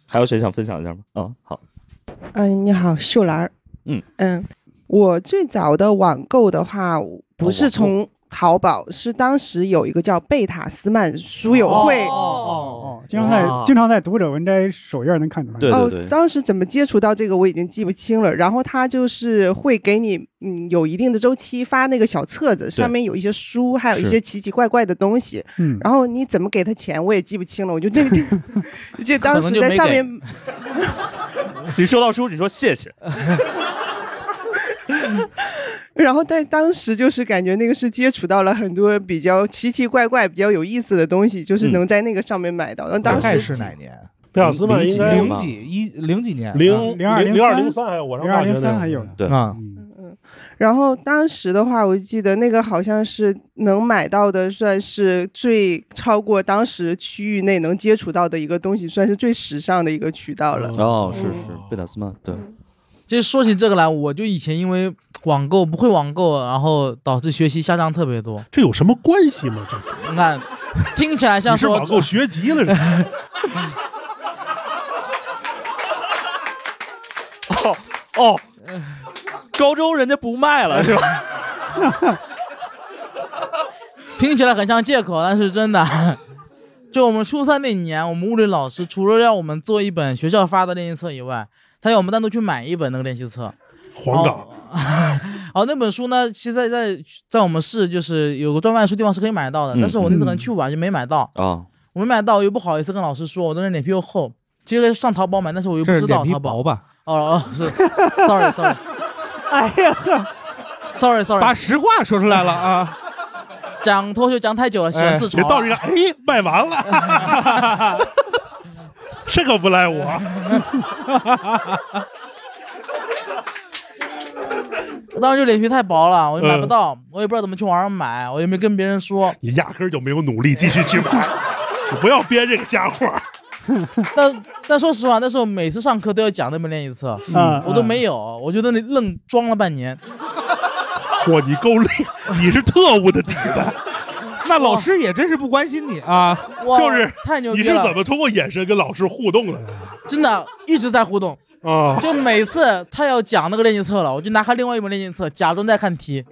A: 还有谁想分享一下吗？啊，好，
I: 嗯，你好，秀兰儿。
A: 嗯
I: 我最早的网购的话，不是从淘宝，是当时有一个叫贝塔斯曼书友会，
E: 哦
C: 哦，经常在
A: 哇
C: 经常在读者文摘首页能看出来。
A: 对对对
I: 哦，当时怎么接触到这个我已经记不清了。然后他就是会给你，嗯，有一定的周期发那个小册子，上面有一些书，还有一
A: 是
I: 些奇奇怪怪的东西。
C: 嗯，
I: 然后你怎么给他钱我也记不清了，我就那个 就就当
E: 可能
I: 时
E: 就
I: 在
E: 没
I: 上
E: 给
I: 面，
A: 你收到书，你说谢谢，
I: 然后但当时就是感觉那个是接触到了很多比较奇奇怪怪、比较有意思的东西，就是
A: 嗯
I: 能在那个上面买到。然后
D: 大
I: 当
D: 概
I: 时
D: 是哪年？
B: 贝尔斯曼应该
A: 零
D: 零几一零几年？
B: 零
C: 02
B: 零二零三还有我上
C: 零二
B: 大学
C: 零
B: 那会
C: 三
B: 儿
C: 还有呢。
A: 对
D: 啊，
C: 嗯
I: 然后当时的话，我记得那个好像是能买到的，算是最超过当时区域内能接触到的一个东西，算是最时尚的一个渠道了。
A: 哦，是是，贝塔斯曼，对，
E: 其实说起这个来，我就以前因为网购不会网购，然后导致学习下降特别多。
B: 这有什么关系吗？这
E: 你看，听起来像
B: 你是
E: 是我
B: 网购学籍了是吧？
A: 哦哦，高中人家不卖了是吧？
E: 听起来很像借口，但是真的。就我们初三那年，我们物理老师除了让我们做一本学校发的练习册以外，他要我们单独去买一本那个练习册。
B: 黄冈
E: 哦，那本书呢，其实在在在我们市就是有个专卖书地方是可以买到的，
A: 嗯
E: 但是我那次可能去晚就没买到，
A: 啊，
E: 我没买到，我又不好意思跟老师说，我当时脸皮又厚，其实上淘宝买，但是我又不
D: 这是
E: 知
D: 脸
E: 道
D: 皮
E: 淘宝。
D: 薄吧？
E: 哦哦，是，sorry sorry
C: 哎呀，
E: sorry
D: 把
E: sorry，
D: 实话说出来了啊！
E: 讲脱就讲太久了，喜欢自
B: 也
E: 嘲
B: 到这
E: 啊、
B: 个，哎，卖完了， 这可不赖我。
E: 我当时就脸皮太薄了，我就买不
B: 嗯
E: 到，我也不知道怎么去网上买，我也没跟别人说。
B: 你压根儿就没有努力继续去买，你 不要编这个瞎话。
E: 但但说实话，那时候每次上课都要讲那本练习册，
B: 嗯
C: 啊，
E: 我都没有，我就在那里愣装了半年。
B: 哇，你够累，你是特务的底子，
D: 那老师也真是不关心你啊！
E: 哇
B: 就是
E: 太牛
B: 你
E: 逼
B: 是怎
E: 了，
B: 么通过眼神跟老师互动的呢？
E: 真的一直在互动。
B: 啊，
E: 就每次他要讲那个练习册了，我就拿开另外一本练习册，假装在看题。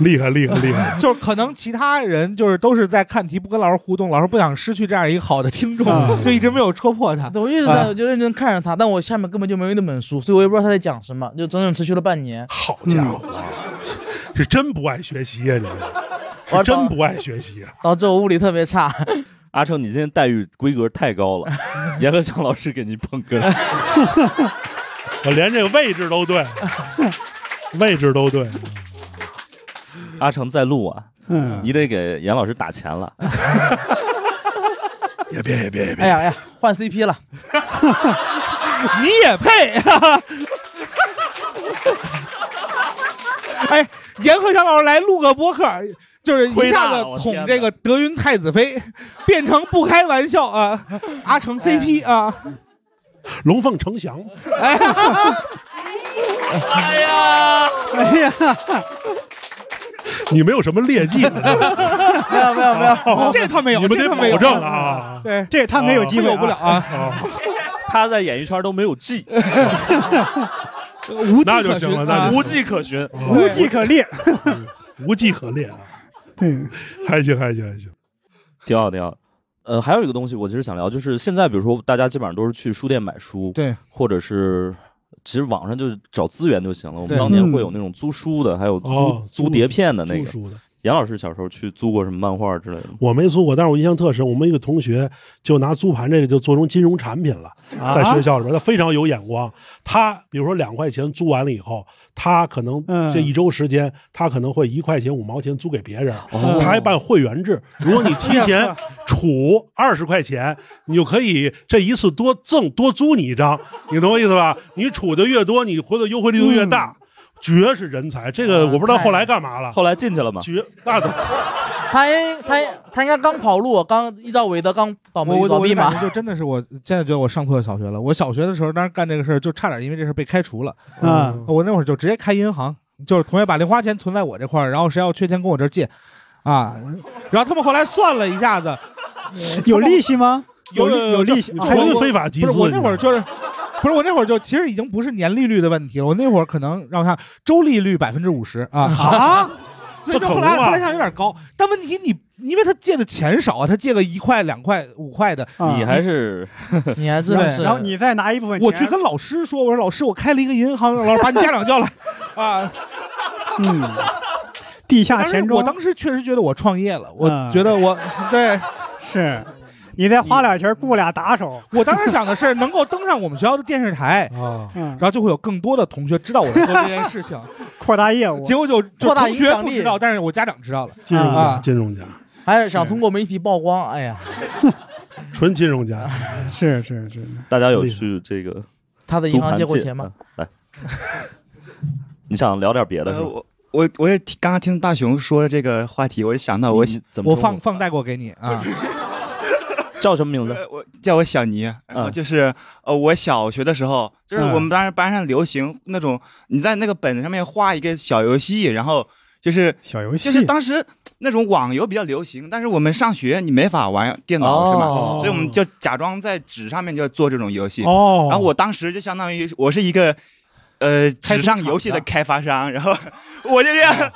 B: 厉害厉害厉害！
D: 就是可能其他人就是都是在看题，不跟老师互动，老师不想失去这样一个好的听众，
C: 啊
D: 就一直没有戳破他。啊
E: 对我一直在，
B: 啊
E: 我就认真看着他，但我下面根本就没有那本书，所以我也不知道他在讲什么，就整整持续了半年。
B: 好家伙，是真不爱学习呀、你这
E: 嗯我
B: 是真不爱学习啊！
E: 导致我物理特别差。
A: 阿成，你今天待遇规格太高了，严鹤强老师给你捧哏。
B: 我连这个位置都对，位置都对。
A: 阿成在录啊，
C: 嗯，
A: 你得给严老师打钱了。
B: 也 别也别也别，
E: 哎呀哎呀，换 CP 了，
D: 你也配？哎，严鹤翔老师来录个播客，就是一下子
A: 亏大了我天哪
D: 捅这个德云太子妃，变成不开玩笑啊，阿成 CP 啊，
B: 龙凤呈祥，
D: 啊
A: 哎呀，
C: 哎呀，
B: 你们有什么劣迹吗？
D: 哎
E: 没有没有没有，
D: 这个他没有，
B: 哦你们
D: 这
B: 得
D: 个他没有
B: 保证啊！
D: 对，
C: 这他没有机
D: 这
C: 会
D: 个
C: 啊
D: 有不了。啊，
B: 哦
A: 他在演艺圈都没有 迹，
D: 无迹
B: 那就
D: 可
B: 行
D: 寻
B: 了那
D: 啊
B: 就
A: 无迹可寻。
C: 无迹可猎，
B: 无迹可列啊！
C: 对，
B: 还行还行还行，
A: 挺好，挺好。呃，还有一个东西，我其实想聊，就是现在，比如说大家基本上都是去书店买书，
D: 对，
A: 或者是其实网上就是找资源就行了。我们
D: 对
A: 当年
C: 嗯
A: 会有那种租书的，还有租、
B: 哦
A: 租碟片的那
B: 租
A: 个。
B: 书的。
A: 严老师小时候去租过什么漫画之类的吗？
B: 我没租过，但是我印象特深。我们一个同学就拿租盘这个就做成金融产品了，
A: 啊
B: 在学校里边，他非常有眼光。他比如说两块钱租完了以后，他可能
C: 嗯
B: 这一周时间，他可能会一块钱五毛钱租给别人。
C: 哦
B: 他还办会员制，如果你提前储二十块钱，你就可以这一次多赠多租你一张，你懂我意思吧？你储的越多，你回头优惠力度越大，
A: 嗯
B: 绝是人才。这个我不知道后来干嘛了，
A: 啊后来进去了吗？
B: 绝那都
E: 他应他应他应该刚跑路，刚一到韦德刚倒
D: 我
E: 霉
D: 我
E: 倒
D: 我
E: 闭
D: 就感
E: 嘛
D: 觉。就真的是我现在觉得我上错小学了。我小学的时候，当时干这个事儿就差点因为这事儿被开除了。
C: 啊，
D: 我那会儿就直接开银行，就是同学把零花钱存在我这块儿，然后谁要缺钱跟我这儿借，啊，然后他们后来算了一下子，
C: 有利息吗？
D: 有
C: 有有利息
D: 就我
C: 啊
B: 纯
D: 我
B: 非法集
D: 不
B: 资。
D: 是我那会儿就是。不是我那会儿就其实已经不是年利率的问题了，我那会儿可能让我看周利率百分之五十啊，
C: 啊，
D: 所
B: 不
D: 以就
B: 可
D: 后
B: 能
D: 来
B: 啊
D: 后来想有点高，但问题你因为他借的钱少啊，他借个一块、两块、五块的，
A: 你还是
E: 你 还
D: 真是
C: 啊然后你再拿一部分钱，
D: 我去跟老师说，我说老师，我开了一个银行，老师把你家长叫来啊，
C: 嗯，地下钱庄
D: 我当时确实觉得我创业了，我
C: 嗯
D: 觉得我、对
C: 是。你再花俩钱雇俩打手，
D: 我当时想的是能够登上我们学校的电视 台，
C: 嗯
D: 然，后就会有更多的同学知道我在做这件事情。
C: 扩大业务，
D: 结果就就
E: 扩大
D: 同
E: 影
D: 学
E: 响
D: 不
E: 力
D: 知道，但是我家长知道了。
B: 金融家，
D: 啊
B: 金融家，
E: 还是哎
B: 嗯
E: 想通过媒体曝光。哎呀，
B: 纯金融家。
C: 是是是，
A: 大家有去这个
E: 他的
A: 租
E: 银行
A: 盘
E: 借过
A: 借
E: 钱吗？？
A: 嗯来， 你想聊点别的是
J: 呃，
A: 吧？
J: 我我我也听刚刚听大熊说这个话题，我也想到我
A: 你怎么哎
D: 我
A: 称
D: 放
A: 呼
D: 放贷过给你 啊，
A: 叫什么名字？
J: 呃 我叫我小尼，然后
A: 嗯
J: 就是呃，我小学的时候，就是
C: 嗯
J: 我们当时班上流行那种，你在那个本子上面画一个小游戏，然后就是
C: 小游戏
J: 就是当时那种网游比较流行，但是我们上学你没法玩电脑是吗？
A: 哦
J: 所以我们就假装在纸上面就做这种游戏，
C: 哦，
J: 然后我当时就相当于我是一个呃
D: 开
J: 纸上游戏的开发商，然后我就 这样，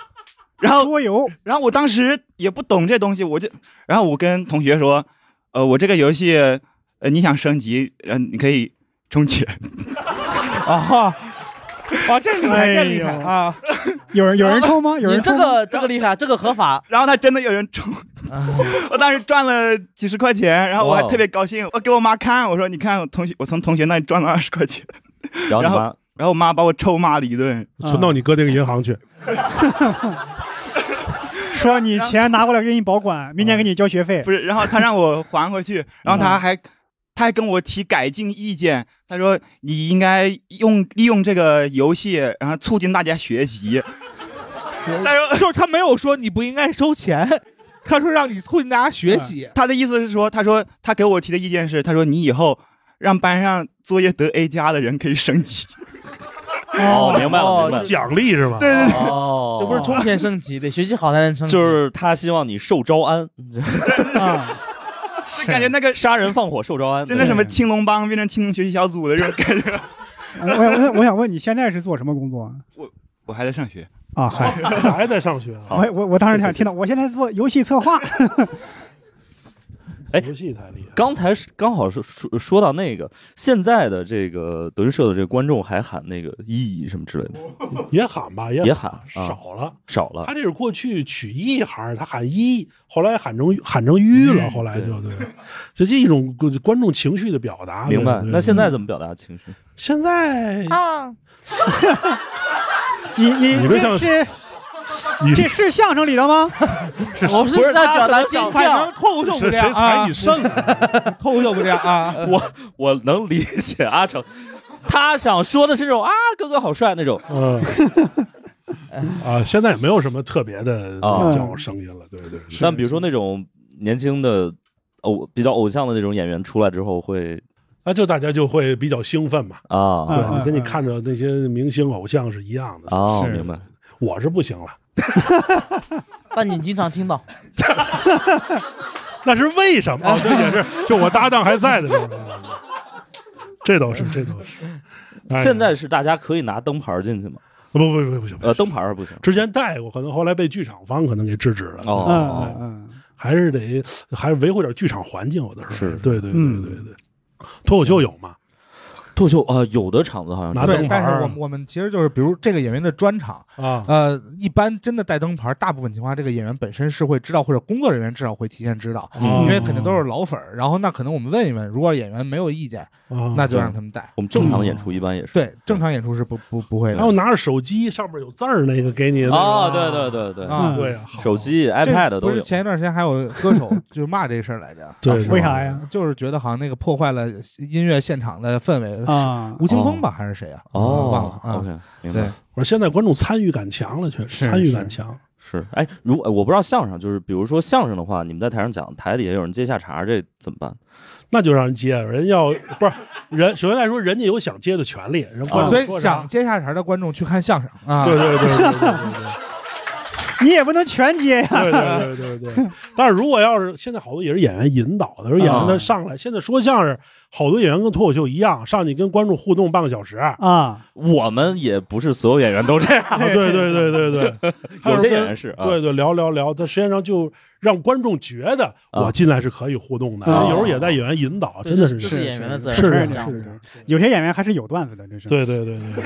J: 然后
C: 桌游，
J: 然后我当时也不懂这东西，我就，然后我跟同学说，呃，我这个游戏，呃，你想升级，嗯、你可以充钱。
D: 啊，哇，哦这厉害，
C: 哎
D: 这
C: 呦
D: 厉害啊！
C: 有人有人抽吗？有
E: 你
C: 人
E: 这
C: 抽吗？
E: 个这个厉害，这个合法。啊
J: 然后他真的有人充， 我当时赚了几十块钱，然后我还
A: 哇哦
J: 特别高兴，我给我妈看，我说你看，我同学，我从同学那里赚了二十块钱，
A: 然后
J: 然
A: 你
J: 后
A: 妈
J: 然后我妈把我臭骂了一顿，
E: 啊
B: 存到你哥那个银行去，
C: 说你钱拿过来给你保管，明年给你交学费
J: 不。是，然后他让我还回
D: 嗯
J: 去，然后他还他还跟我提改进意见，他说你应该用利用这个游戏，然后促进大家学 习。他说
D: 就是 他没有说你不应该收钱， 他说让你促进大家学习。
J: 嗯他的意思是说，他说他给我提的意见是，他说你以后让班上作业得 A 加的人可以升 级。
A: 哦，明白了，
E: 哦
A: 明白了
E: 就
B: 奖励是吧？
J: 对对对，
A: 哦，
E: 这不是充钱升级，得学习好才能升级。
A: 就是他希望你受招安，
C: 啊，
J: 就感觉那个
A: 杀人放火受招安，
J: 真的什
A: 对
J: 么青龙帮变成青龙学习小组的这种感觉。
C: 我想问，我想问你现在是做什么工作啊
J: 我还在上学，
C: 啊？嗨，
B: 还在上学啊？
C: 我我我当时想听到，我现在做游戏策划，
A: 哎
B: 游戏太厉害。
A: 刚才是刚好是说说到那个现在的这个德云社的这个观众还喊那个意义什么之类的，
B: 也喊吧，也
A: 也
B: 喊
A: 喊啊，
B: 少了。
A: 少了
B: 他。这是过去取一行，他喊一，后来喊成喊成吁了，后来就对，就这一种观众情绪的表达。
A: 明白
B: 对？对
A: 那现在怎么表达情绪？
B: 现在
E: 啊，
C: 你你
B: 你们
C: 这
B: 像
C: 是
B: 你
C: 这是相声里的吗？
E: 我是在表达尖
D: 反
E: 叫
D: 正。脱口秀不
B: 是
D: 这样
B: 谁
D: 啊
B: 踩你，肾 了？
D: 脱口秀不这样啊。
A: 我我能理解阿成，他想说的是这种啊，哥哥好帅那种。
B: 嗯。啊，现在也没有什么特别 的
A: 啊
B: 叫声音了，对对。对
A: 但比如说那种年轻的偶比较偶像的那种演员出来之后会
B: 那就大家就会比较兴奋嘛，
A: 啊
C: 嗯
B: 对，跟你
C: 嗯
B: 看着那些明星偶像是一样的。
A: 哦，
C: 是
A: 明白。
B: 我是不行了，
E: 但你经常听到，
B: 那是为什么？哦这也是，就我搭档还在的时候，这倒是，这倒 是。哎呀
A: 现在是大家可以拿灯牌儿进去吗？
B: 不不不不行，
A: 呃，灯牌儿不行。
B: 之前带过，可能后来被剧场方可能给制止了。
A: 哦
C: 嗯嗯嗯，
B: 还是得还是维护点剧场环境，有的时候
A: 是
B: 对对对
C: 嗯
B: 对对。脱口秀有吗？
A: 脱口秀啊，有的场子好像
B: 拿
A: 是
B: 灯
D: 对，
B: 牌
D: 但
B: 儿
D: 是我们我们其实就是，比如这个演员的专场，
B: 啊，
D: 呃，一般真的带灯牌儿，大部分情况下这个演员本身是会知道，或者工作人员至少会提前知道，
A: 嗯
B: 哦
D: 因为肯定都是老粉儿。然后那可能我们问一问，如果演员没有意见，
B: 啊
D: 那就让他们带。嗯
A: 我们正常的演出一般也是。
D: 对，正常演出是不不不会
B: 还有
D: 的。
B: 拿着手机上面有字儿那个给你那个
A: 哦，对对对对，
D: 啊，
B: 对啊，好
A: 手机、
D: 这
A: iPad
D: 不
A: 都
D: 是
A: 有。
D: 前一段时间还有歌手 就骂这事儿来着，
B: 对
A: 啊是吗
C: 为啥呀？
D: 就是觉得好像那个破坏了音乐现场的氛围。
C: 啊，
D: 吴青峰吧，还是谁啊？
A: 哦，
D: 忘了啊。
A: OK，明白
D: 对。
B: 我说现在观众参与感强了，确实
D: 是
B: 参与
D: 是
B: 感强。
A: 是，哎，如呃我不知道相声，就是比如说相声的话，你们在台上讲，台底下有人接下茬，这怎么办？
B: 那就让人接，人要不是人，首先来说，人家有想接的权利，人观
A: 啊
B: 众
D: 所
B: 说
D: 以
B: 啥
D: 想接下茬的观众去看相声啊。
B: 对对对对对对对
C: 你也不能全接呀。
B: 对对对对对。但是如果要是现在好多也是演员引导的，有演
A: 啊
B: 员他上来，现在说相声，好多演员跟脱口秀一样，上去跟观众互动半个小时
C: 啊。
A: 我们也不是所有演员都这样，
B: 对对对对对，
A: 有些演员是啊
B: 对对聊聊聊，他实际上就让观众觉得
A: 啊
B: 我进来是可以互动的，
C: 啊
B: 有时候也在演员引导，真的是
C: 是演员的责任
B: 是
C: 是
B: 是
C: 这
B: 是
C: 样
B: 是
C: 子有些演员还是有段子的，这是。
B: 对对对对，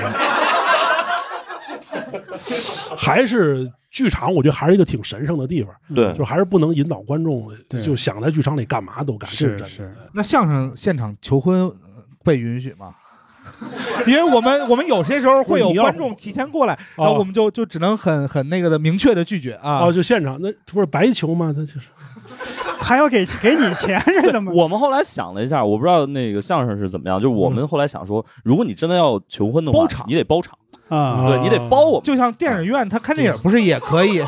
B: 还是剧场，我觉得还是一个挺神圣的地方。
A: 对
B: 就还是不能引导观众
D: 对
B: 就想在剧场里干嘛都干。这真的
D: 是。那相声现场求婚呃被允许吗？因为我们我们有些时候会有
B: 你要
D: 观众提前过来，然后我们就就只能很很那个的明确的拒绝啊。
B: 哦哦，就现场那不是白求吗？他就是
C: 还要给给你钱是怎 么？
A: 我们后来想了一下，我不知道那个相声是怎么样，就是我们后来想说，如果你真的要求婚的话，你得包场
C: 啊
A: 对你
B: 哦
A: 得包我们，
D: 就像电影院他看电影不是也可以，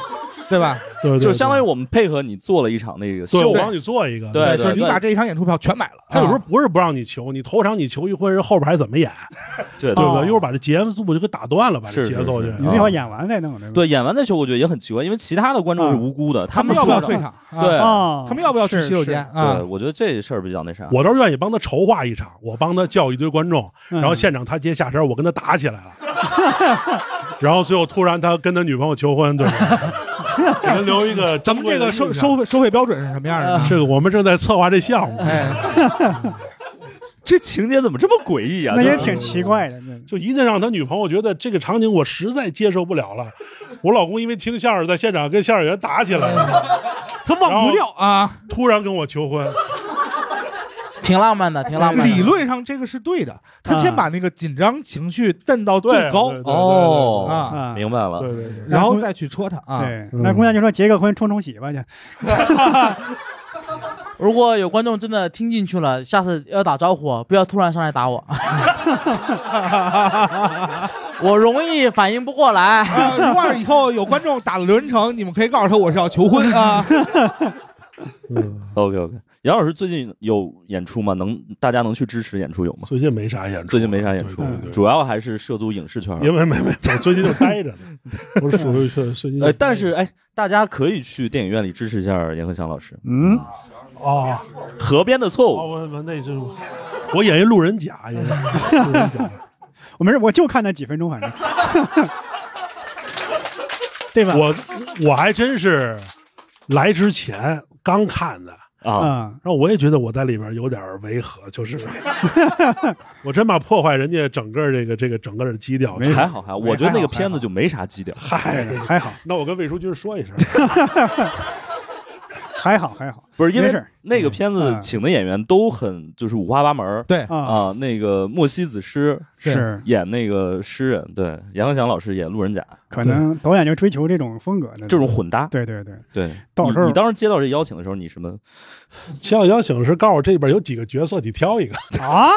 D: 对吧？
B: 对
A: 就相当于我们配合你做了一场那个
B: 对
A: 秀，
B: 我帮你做一个，
A: 对对
B: 就是你
A: 对
B: 把
D: 这一场演出票全买了。啊
B: 他有时候不是不让你求，你头场你求一婚，人后边还怎么演？
A: 对
B: 对不
A: 对
D: 啊
B: 对？一会儿把这节奏就给打断了，把这
A: 是是
B: 节奏就是
C: 你最好演完再弄，对吧？
A: 对，演完再修，我觉得也很奇怪，因为其他的观众是无辜的，
D: 啊他
A: 们
D: 们要不要
A: 说
D: 退场啊
A: 对
D: 啊，他们要不要去
A: 是
D: 洗手
A: 是
D: 间啊？
A: 对，我觉得这事儿比较那啥。
B: 我倒是愿意帮他筹划一场，我帮他叫一堆观众，
A: 嗯
B: 然后现场他接下身，我跟他打起来了，然后最后突然他跟他女朋友求婚，对 吧？给他留一个
D: 呃咱们这个收收费收费标准是什么样的 呢？
B: 这个我们正在策划这项目，
D: 哎，
A: 这情节怎么这么诡异啊？
B: 那也
A: 就是
B: 挺
C: 奇怪的，
B: 就一定让他女朋友觉得这个场景我实在接受不了了。我老公因为听相声在现场跟相声演员打起来了，
D: 他忘不掉啊，
B: 突然跟我求婚，
E: 挺浪漫的，挺浪漫的。
D: 理论上这个是对的，他先把那个紧张情绪蹬到最
B: 啊对
D: 高
B: 对对对对
A: 哦
D: 啊，
A: 明白了，
B: 对对对
D: 然后再去戳他啊。
C: 对，那姑娘就说结个婚冲冲喜吧去。
E: 如果有观众真的听进去了，下次要打招呼，不要突然上来打我， 我容易反应不过来。
D: 如果以后有观众打了刘仁成，你们可以告诉他我是要求婚啊。
A: OK OK，杨老师最近有演出吗？能大家能去支持演出有吗？
B: 最近没啥演出，
A: 最近没啥演出，主要还是涉足影视圈。
B: 因为没没，我最 近就待 着呢，我是属于是最近就
A: 呃，但是哎，大家可以去电影院里支持一下严鹤翔老师。
C: 嗯，哦
B: 哦，
A: 河边的错误，
B: 啊我我那就我演一路人
D: 哎
B: 甲，也是路 人甲。
C: 我没事，我就看那几分钟，反正。对吧？
B: 我我还真是来之前刚看的
A: 啊
B: 然
C: 嗯
B: 后我也觉得我在里边有点违和，就是 我真怕破坏人家整个这个这个整个的基调。
A: 还好还好，我觉得那个片子就没啥基调。
B: 嗨
C: 还好，
B: 那我跟魏书君说一声，
C: 还好还好，
A: 不是因
C: 没
A: 为
C: 事儿嗯
A: 那个片子请的演员都很就是五花八门儿
D: 对
A: 啊，那个莫西子诗
C: 对是
A: 演那个诗人，对，杨鹤翔老师演路人甲，
C: 可能导演就追求这种风格，这
A: 这种混搭，
C: 对对对，
A: 对。
C: 到
A: 你
C: 时候
A: 你当时接到这邀请的时候，你什么？
B: 小小醒是告诉我这里边有几个角色，你挑一个。
C: 啊，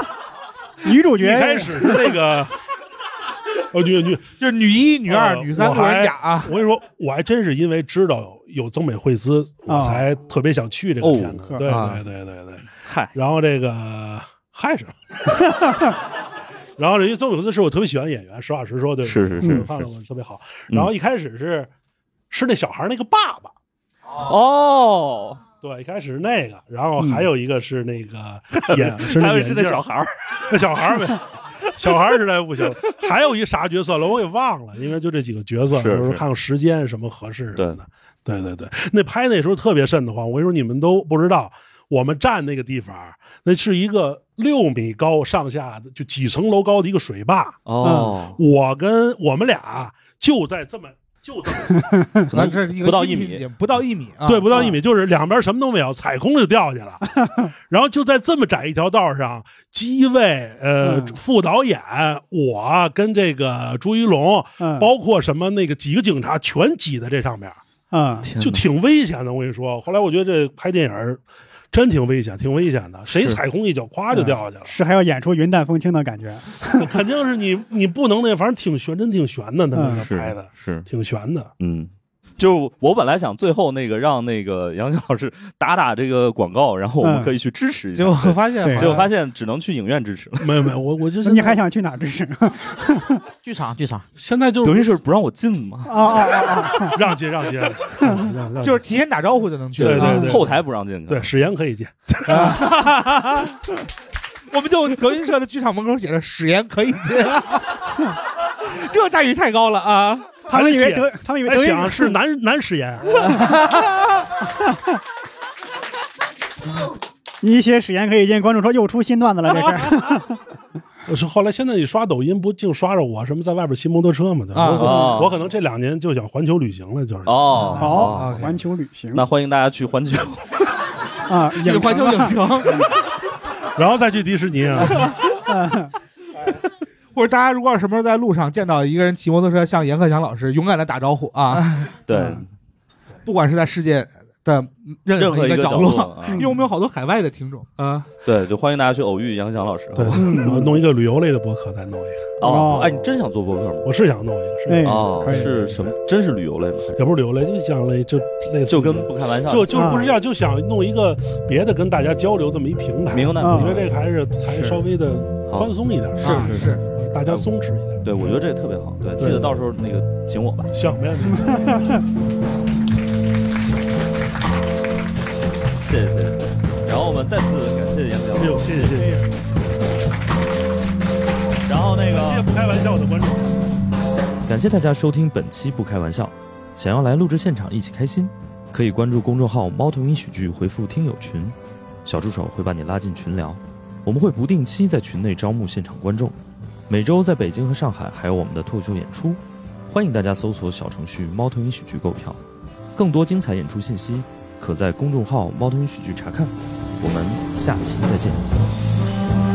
C: 女主
B: 一
C: 角
B: 开始是 那个。 哦，女女
D: 就是女一、女二、女三路人甲啊。
B: 我跟你说，我还真是因为知道有曾美惠子，我
D: 啊
B: 才特别想去这个片子。
D: 哦
B: 对对
D: 啊
B: 对对对对，
A: 嗨。
B: 然后这个嗨什么？ 然后人家曾美惠子是我特别喜欢的演员，实话实说，对吧
A: 是是是
B: 我看了我特别好。
A: 嗯
B: 然后一开始是是那小孩那个爸爸，
A: 哦，
B: 对，一开始是那个，然后还有一个是那个 演，
A: 还有
B: 是
A: 嗯
B: 那
A: 还有
B: 眼
A: 是
B: 镜
A: 那小孩儿，
B: 那小孩儿呗，小孩儿实在不行。还有一啥角色了，我给忘了，因为就这几个角色，
A: 是
B: 就是
A: 是
B: 看看时间什么合适什么的。对对对，
A: 对
B: 那拍那时候特别瘆得慌，我跟你说你们都不知道，我们站那个地方，那是一个六米高上下的，就几层楼高的一个水坝。
A: 哦
B: 嗯我跟我们俩就在这么。就这么
A: 可能这是一个不到一米音频节
D: 不到一米啊
B: 对，不到一米，就是两边什么都没有，踩空就掉下去了。 然后就在这么窄一条道上，机位、
D: 嗯
B: 呃，副导演，我跟这个朱一龙，
D: 嗯
B: 包括什么那个几个警察，全挤在这上面。
C: 啊，
B: 就挺危险的。我跟你说，后来我觉得这拍电影儿真挺危险，挺危险的。谁踩空一脚，咵
C: 嗯
B: 就掉下去了。
C: 是还要演出云淡风轻的感觉，
B: 肯定是你，你不能那，反正挺悬，真挺悬的，那
C: 嗯
B: 那
C: 是
B: 个拍的
A: 是
B: 挺悬的。
A: 嗯，就是我本来想最后那个让那个杨老师打打这个广告，然后我们
B: 嗯
A: 可以去支持一下。
B: 结果
A: 对
B: 发现
A: 对
B: 好
A: 结果
B: 像
A: 发现只能去影院支持了。
B: 没有没有，我我就
C: 你还想去哪儿支持？啊
E: 剧场剧场，
B: 现在就是
A: 德云社不让我进吗？
C: 啊啊！啊！
B: 让进让进让进，
D: 就是提前打招呼就能去，
B: 对对对，
D: 啊
A: 后台不让进。
B: 对，史岩可以进。
D: 我们就德云社的剧场门口写着“史岩可以进”，这待遇太高了啊！哎
B: 还得写还
D: 云
B: 想啊是男男史岩， 啊
C: 你一写史岩可以见，观众说又出新段子了，这是。
B: 是后来现在你刷抖音不净刷着我什么在外边骑摩托车嘛？对吧
A: 啊
B: 我可
A: 啊
B: 我可能这两年就想环球旅行了，就是
A: 哦，
B: 好
C: 环球 旅行
A: 那欢迎大家去环球。
C: 啊，
B: 去环球影城 然后再去迪士尼啊。
D: 或者大家如果什么时候在路上见到一个人骑摩托车，向严克强老师勇敢的打招呼啊！
A: 对，
D: 不管是在世界的任
A: 任何
D: 一
A: 一个
D: 角
A: 角落啊
D: 因为我们有好多海外的听众啊。
A: 对，就欢迎大家去偶遇杨翔老师。
B: 对，嗯弄一个旅游类的博客，再弄一个。
A: 哦，哎，你真想做播客吗？
B: 我是想弄一个，是
A: 哦，是什么？真是旅游类吗？
B: 也不是旅游类，就想类就类似于
A: 就跟不开玩笑
B: 就就是不是要就想弄一个别的跟大家交流这么一平台。
A: 明白
B: 我
A: 明
B: 觉
A: 白
B: 得这个还是还是稍微的
A: 好
B: 宽松一点，啊
A: 是是是，
B: 大家松弛一点。
A: 对，我觉得这个特别好。对，
B: 对
A: 记得到时候那个请我吧。
B: 行，没问题。
A: 谢谢谢谢。谢谢然后我们再次感谢严强。
B: 哎呦，谢谢谢谢。
A: 然后那个
B: 谢谢不开玩笑的观众。
A: 感谢大家收听本期《不开玩笑》，想要来录制现场一起开心，可以关注公众号“猫头鹰喜剧”，回复“听友群”，小助手会把你拉进群聊。我们会不定期在群内招募现场观众，每周在北京和上海还有我们的脱口秀演出，欢迎大家搜索小程序“猫头鹰喜剧”购票。更多精彩演出信息，可在公众号“猫头鹰喜剧”查看。我们下期再见。